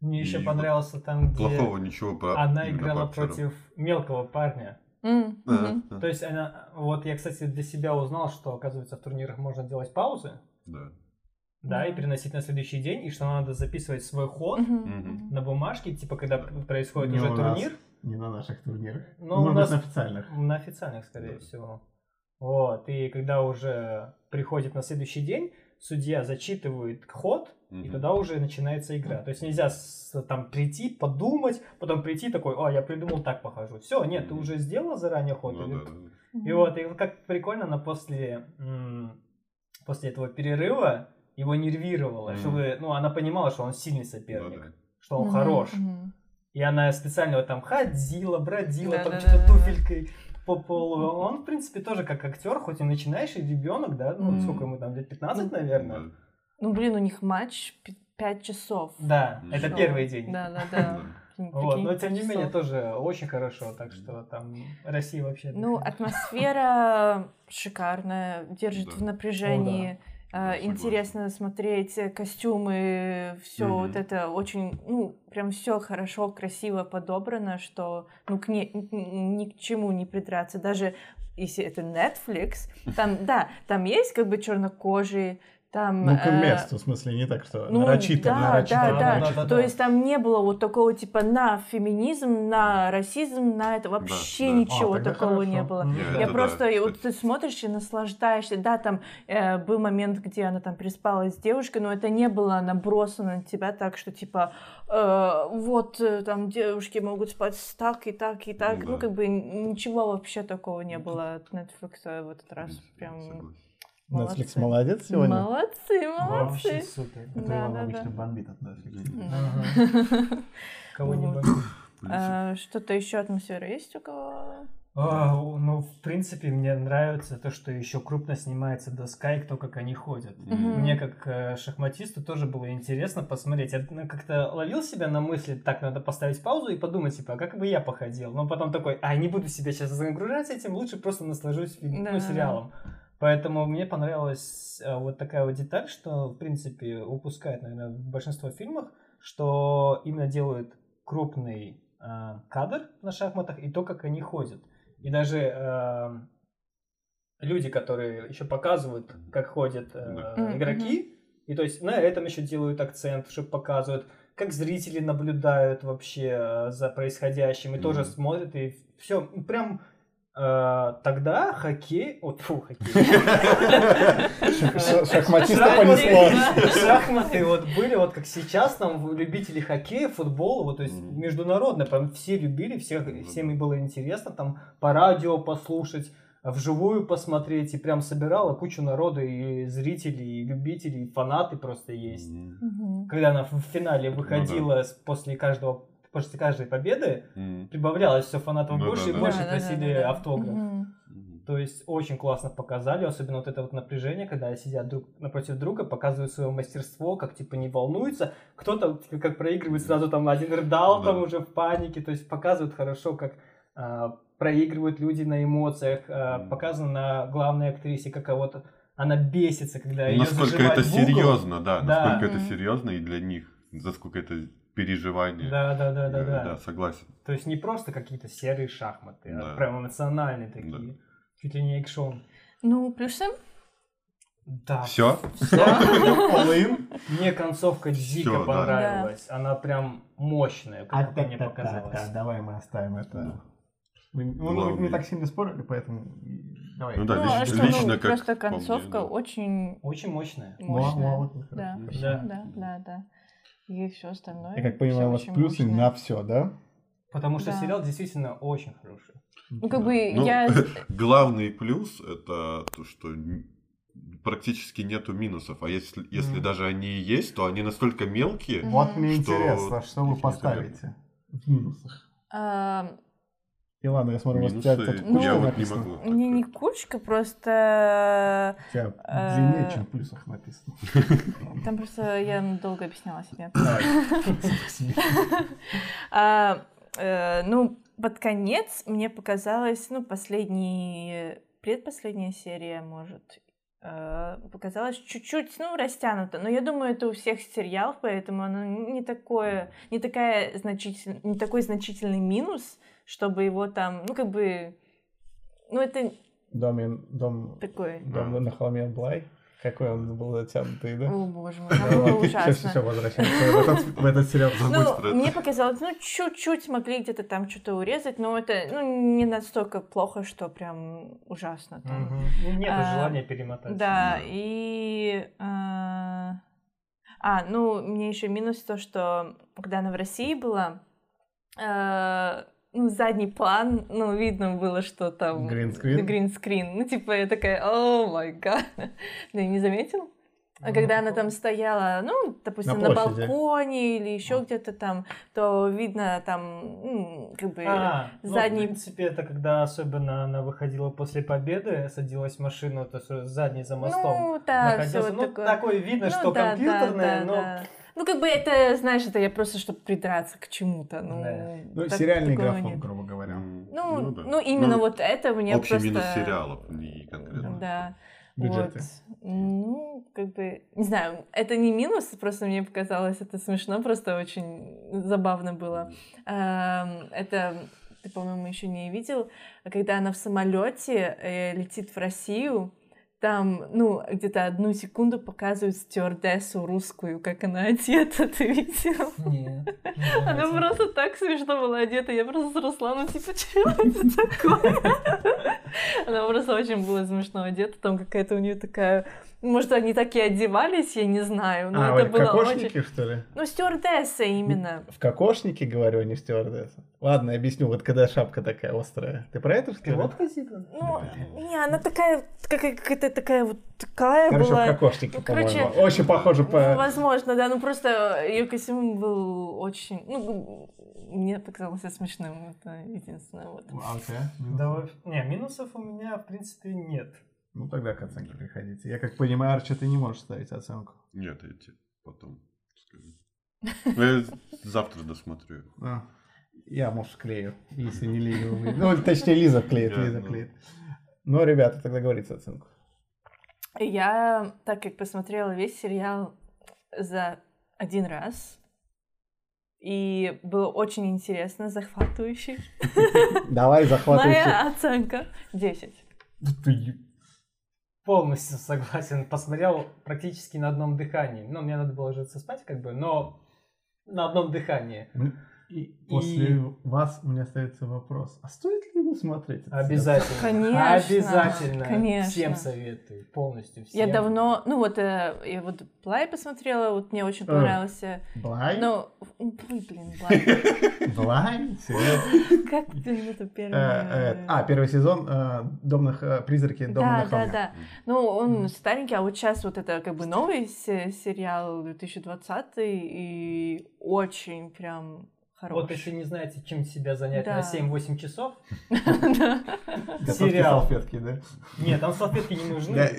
Speaker 5: Мне еще
Speaker 4: И
Speaker 5: понравился там, где
Speaker 4: Плохого ничего про
Speaker 5: она
Speaker 4: именно по
Speaker 5: играла
Speaker 4: актерам.
Speaker 5: против мелкого парня.
Speaker 3: М,
Speaker 4: Да,
Speaker 3: мгм.
Speaker 4: да,
Speaker 5: То есть она... Вот я, кстати, для себя узнал, что, оказывается, в турнирах можно делать паузы,
Speaker 4: да.
Speaker 5: да, и
Speaker 3: Да.
Speaker 5: переносить на следующий день, и что надо записывать свой ход
Speaker 3: Мгм.
Speaker 5: на бумажке, типа, когда происходит
Speaker 2: Не
Speaker 5: уже
Speaker 2: у нас.
Speaker 5: турнир.
Speaker 2: Не на наших турнирах.
Speaker 5: Ну,
Speaker 2: Может
Speaker 5: у
Speaker 2: быть,
Speaker 5: нас-
Speaker 2: на официальных.
Speaker 5: На официальных, скорее
Speaker 4: Да.
Speaker 5: всего. Вот, и когда уже приходит на следующий день, судья зачитывает ход, и
Speaker 4: Мгм.
Speaker 5: туда уже начинается игра. То есть нельзя с- там прийти, подумать, потом прийти такой, о, я придумал, так похожу. Все, нет, ты
Speaker 4: Мгм.
Speaker 5: уже сделал заранее ход.
Speaker 4: Ну,
Speaker 5: или-
Speaker 4: да, да.
Speaker 5: И вот, и вот как прикольно, она после, м, после этого перерыва его нервировала,
Speaker 4: Мгм. Ну
Speaker 5: чтобы, ну, она понимала, что он сильный
Speaker 4: Да,
Speaker 5: соперник,
Speaker 4: да.
Speaker 5: что он
Speaker 3: Мгм,
Speaker 5: хорош.
Speaker 3: мгм.
Speaker 5: И она специально вот там ходила, бродила, там
Speaker 3: Да-да-да-да-да.
Speaker 5: что-то туфелькой по полу. Он, в принципе, тоже как актер, хоть и начинающий ребенок, да, ну,
Speaker 3: Мгм.
Speaker 5: сколько ему там, лет 15,
Speaker 4: Да.
Speaker 5: наверное.
Speaker 3: Ну, блин, у них матч 5 часов.
Speaker 5: Да,
Speaker 4: Мгм.
Speaker 5: это
Speaker 3: Шоу.
Speaker 5: первый день.
Speaker 3: Да, да, да.
Speaker 4: Да.
Speaker 3: Прикинь,
Speaker 5: Вот, но
Speaker 3: пять
Speaker 5: тем не
Speaker 3: часов.
Speaker 5: менее тоже очень хорошо, так что там Россия вообще...
Speaker 3: Ну,
Speaker 5: отдыхает.
Speaker 3: атмосфера шикарная, держит
Speaker 4: Да.
Speaker 3: в напряжении.
Speaker 4: Да,
Speaker 3: а,
Speaker 4: согласен.
Speaker 3: Интересно смотреть э, костюмы, все
Speaker 4: Мгм.
Speaker 3: вот это очень, ну, прям все хорошо, красиво подобрано, что, ну, к не- н- ни к чему не придраться. Даже если это Netflix, там, да, там есть как бы чернокожие, там...
Speaker 2: Ну, к
Speaker 3: э,
Speaker 2: месту, в смысле, не так, что
Speaker 3: ну,
Speaker 2: нарочито.
Speaker 3: да,
Speaker 2: нарочито,
Speaker 3: да, да.
Speaker 2: нарочито.
Speaker 5: Да-да-да.
Speaker 3: То есть там не было вот такого типа на феминизм, на расизм, на это вообще
Speaker 4: да.
Speaker 3: ничего
Speaker 2: А, тогда
Speaker 3: такого
Speaker 2: хорошо.
Speaker 3: не было.
Speaker 5: Ну,
Speaker 2: Мгм.
Speaker 4: Я
Speaker 3: Я
Speaker 4: Это да,
Speaker 3: просто, и вот
Speaker 4: кстати.
Speaker 3: ты смотришь и наслаждаешься. Да, там э, был момент, где она там переспала с девушкой, но это не было набросано на тебя так, что типа э, вот э, там девушки могут спать с так и так и так.
Speaker 4: Ну
Speaker 3: Ну,
Speaker 4: да.
Speaker 3: как бы н- ничего вообще такого не было от Netflix в этот раз. Прям
Speaker 4: Согласен.
Speaker 2: Netflix
Speaker 3: молодцы.
Speaker 2: молодец сегодня.
Speaker 3: Молодцы,
Speaker 5: Вообще
Speaker 3: молодцы.
Speaker 5: супер.
Speaker 2: Это
Speaker 3: Да,
Speaker 2: Иван
Speaker 3: да,
Speaker 2: обычно
Speaker 3: да.
Speaker 2: бомбит от Netflix.
Speaker 5: Ага. Кого не
Speaker 3: Вот.
Speaker 5: бомбит.
Speaker 3: А, Что-то еще атмосфера есть у кого?
Speaker 5: А, ну, в принципе, мне нравится то, что еще крупно снимается доска и кто как они ходят.
Speaker 3: Мгм.
Speaker 5: Мне как э, шахматисту тоже было интересно посмотреть. Я ну, как-то ловил себя на мысли, так, надо поставить паузу и подумать, типа, а как бы я походил? Но потом такой, а, не буду себя сейчас загружать этим, лучше просто наслажусь фильм- ну,
Speaker 3: Да.
Speaker 5: сериалом. Поэтому мне понравилась э, вот такая вот деталь, что, в принципе, упускает, наверное, большинство фильмов, что именно делают крупный э, кадр на шахматах и то, как они ходят. И даже э, люди, которые еще показывают, как ходят э,
Speaker 3: Да.
Speaker 5: игроки, и то есть на этом еще делают акцент, что показывают, как зрители наблюдают вообще э, за происходящим, и тоже
Speaker 4: Мгм.
Speaker 5: смотрят, и все, прям э, тогда хоккей, о, тьфу, хоккей,
Speaker 2: Ш- Шахматиста
Speaker 5: Шахматы,
Speaker 2: понесло.
Speaker 5: да. Шахматы вот были, вот как сейчас, там любители хоккея, футбола, вот, то есть
Speaker 4: Мгм.
Speaker 5: международно, прям все любили, всех,
Speaker 4: Ну да.
Speaker 5: всем им было интересно, там по радио послушать, вживую посмотреть, и прям собирала кучу народа, и зрителей, и любителей, и фанаты просто есть.
Speaker 4: Мгм. Ну
Speaker 3: Мгм.
Speaker 5: Когда она в финале
Speaker 4: да.
Speaker 5: выходила с- после каждого после каждой победы
Speaker 4: Мгм.
Speaker 5: прибавлялось все фанатов
Speaker 4: Ну Да,
Speaker 5: больше и
Speaker 4: да, да.
Speaker 5: больше
Speaker 3: Да, да, да,
Speaker 5: просили
Speaker 3: да, да.
Speaker 5: автограф.
Speaker 3: Мгм.
Speaker 4: Мгм.
Speaker 5: То есть очень классно показали, особенно вот это вот напряжение, когда сидят друг напротив друга, показывают свое мастерство, как типа не волнуются, кто-то вот, типа, как проигрывает сразу там один рыдал,
Speaker 4: Да.
Speaker 5: там уже в панике, то есть показывают хорошо, как а, проигрывают люди на эмоциях, а,
Speaker 4: Мгм.
Speaker 5: показано на главной актрисе, как а, вот она бесится, когда ее
Speaker 4: Насколько это серьезно, да,
Speaker 5: Да.
Speaker 4: насколько это
Speaker 3: Мгм.
Speaker 4: серьезно и для них, за сколько это переживание.
Speaker 5: Да, да, да, да,
Speaker 4: Э,
Speaker 5: да.
Speaker 4: согласен.
Speaker 5: То есть не просто какие-то серые шахматы,
Speaker 4: Да.
Speaker 5: а прям эмоциональные такие. Чуть ли не экшон.
Speaker 3: Ну, плюсом
Speaker 5: Да,
Speaker 4: Все?
Speaker 2: All-in.
Speaker 5: Мне концовка
Speaker 4: Всё,
Speaker 5: дико
Speaker 4: да.
Speaker 2: а,
Speaker 5: А, понравилась. Она прям мощная, как мне показалось.
Speaker 2: Давай мы оставим это Мы, ну, мы
Speaker 4: Главный.
Speaker 2: не так сильно спорили, поэтому и- давай.
Speaker 4: Ну да,
Speaker 3: ну,
Speaker 4: лично-
Speaker 3: а что, ну,
Speaker 4: лично как
Speaker 3: просто
Speaker 4: по мне,
Speaker 3: концовка
Speaker 4: да.
Speaker 3: очень
Speaker 5: Очень мощная.
Speaker 2: Муа-
Speaker 3: мощная.
Speaker 2: муа, вот,
Speaker 3: Да.
Speaker 2: Ну, а хорошо.
Speaker 5: Да.
Speaker 3: Да, да, да. И все остальное.
Speaker 2: Я как
Speaker 3: всё
Speaker 2: понимаю, у вас
Speaker 3: очень
Speaker 2: плюсы
Speaker 3: мощное.
Speaker 2: на все, да?
Speaker 5: Потому что
Speaker 3: Да.
Speaker 5: сериал действительно очень хороший.
Speaker 3: Ну, как бы
Speaker 4: Ну,
Speaker 3: я...
Speaker 4: главный плюс это то, что н- практически нету минусов. А если, если
Speaker 2: Мгм.
Speaker 4: даже они и есть, то они настолько мелкие.
Speaker 3: Мгм.
Speaker 2: Вот мне
Speaker 4: Что
Speaker 2: интересно, что вы
Speaker 4: их не
Speaker 2: поставите в минусах.
Speaker 3: а,
Speaker 2: И ладно, я смотрю, у вас
Speaker 4: Минусы
Speaker 2: тебя тут
Speaker 3: Ну,
Speaker 2: куча
Speaker 4: я вот не
Speaker 2: написано.
Speaker 4: могу.
Speaker 3: Мне не кучка, просто...
Speaker 2: У тебя
Speaker 3: Э,
Speaker 2: длиннее, чем в плюсах написано.
Speaker 3: Там просто я долго объясняла себе.
Speaker 2: Себе.
Speaker 3: А, э, ну, под конец мне показалось, ну, последние, предпоследняя серия, может, э, показалась чуть-чуть, ну, растянута. Но я думаю, это у всех сериалов, поэтому она не такое, не такая значитель, не такой значительный минус, чтобы его там, ну, как бы, ну, это
Speaker 2: Дом, им- дом,
Speaker 3: такое...
Speaker 2: дом на холме Блай. Какой он был затянутый, да?
Speaker 3: О, боже мой, там было
Speaker 2: Сейчас
Speaker 3: ужасно.
Speaker 2: еще возвращаемся в этот, в этот сериал.
Speaker 4: Забудь
Speaker 3: Ну,
Speaker 4: про это.
Speaker 3: мне показалось, ну, чуть-чуть могли где-то там что-то урезать, но это ну, не настолько плохо, что прям ужасно там.
Speaker 5: ну, Нет
Speaker 3: А,
Speaker 5: желания перемотать.
Speaker 4: да.
Speaker 3: Да, и... э, А, ну, мне еще минус то, что когда она в России была, э, ну, задний план, ну, видно было, что там...
Speaker 2: Гринскрин?
Speaker 3: Гринскрин. Ну, типа, я такая, о май гад. Да, не заметил? А
Speaker 5: Ну,
Speaker 3: когда она там стояла, ну, допустим, на,
Speaker 2: площади.
Speaker 3: балконе или еще где-то там, то видно там, ну, как бы...
Speaker 5: А, ну,
Speaker 3: задний-
Speaker 5: в принципе, это когда особенно она выходила после победы, садилась в машину, то есть задний за мостом.
Speaker 3: ну, да, все
Speaker 5: находился.
Speaker 3: вот
Speaker 5: ну,
Speaker 3: такое.
Speaker 5: такое видно,
Speaker 3: Ну
Speaker 5: что
Speaker 3: да, да,
Speaker 5: компьютерное,
Speaker 3: да,
Speaker 5: но
Speaker 3: да. Ну, как бы это, знаешь, это я просто, чтобы придраться к чему-то. Ну,
Speaker 5: Да.
Speaker 2: Ну,
Speaker 3: так-
Speaker 2: сериальный
Speaker 3: такого
Speaker 2: графон,
Speaker 3: нет.
Speaker 2: грубо говоря.
Speaker 4: М,
Speaker 3: Ну,
Speaker 4: да.
Speaker 3: ну, именно
Speaker 4: Ну,
Speaker 3: вот это мне
Speaker 4: общий
Speaker 3: просто...
Speaker 4: минус сериала, не конкретно.
Speaker 3: Да.
Speaker 2: Бюджеты.
Speaker 3: Вот. Ну, как бы, не знаю, это не минус, просто мне показалось это смешно, просто очень забавно было. Эм, Это, ты, по-моему, еще не видел, когда она в самолете э, летит в Россию, там, ну, где-то одну секунду показывают стюардессу русскую, как она одета, ты видел?
Speaker 5: Нет. не
Speaker 3: Она
Speaker 5: заметил.
Speaker 3: просто так смешно была одета. Я просто с Русланом, типа, чего это такое? Она просто очень была смешно одета. Там какая-то у нее такая... Может, они так и одевались, я не знаю. Но
Speaker 2: А,
Speaker 3: Ну, это
Speaker 2: вот
Speaker 3: было очень...
Speaker 2: кокошники, что ли?
Speaker 3: Ну, стюардесса именно.
Speaker 2: В кокошнике, говорю, а не стюардесса. Ладно, объясню, вот когда шапка такая острая. Ты про это, что ли?
Speaker 5: Пилотка зипа?
Speaker 3: Ну, не, она такая, какая- какая-то такая вот такая
Speaker 2: Короче, типа в
Speaker 3: была.
Speaker 2: кокошнике,
Speaker 3: ну, короче,
Speaker 2: по-моему. Очень похоже
Speaker 3: Ну,
Speaker 2: по...
Speaker 3: возможно, да, ну просто ее костюм был очень, ну, мне показался смешным, это единственное. Вот.
Speaker 2: А у тебя?
Speaker 5: Да, во- не, минусов у меня, в принципе, нет.
Speaker 2: Ну, тогда к оценке приходите. Я как понимаю, Арчи, ты не можешь ставить оценку.
Speaker 4: Нет, я тебе потом скажу. Ну, Я завтра досмотрю.
Speaker 2: А, Я, может, клею, если не Лиза. увидит. Ну, точнее, Лиза клеит,
Speaker 4: Я,
Speaker 2: Лиза
Speaker 4: ну.
Speaker 2: клеит. Ну, ребята, тогда говорите оценку.
Speaker 3: Я, так как посмотрела весь сериал за один раз, и было очень интересно, захватывающе.
Speaker 2: Давай, захватывайте.
Speaker 3: Моя оценка 10.
Speaker 5: Полностью согласен. Посмотрел практически на одном дыхании. Ну, мне надо было ложиться спать, как бы, но на одном дыхании.
Speaker 2: И
Speaker 5: после
Speaker 2: после вас у меня остается вопрос. А стоит ли его смотреть?
Speaker 5: Обязательно.
Speaker 3: Конечно,
Speaker 5: Обязательно.
Speaker 3: конечно.
Speaker 5: Всем советую. Полностью всем.
Speaker 3: Я давно, ну вот, э, я вот Плай посмотрела, вот мне очень
Speaker 2: Э.
Speaker 3: понравился.
Speaker 2: Блайн?
Speaker 3: Ну, ой, блин, Плай,
Speaker 2: Блайн?
Speaker 3: как ты это первое?
Speaker 2: А, первый сезон э, «Дом на х- «Призраки дома на
Speaker 3: Да, да,
Speaker 2: холме».
Speaker 3: да. Ну, он старенький, а вот сейчас вот это как бы новый се- сериал 2020 и очень прям
Speaker 5: Вот
Speaker 3: хороший.
Speaker 5: если не знаете, чем себя занять
Speaker 3: Да.
Speaker 5: на 7-8 часов.
Speaker 3: Да.
Speaker 2: Готовьте
Speaker 5: Сериал.
Speaker 2: салфетки, да?
Speaker 5: Нет, там салфетки не нужны.
Speaker 2: Я-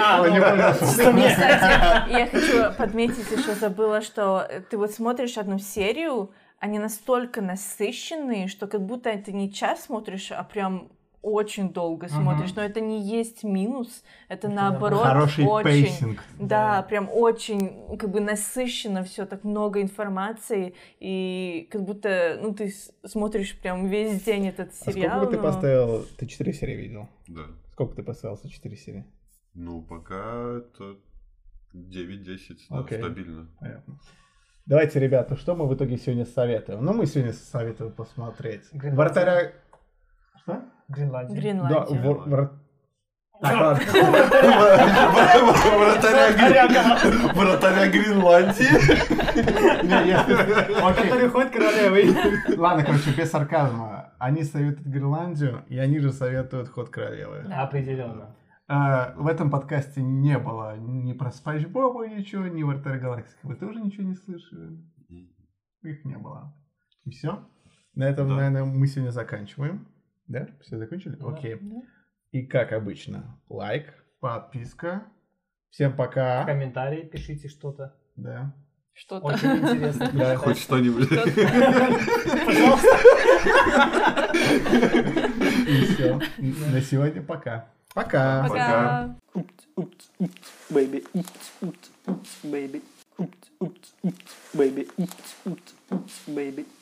Speaker 5: А,
Speaker 2: Ой,
Speaker 5: ну,
Speaker 2: не понял.
Speaker 5: чисто мне.
Speaker 3: Кстати, я хочу подметить еще, забыла, что э, ты вот смотришь одну серию, они настолько насыщенные, что как будто ты не час смотришь, а прям очень долго
Speaker 5: Мгм.
Speaker 3: смотришь. Но это не есть минус, это
Speaker 5: Это
Speaker 3: наоборот
Speaker 2: Хороший
Speaker 3: очень...
Speaker 2: пейсинг.
Speaker 3: Да,
Speaker 5: Да.
Speaker 3: прям очень ну, как бы насыщенно все, так много информации, и как будто ну ты с- смотришь прям весь день этот
Speaker 2: А сколько
Speaker 3: сериал. ну.
Speaker 2: бы ты
Speaker 3: но-
Speaker 2: поставил? Ты 4 серии видел?
Speaker 4: Да.
Speaker 2: Сколько ты поставил за 4 серии?
Speaker 4: Ну, пока это 9-10, да,
Speaker 2: Окей.
Speaker 4: стабильно.
Speaker 2: Понятно. Давайте, ребята, что мы в итоге сегодня советуем? Ну, мы сегодня советуем посмотреть
Speaker 5: Грин
Speaker 2: «Вратаря Что?
Speaker 7: Гренландия.
Speaker 2: Да,
Speaker 3: Гренландия.
Speaker 2: вор- вор-
Speaker 4: Вратаря Гри- вратаря Гренландии.
Speaker 2: Не, я-
Speaker 5: Он который ходит королевой.
Speaker 2: Ладно, короче, без сарказма. Они советуют Гренландию, и они же советуют ход королевы.
Speaker 5: Определенно.
Speaker 2: А, в этом подкасте не было ни про Спанч Боба ничего, ни Вартер Галактика. Вы тоже ничего не слышали? Их не было. И все. На этом,
Speaker 4: Да.
Speaker 2: наверное, мы сегодня заканчиваем. Да? Все закончили?
Speaker 5: Да.
Speaker 2: Окей. И как обычно, лайк, подписка. Всем пока.
Speaker 5: В комментарии пишите что-то.
Speaker 2: Да.
Speaker 3: Что-то.
Speaker 5: Очень интересно.
Speaker 2: Да,
Speaker 5: почитать.
Speaker 4: Хоть что-нибудь.
Speaker 2: И все. На сегодня пока. Пока.
Speaker 4: Пока.
Speaker 3: Пока.
Speaker 1: Oops, oops, oops, baby. Oops, oops, oops, baby. Oops, oops, oops, baby. Oops, oops, oops, baby.